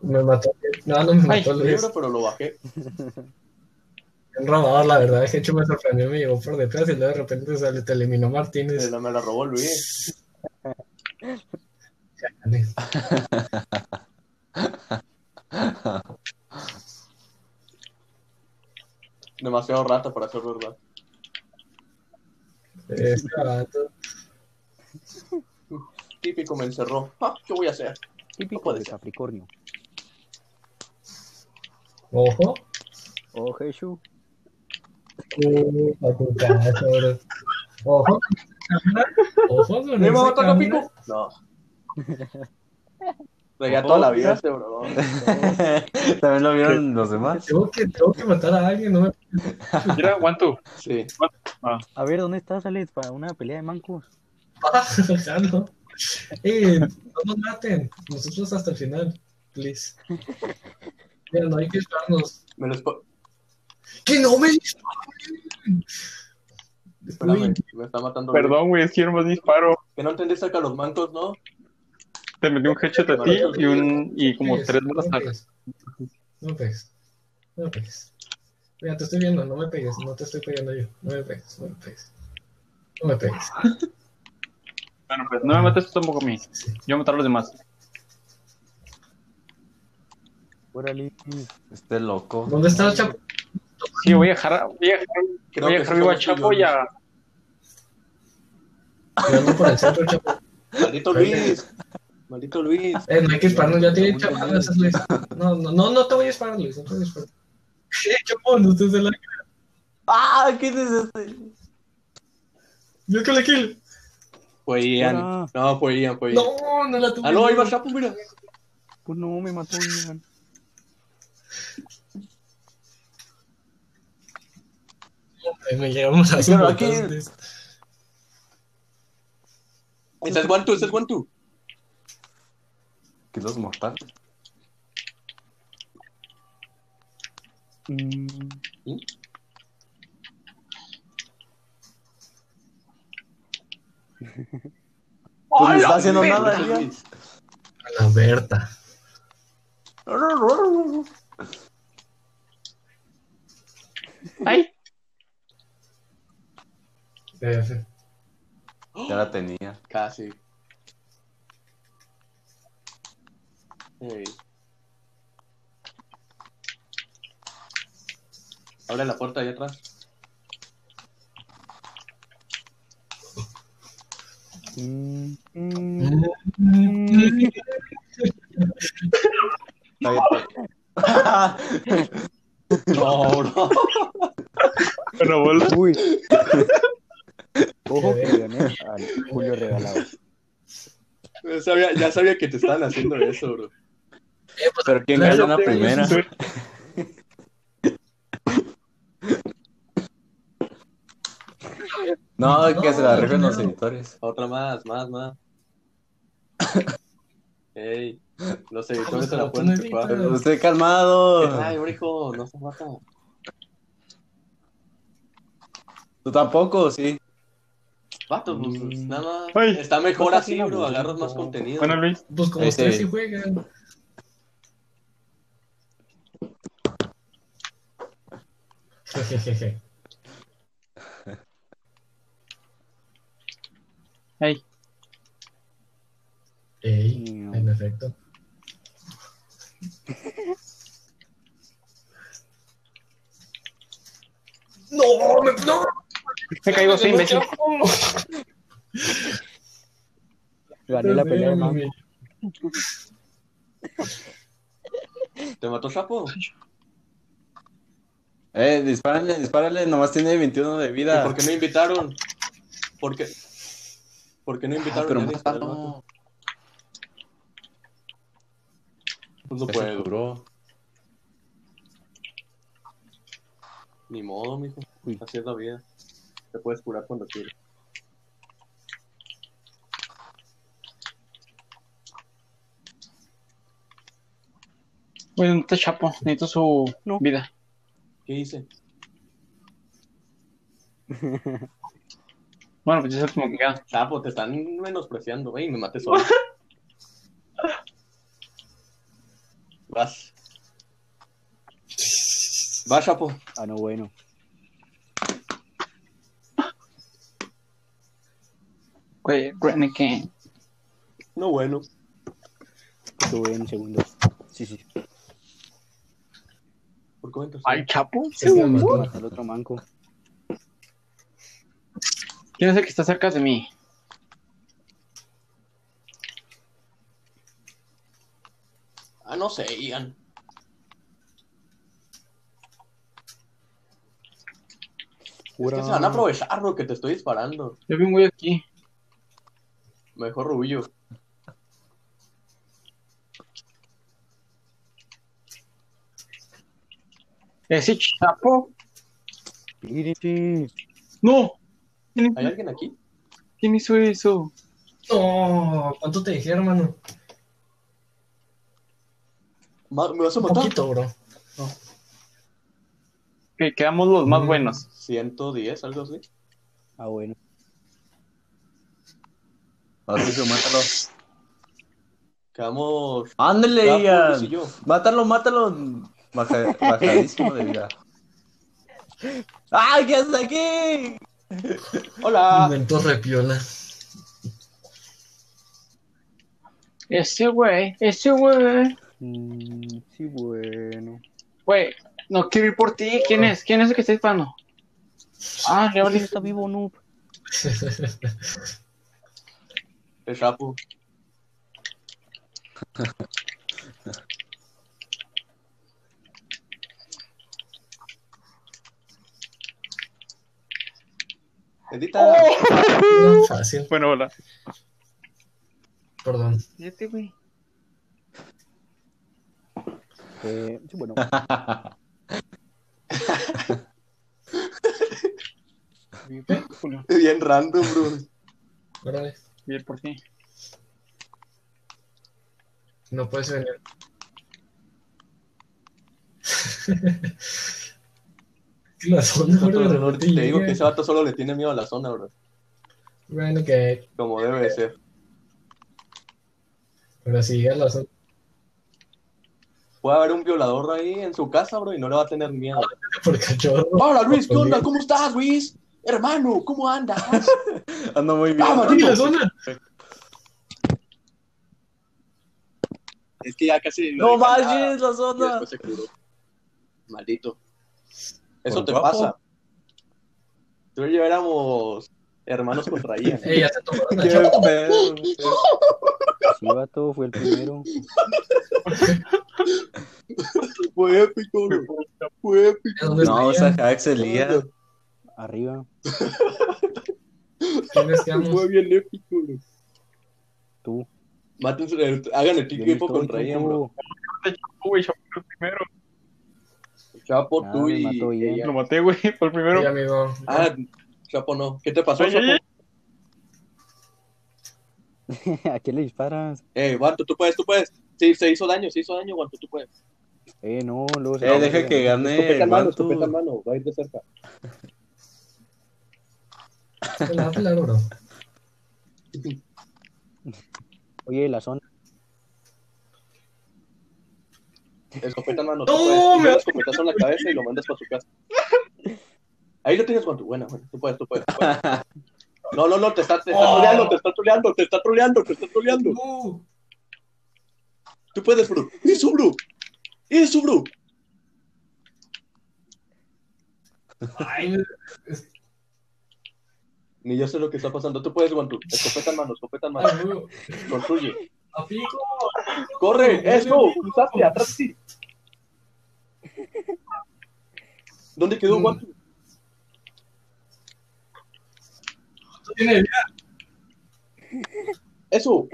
[SPEAKER 2] Me mató. No, no me mató
[SPEAKER 5] Sí,
[SPEAKER 2] Luis.
[SPEAKER 5] bro, pero lo bajé.
[SPEAKER 2] Un robador, la verdad. De hecho, me sorprendió. Me llegó por detrás y luego de repente sale, te eliminó
[SPEAKER 5] Me
[SPEAKER 2] Martínez.
[SPEAKER 5] la, Eh, me la robó Luis.
[SPEAKER 2] Dale.
[SPEAKER 5] Demasiado rata para ser verdad.
[SPEAKER 2] Este vato.
[SPEAKER 5] Típico me encerró. Ah, ¿Qué voy a hacer?
[SPEAKER 8] Típico
[SPEAKER 5] puede
[SPEAKER 8] de
[SPEAKER 5] ser.
[SPEAKER 8] Capricornio.
[SPEAKER 2] Ojo.
[SPEAKER 8] Oh, Jeshu.
[SPEAKER 2] Uh, a tu casa, bro. Ojo. Ojo con
[SPEAKER 5] ¿Me
[SPEAKER 2] esa
[SPEAKER 5] va a matar a
[SPEAKER 2] cámara.
[SPEAKER 5] pico? No. Traía toda la vida este, bro.
[SPEAKER 6] También lo vieron los demás.
[SPEAKER 2] Tengo que, tengo que matar a alguien, no me
[SPEAKER 7] Mira, aguanto.
[SPEAKER 5] Sí.
[SPEAKER 8] A ver, ¿dónde estás, Alex? Para una pelea de mancos.
[SPEAKER 2] Jalo. Eh, no nos maten. Nosotros hasta el final, please. Mira, no hay que dispararnos.
[SPEAKER 5] Me los po-
[SPEAKER 2] ¡Que no me disparen!
[SPEAKER 5] Espérame,
[SPEAKER 2] Uy,
[SPEAKER 5] me está matando. Luis.
[SPEAKER 7] Perdón, güey, es que yo nomás disparo.
[SPEAKER 5] Que no entendés acá los mancos, ¿no?
[SPEAKER 7] Te metí un headshot a ti y, un, y como
[SPEAKER 2] pegues,
[SPEAKER 7] tres balas
[SPEAKER 2] No
[SPEAKER 7] a-
[SPEAKER 2] me pegues. pues, No me pegues. No me pegues. Mira, te estoy viendo, no me pegues. No te estoy pegando yo. No me pegues, no me pegues. No me pegues.
[SPEAKER 7] Bueno, pues no me mates tú tampoco a mí.
[SPEAKER 2] Sí.
[SPEAKER 7] Yo voy a matar a los demás.
[SPEAKER 8] Órale.
[SPEAKER 6] Este loco.
[SPEAKER 2] ¿Dónde está el chapo?
[SPEAKER 7] Sí, voy a dejar, a- voy a dejar,
[SPEAKER 5] Creo
[SPEAKER 7] voy a
[SPEAKER 5] que
[SPEAKER 7] dejar
[SPEAKER 5] sí
[SPEAKER 7] vivo a
[SPEAKER 5] somos
[SPEAKER 7] Chapo y a...
[SPEAKER 2] Mirando por el centro, chapo.
[SPEAKER 5] Maldito Luis. Maldito Luis.
[SPEAKER 2] Eh, no hay que dispararnos, ya tiene chavadas, Luis. No, no, no, no te voy a disparar, Luis. No te voy a disparar. Eh, chapo, no estés de la
[SPEAKER 6] ¡Ah! ¿Quién es este?
[SPEAKER 2] Yo que le kill.
[SPEAKER 5] Fue Ian.
[SPEAKER 8] Hola.
[SPEAKER 5] No, fue Ian, fue Ian.
[SPEAKER 2] No, no la tuve.
[SPEAKER 5] Ah, no, ahí va Chapo, mira.
[SPEAKER 8] Pues no, me mató Ian.
[SPEAKER 2] Ay, Me llegamos a hacer
[SPEAKER 6] Pero aquí-
[SPEAKER 2] bastantes.
[SPEAKER 5] Ese es Guantú, ese es Guantú.
[SPEAKER 6] ¿Qué los mortales?
[SPEAKER 8] Mm,
[SPEAKER 6] Pues no está haciendo nada,
[SPEAKER 5] Ese es Luis.
[SPEAKER 2] A la Berta.
[SPEAKER 7] ¡Ay!
[SPEAKER 2] F.
[SPEAKER 6] Ya la tenía.
[SPEAKER 5] Casi. Ey. Abre la puerta ahí atrás. No, bro.
[SPEAKER 7] Bueno, bola.
[SPEAKER 8] Uy. Ojo que le gané al Julio regalado.
[SPEAKER 5] Ya sabía, ya sabía que te estaban haciendo eso, bro.
[SPEAKER 6] Pero ¿quién
[SPEAKER 7] Claro,
[SPEAKER 6] gana la
[SPEAKER 7] tengo
[SPEAKER 6] primera?
[SPEAKER 7] suerte.
[SPEAKER 6] No, que se la rifen los editores.
[SPEAKER 5] Otra más, más, más. Ey, los editores se la
[SPEAKER 2] Tú
[SPEAKER 5] pueden
[SPEAKER 2] no
[SPEAKER 5] chupar.
[SPEAKER 2] editas.
[SPEAKER 6] Estoy calmado.
[SPEAKER 5] Ay, bro, hijo, no se mata.
[SPEAKER 6] ¿Tú tampoco? Sí.
[SPEAKER 5] Vato, pues
[SPEAKER 6] Mm.
[SPEAKER 5] nada más.
[SPEAKER 7] Ay.
[SPEAKER 5] Está mejor
[SPEAKER 6] Está
[SPEAKER 5] así,
[SPEAKER 6] bien
[SPEAKER 5] bro.
[SPEAKER 6] aburrido.
[SPEAKER 5] Agarras más contenido.
[SPEAKER 7] Bueno, Luis,
[SPEAKER 2] Pues como
[SPEAKER 6] Ahí
[SPEAKER 2] ustedes
[SPEAKER 6] sí.
[SPEAKER 2] sí juegan. Jejeje.
[SPEAKER 3] Ey.
[SPEAKER 2] Ey, en efecto. No, me, no,
[SPEAKER 3] Me caigo, sí, imbécil.
[SPEAKER 8] Gané la pelea de
[SPEAKER 2] Dios mío,
[SPEAKER 8] mango.
[SPEAKER 5] ¿Te mató sapo?
[SPEAKER 6] Eh, dispárale, dispárale. Nomás tiene 21 de
[SPEAKER 5] ¿Y
[SPEAKER 6] vida.
[SPEAKER 5] por qué no invitaron? ¿Por qué? ¿Por qué no
[SPEAKER 6] Ah,
[SPEAKER 5] invitaron
[SPEAKER 6] pero
[SPEAKER 5] a
[SPEAKER 6] un
[SPEAKER 5] nadie para el vato?
[SPEAKER 6] pato.
[SPEAKER 5] Pues no
[SPEAKER 6] Ya se
[SPEAKER 5] puedo.
[SPEAKER 6] curó.
[SPEAKER 5] Ni modo, mijo.
[SPEAKER 8] Uy.
[SPEAKER 5] Así es la vida. Te puedes curar cuando quieras.
[SPEAKER 3] Bueno, no te chapo. Necesito su vida.
[SPEAKER 5] ¿Qué hice?
[SPEAKER 3] Bueno, pues es el último que queda.
[SPEAKER 5] Sapo, te están menospreciando. Ey, me maté solo. Vas. Vas, Chapo.
[SPEAKER 8] Ah, no, bueno.
[SPEAKER 3] Güey, Renegade.
[SPEAKER 5] No, bueno.
[SPEAKER 8] Estuve en segundo. Sí, sí.
[SPEAKER 5] ¿Por qué entras?
[SPEAKER 3] ¿Al Chapo?
[SPEAKER 2] se está matando.
[SPEAKER 8] Al otro manco.
[SPEAKER 3] ¿Quién es el que está cerca de mí?
[SPEAKER 5] Ah, no sé, Ian. Es que se van a aprovechar, bro, que te estoy disparando.
[SPEAKER 3] Yo vi un güey aquí.
[SPEAKER 5] Mejor huyo.
[SPEAKER 3] ¿Ese Chapo?
[SPEAKER 8] Mírete.
[SPEAKER 3] ¡No! ¿Quién,
[SPEAKER 5] ¿Hay alguien aquí?
[SPEAKER 3] quién hizo eso?
[SPEAKER 2] No, ¿cuánto te dije, hermano?
[SPEAKER 5] Ma- ¿Me vas a
[SPEAKER 2] Un
[SPEAKER 5] matar?
[SPEAKER 2] poquito, bro.
[SPEAKER 3] Que quedamos los más
[SPEAKER 2] Mm.
[SPEAKER 3] buenos.
[SPEAKER 5] 110, algo así.
[SPEAKER 8] Ah, bueno.
[SPEAKER 6] Así que mátalo.
[SPEAKER 5] Quedamos.
[SPEAKER 6] Ándale,
[SPEAKER 5] Chapo, Luis y
[SPEAKER 6] Ian.
[SPEAKER 5] yo.
[SPEAKER 6] Mátalo, mátalo. Baja- bajadísimo de vida. ¡Ay, qué haces aquí!
[SPEAKER 5] Hola.
[SPEAKER 2] Inventó repiola.
[SPEAKER 3] Ese güey, ese güey.
[SPEAKER 8] Mm, sí, bueno.
[SPEAKER 3] Güey, no quiero ir por ti. ¿Quién es? ¿Quién es el que está disparando? Ah,
[SPEAKER 8] ¿Qué
[SPEAKER 3] León.
[SPEAKER 8] está vivo, noob?
[SPEAKER 5] El Chapo. Edita.
[SPEAKER 2] No, fácil,
[SPEAKER 7] bueno, hola.
[SPEAKER 2] perdón.
[SPEAKER 3] Este güey.
[SPEAKER 8] Eh, sí, bueno.
[SPEAKER 3] Vi
[SPEAKER 5] Bien random, bro.
[SPEAKER 2] Órale,
[SPEAKER 3] ir por ti.
[SPEAKER 2] no puedes venir. La zona, bro, de
[SPEAKER 5] Otro-
[SPEAKER 2] norte
[SPEAKER 5] Te digo
[SPEAKER 2] llega.
[SPEAKER 5] que ese vato solo le tiene miedo a la zona, bro.
[SPEAKER 2] Renegade.
[SPEAKER 5] Como debe de ser.
[SPEAKER 2] Pero si llega la zona,
[SPEAKER 5] Puede haber un violador ahí en su casa, bro, y no le va a tener miedo.
[SPEAKER 2] por cachorro.
[SPEAKER 5] Hola, Luis, ¿qué onda? ¿Cómo estás, Luis? Hermano, ¿cómo andas? Ando muy bien.
[SPEAKER 2] ¡Ah, Martín, la zona!
[SPEAKER 10] Es que ya casi.
[SPEAKER 1] ¡No
[SPEAKER 10] dejé
[SPEAKER 1] manches,
[SPEAKER 10] nada.
[SPEAKER 1] la zona!
[SPEAKER 10] Y después se curó. Maldito.
[SPEAKER 5] Eso
[SPEAKER 1] Por
[SPEAKER 5] te
[SPEAKER 1] guapo.
[SPEAKER 5] pasa. Tú y yo éramos hermanos contra ella.
[SPEAKER 2] Ey, Eh, ya te tomaron la
[SPEAKER 5] Qué
[SPEAKER 2] chapa.
[SPEAKER 5] pedo.
[SPEAKER 8] Sí, vato, fue el primero.
[SPEAKER 5] Fue épico, bro. Fue épico.
[SPEAKER 2] ¿Dónde
[SPEAKER 1] No, o sea,
[SPEAKER 2] está?
[SPEAKER 1] Jax Elía.
[SPEAKER 8] Arriba.
[SPEAKER 2] ¿Quiénes quedamos?
[SPEAKER 5] Fue bien épico, bro.
[SPEAKER 8] Tú.
[SPEAKER 5] Mátense, el- hagan el
[SPEAKER 8] Yo no
[SPEAKER 5] equipo
[SPEAKER 8] estoy,
[SPEAKER 5] contra ella,
[SPEAKER 8] tú.
[SPEAKER 5] bro.
[SPEAKER 7] Güey, yo fui el primero.
[SPEAKER 5] Chapo,
[SPEAKER 8] Ah,
[SPEAKER 5] tú
[SPEAKER 8] me
[SPEAKER 5] y.
[SPEAKER 8] mató
[SPEAKER 5] ella.
[SPEAKER 8] Ian.
[SPEAKER 7] Lo maté, güey, por primero.
[SPEAKER 2] Sí, amigo.
[SPEAKER 5] Ah, Chapo, no. ¿Qué te pasó,
[SPEAKER 7] Oye,
[SPEAKER 5] Chapo?
[SPEAKER 7] oye.
[SPEAKER 8] ¿A quién le disparas?
[SPEAKER 5] Eh, Guanto, tú puedes, tú puedes. Sí, se hizo daño, se hizo daño, Guanto, tú puedes.
[SPEAKER 8] Eh, no, luego se
[SPEAKER 6] Eh, deja que gane
[SPEAKER 5] Escopeta
[SPEAKER 6] el
[SPEAKER 5] en mano,
[SPEAKER 6] Mantu.
[SPEAKER 5] escopeta en mano, va a ir de cerca.
[SPEAKER 2] Pela, pela, bro.
[SPEAKER 8] Oye, la zona.
[SPEAKER 5] Escopeta en mano.
[SPEAKER 2] No,
[SPEAKER 5] tú puedes.
[SPEAKER 2] me-
[SPEAKER 5] Me escopetazo en la cabeza y lo mandas para su casa. Ahí lo tienes, Guanto. Bueno, bueno, tú puedes, tú puedes. tú puedes. No, no, no, te está, te está
[SPEAKER 2] Oh.
[SPEAKER 5] troleando, te está troleando, te está troleando, te está troleando.
[SPEAKER 2] Uh,
[SPEAKER 5] Tú puedes, bro. Eso, bro. Eso, bro.
[SPEAKER 2] ay,
[SPEAKER 5] Ni yo sé lo que está pasando. Tú puedes, Guantu. Escopeta en mano, escopeta en mano.
[SPEAKER 2] ay, bro.
[SPEAKER 5] Construye.
[SPEAKER 2] Apico.
[SPEAKER 5] ¡Corre! ¡Eso! ¡Cruzaste! ¡Atrás sí! ¿Dónde quedó
[SPEAKER 2] Mm.
[SPEAKER 5] Guantu?
[SPEAKER 2] Tiene vida.
[SPEAKER 5] ¡Eso!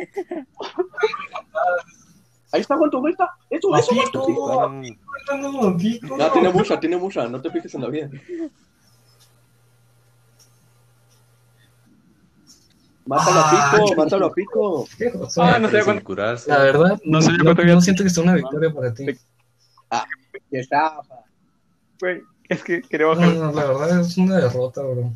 [SPEAKER 5] Ahí está Guantu, ahí está. ¡Eso, eso, Guantu! sí.
[SPEAKER 2] Papito.
[SPEAKER 8] Dispara.
[SPEAKER 2] Cuéntanos, apico.
[SPEAKER 5] No, tiene mucha, tiene mucha. No te fijes en la vida. Mátalo a pico, mátalo a pico.
[SPEAKER 2] Qué razón.
[SPEAKER 7] Ah, no sé
[SPEAKER 6] Sin
[SPEAKER 7] cuánto.
[SPEAKER 6] curarse.
[SPEAKER 2] La verdad,
[SPEAKER 7] No sé, yo
[SPEAKER 2] no,
[SPEAKER 7] cuento bien.
[SPEAKER 2] no siento que sea una victoria para ti.
[SPEAKER 5] ¡Qué estafa!
[SPEAKER 7] Güey, es que quería
[SPEAKER 2] No,
[SPEAKER 7] bajar.
[SPEAKER 2] no, la verdad es una derrota, bro.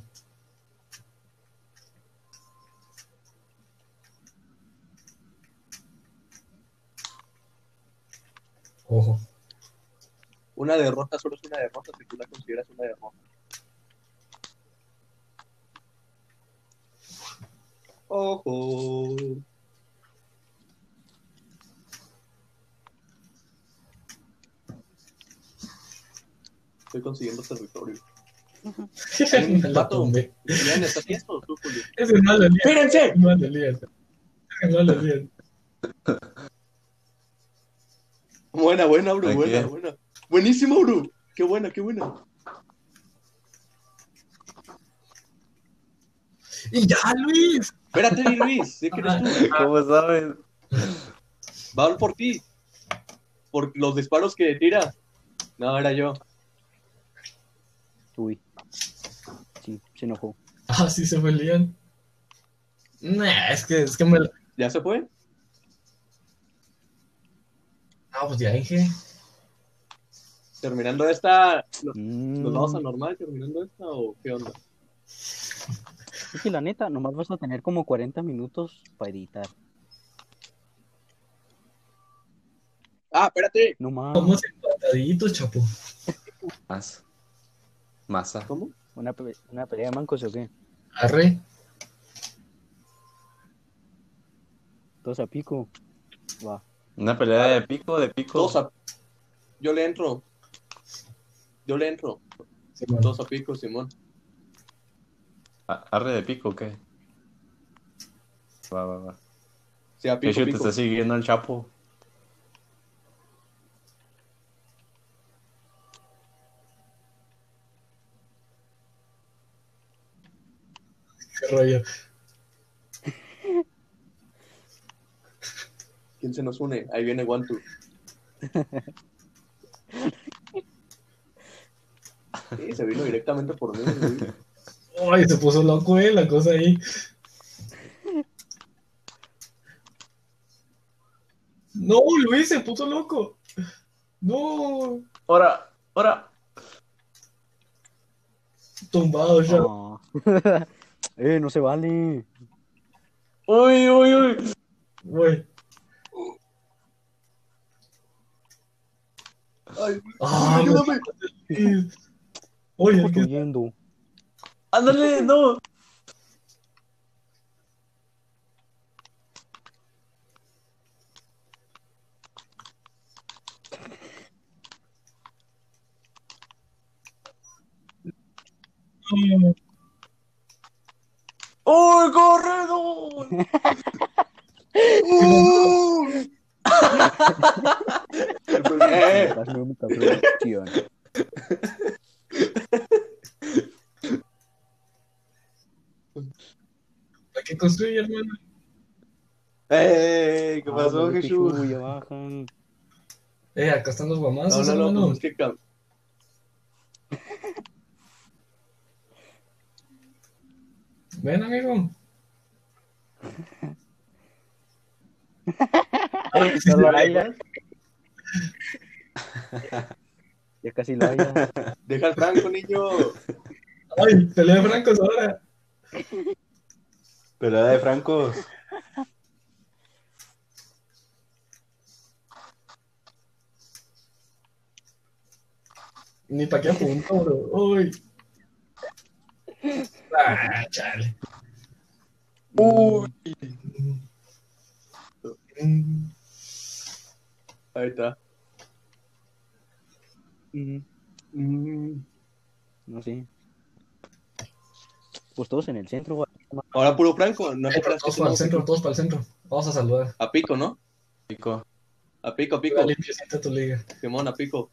[SPEAKER 2] Ojo.
[SPEAKER 5] Una derrota solo es una derrota si tú la consideras una derrota. Ojo. Estoy consiguiendo territorio.
[SPEAKER 2] Me la
[SPEAKER 5] Vato.
[SPEAKER 2] tumbé.
[SPEAKER 5] Julián, ¿estás listo tú, Julio?
[SPEAKER 2] Ese es malo, Elías.
[SPEAKER 5] ¡Espérense!
[SPEAKER 2] Es malo, Elías. Es malo, Elías.
[SPEAKER 5] Buena, buena, bro,
[SPEAKER 6] ¿De
[SPEAKER 5] buena,
[SPEAKER 6] qué?
[SPEAKER 5] buena. Buenísimo, bro. Qué buena, qué buena.
[SPEAKER 2] ¡Y ya, Luis!
[SPEAKER 5] Espérate, Di Luis,
[SPEAKER 2] Ah,
[SPEAKER 5] ¿sí que eres tú?
[SPEAKER 6] ¿Cómo saben?
[SPEAKER 5] Va por ti. Por los disparos que tira. No, era yo.
[SPEAKER 8] Uy. Sí, se enojó.
[SPEAKER 2] Ah, sí se fue Lian. Nah, es que, es que me la...
[SPEAKER 5] ¿Ya se fue?
[SPEAKER 2] Ah, pues ya dije.
[SPEAKER 5] terminando esta, ¿nos, nos
[SPEAKER 8] Mm.
[SPEAKER 5] vamos a normal terminando esta o qué onda?
[SPEAKER 8] Es que la neta, nomás vas a tener como 40 minutos para editar.
[SPEAKER 5] Ah, espérate.
[SPEAKER 8] No más.
[SPEAKER 2] Vamos empataditos, chapo.
[SPEAKER 6] Más. Masa.
[SPEAKER 5] ¿Cómo?
[SPEAKER 8] Una, pe- una pelea de mancos o qué?
[SPEAKER 2] Arre.
[SPEAKER 8] Dos a pico. Va.
[SPEAKER 6] Una pelea de pico, de pico.
[SPEAKER 5] Todos a... Yo le entro. Yo le entro.
[SPEAKER 2] Sí, bueno.
[SPEAKER 5] Todos a pico, Simón.
[SPEAKER 6] A- ¿Arre de pico o qué? Va, va, va.
[SPEAKER 5] Sí, a
[SPEAKER 6] De
[SPEAKER 5] pico,
[SPEAKER 6] hecho, te
[SPEAKER 5] pico.
[SPEAKER 6] está siguiendo el chapo.
[SPEAKER 2] Qué rollo.
[SPEAKER 5] ¿Quién se nos une? Ahí viene Guantu. Sí, se vino directamente por mí. güey.
[SPEAKER 2] Ay, se puso loco, eh, la cosa ahí. No, Luis se puso loco. No,
[SPEAKER 6] ¡Hora! ¡Hora!
[SPEAKER 2] tumbado ya.
[SPEAKER 8] No. eh, no se vale.
[SPEAKER 6] ¡Uy, uy, uy!
[SPEAKER 2] Güey.
[SPEAKER 5] Ay,
[SPEAKER 2] Ah,
[SPEAKER 5] ayúdame.
[SPEAKER 2] Luis. Oye,
[SPEAKER 8] Construyendo.
[SPEAKER 6] ¡Ándale! ¡No!
[SPEAKER 1] ¡Oh, corredor! ¡Uh!
[SPEAKER 5] Eh.
[SPEAKER 8] Es mi única producción.
[SPEAKER 2] La que construye, hermano.
[SPEAKER 5] ¡Ey! Eh, ¿Qué
[SPEAKER 8] Ah,
[SPEAKER 5] pasó,
[SPEAKER 8] hombre, que
[SPEAKER 5] Jesús?
[SPEAKER 8] sube, bajan.
[SPEAKER 2] Eh, acá están los
[SPEAKER 5] No,
[SPEAKER 2] guamazos,
[SPEAKER 5] no, no,
[SPEAKER 2] hermano.
[SPEAKER 5] pues es que cam-
[SPEAKER 2] Ven, amigo.
[SPEAKER 8] No lo hayas. Ya casi lo hayas.
[SPEAKER 5] Deja el franco, niño.
[SPEAKER 2] Ay, pelea de francos ahora.
[SPEAKER 6] Pero la de Franco.
[SPEAKER 2] Ni para qué apunto, bro. Uy. Ah, chale.
[SPEAKER 5] Uy. Ahí está.
[SPEAKER 8] Ujú. No sé. Pues todos en el centro, güey.
[SPEAKER 5] Ahora puro franco, no te
[SPEAKER 2] Eh, pero
[SPEAKER 5] creas que
[SPEAKER 2] Todos
[SPEAKER 5] es
[SPEAKER 2] para
[SPEAKER 5] un
[SPEAKER 2] el centro, todos para el centro. Vamos a saludar.
[SPEAKER 5] A pico, ¿no?
[SPEAKER 6] Pico.
[SPEAKER 5] A pico, a pico.
[SPEAKER 2] La limpiecita tu liga.
[SPEAKER 5] Simón, a pico.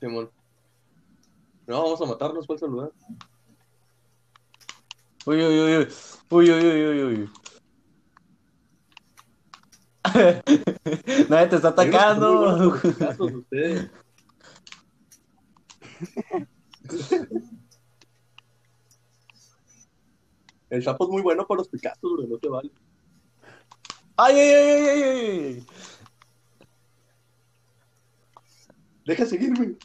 [SPEAKER 5] Simón. No, vamos a matarnos, ¿cuál saludar?
[SPEAKER 6] Uy, uy, uy, uy. Uy, uy, uy, uy, uy. Nadie te está atacando.
[SPEAKER 5] Casos ustedes. El sapo es muy bueno para los picazos, bro, no te vale.
[SPEAKER 6] Ay, ay, ay, ay, ay, ay.
[SPEAKER 5] Deja seguirme.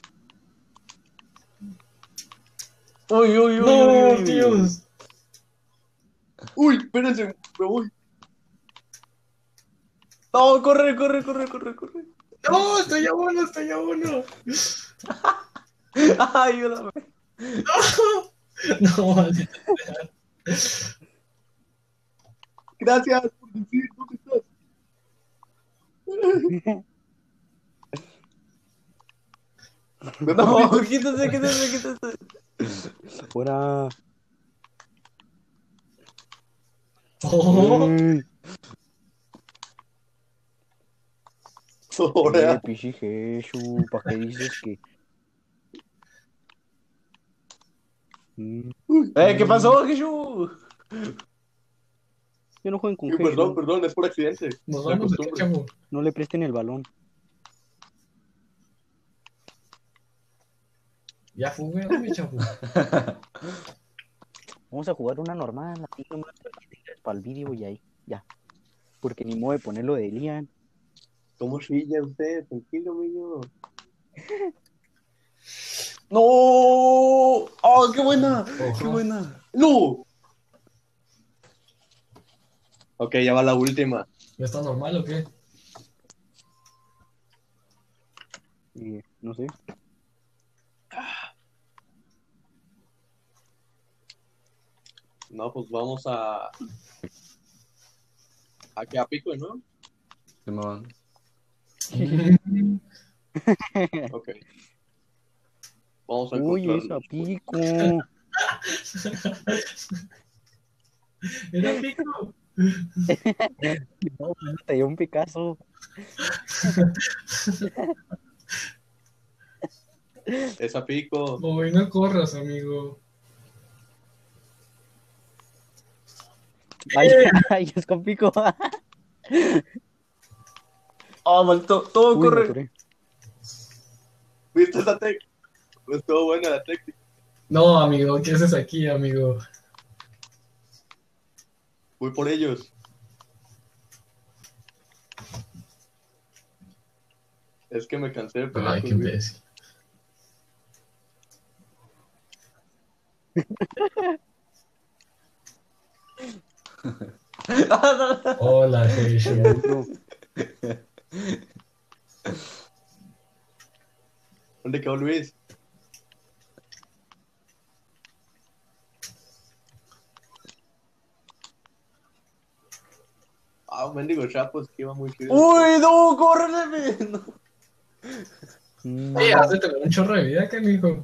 [SPEAKER 6] Uy, uy, uy, uy, uy,
[SPEAKER 2] No,
[SPEAKER 6] uy.
[SPEAKER 2] tíos.
[SPEAKER 5] Uy, espérense, me voy.
[SPEAKER 6] No, corre, corre, corre, corre, corre.
[SPEAKER 2] No, estoy a uno, estoy a uno.
[SPEAKER 6] Ayúdame.
[SPEAKER 2] No, vale.
[SPEAKER 5] Gracias por decir dónde estás. Me
[SPEAKER 6] No,
[SPEAKER 5] voy.
[SPEAKER 6] quítate, quítate, quítate.
[SPEAKER 8] Fuera.
[SPEAKER 2] Oh,
[SPEAKER 8] Uy,
[SPEAKER 5] Ahora,
[SPEAKER 8] eh, pichi Jesús, ¿para qué dices que? Mm,
[SPEAKER 6] Eh, ¿qué pasó, Jesús?
[SPEAKER 8] Yo pues, no jueguen con
[SPEAKER 5] uy, eh, perdón,
[SPEAKER 8] Jesús.
[SPEAKER 5] perdón, es por accidente.
[SPEAKER 2] nos
[SPEAKER 5] La
[SPEAKER 2] vamos de
[SPEAKER 5] costumbre.
[SPEAKER 2] chavo.
[SPEAKER 8] No le presten el balón.
[SPEAKER 2] Ya fugué, dame, chavo.
[SPEAKER 8] Vamos a jugar una normal, así nomás para el vídeo y ahí, ya. Porque ni modo de ponerlo de Lian.
[SPEAKER 5] ¿Cómo chilla usted? Tranquilo, niño.
[SPEAKER 6] No. Oh, qué buena. Qué
[SPEAKER 2] Ojo.
[SPEAKER 6] buena.
[SPEAKER 5] ¡No! Ok, ya va la última.
[SPEAKER 2] ¿Ya está normal o qué?
[SPEAKER 8] eh, no sé.
[SPEAKER 5] No, pues vamos a. ¿A qué? ¿A pico, no?
[SPEAKER 6] Simón.
[SPEAKER 5] Ok. Vamos a
[SPEAKER 8] Uy,
[SPEAKER 5] encontrarnos.
[SPEAKER 8] es a pico.
[SPEAKER 2] Era pico.
[SPEAKER 8] No, te dio un Picasso.
[SPEAKER 5] Es a pico.
[SPEAKER 2] Uy, no corras, amigo.
[SPEAKER 8] Ay, ay, es con pico.
[SPEAKER 6] Oh, maldito. Todo
[SPEAKER 8] Uy,
[SPEAKER 6] corre.
[SPEAKER 8] me atoré.
[SPEAKER 5] ¿Viste esa técnica? Estuvo buena la técnica.
[SPEAKER 2] No, amigo, ¿qué haces aquí, amigo?
[SPEAKER 5] Voy por ellos. Es que me cansé de pelear
[SPEAKER 2] Ay,
[SPEAKER 5] con
[SPEAKER 2] qué
[SPEAKER 5] Luis.
[SPEAKER 2] imbécil. Hola, Jesús.
[SPEAKER 5] ¿Dónde quedó Luis? Ah, mendigo chapos que iba muy chido.
[SPEAKER 6] Uy, no, córrele. No.
[SPEAKER 8] Mm,
[SPEAKER 2] Sí, has de tener un chorro de vida, canijo.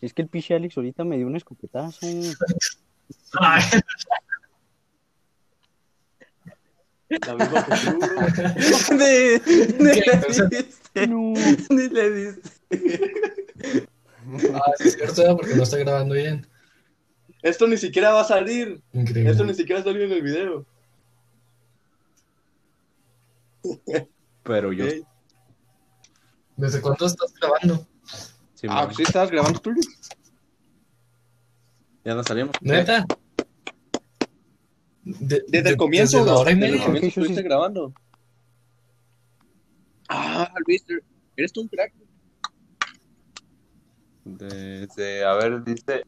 [SPEAKER 8] Es que el piche Alex ahorita me dio un escopetazo.
[SPEAKER 6] Ah,
[SPEAKER 5] La misma postura.
[SPEAKER 1] De- de
[SPEAKER 2] ¿Qué?
[SPEAKER 1] la
[SPEAKER 2] Entonces-
[SPEAKER 1] diste.
[SPEAKER 8] No.
[SPEAKER 1] De la diste.
[SPEAKER 2] Ah, sí, es cierto, ¿eh? porque no está grabando bien.
[SPEAKER 5] Esto ni siquiera va a salir.
[SPEAKER 2] Increíble.
[SPEAKER 5] Esto ni siquiera salió en el video.
[SPEAKER 6] Pero yo.
[SPEAKER 5] Ey.
[SPEAKER 2] ¿Desde cuándo estás grabando?
[SPEAKER 6] sí,
[SPEAKER 5] Ah,
[SPEAKER 6] man.
[SPEAKER 5] sí, estabas grabando tú.
[SPEAKER 6] Ya nos salimos.
[SPEAKER 2] ¿Neta? De-
[SPEAKER 5] Desde
[SPEAKER 2] de-
[SPEAKER 5] el comienzo,
[SPEAKER 2] Desde la
[SPEAKER 5] ¿no?
[SPEAKER 2] hora y
[SPEAKER 5] Desde el
[SPEAKER 2] media.
[SPEAKER 5] comienzo
[SPEAKER 8] Sí, sí,
[SPEAKER 5] estuviste
[SPEAKER 8] sí.
[SPEAKER 5] grabando. Ah, Luis, eres tú un crack.
[SPEAKER 6] De- de- a ver, dice.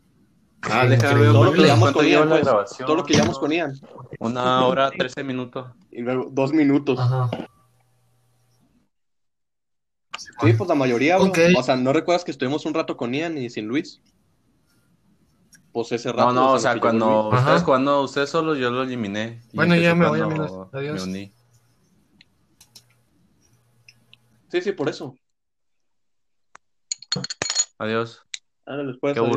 [SPEAKER 6] Ah,
[SPEAKER 2] Sí,
[SPEAKER 6] déjame
[SPEAKER 2] increíble.
[SPEAKER 6] ver
[SPEAKER 5] Todo lo que
[SPEAKER 6] cuánto-
[SPEAKER 5] llevamos
[SPEAKER 6] cuánto
[SPEAKER 5] con
[SPEAKER 6] lleva
[SPEAKER 5] Ian,
[SPEAKER 6] la
[SPEAKER 5] pues.
[SPEAKER 6] grabación.
[SPEAKER 5] Todo lo que llevamos con Ian.
[SPEAKER 6] Una hora, trece minutos.
[SPEAKER 5] Y luego, dos minutos.
[SPEAKER 2] Ajá.
[SPEAKER 5] Sí, pues la mayoría, bro.
[SPEAKER 2] Ok.
[SPEAKER 5] O sea, ¿no recuerdas que estuvimos un rato con Ian y sin Luis? Pues ese rato.
[SPEAKER 6] No, no, o sea,
[SPEAKER 5] que llegó
[SPEAKER 6] cuando
[SPEAKER 2] Ajá.
[SPEAKER 6] ustedes jugando ustedes solos, yo lo eliminé. Y
[SPEAKER 2] Bueno, ya
[SPEAKER 6] empecé
[SPEAKER 2] me voy,
[SPEAKER 6] cuando
[SPEAKER 2] amigos. Adiós.
[SPEAKER 6] Me uní.
[SPEAKER 5] Luis. Sí, sí, por eso.
[SPEAKER 6] Adiós.
[SPEAKER 5] Ahora les puedes
[SPEAKER 6] Qué
[SPEAKER 5] adiós.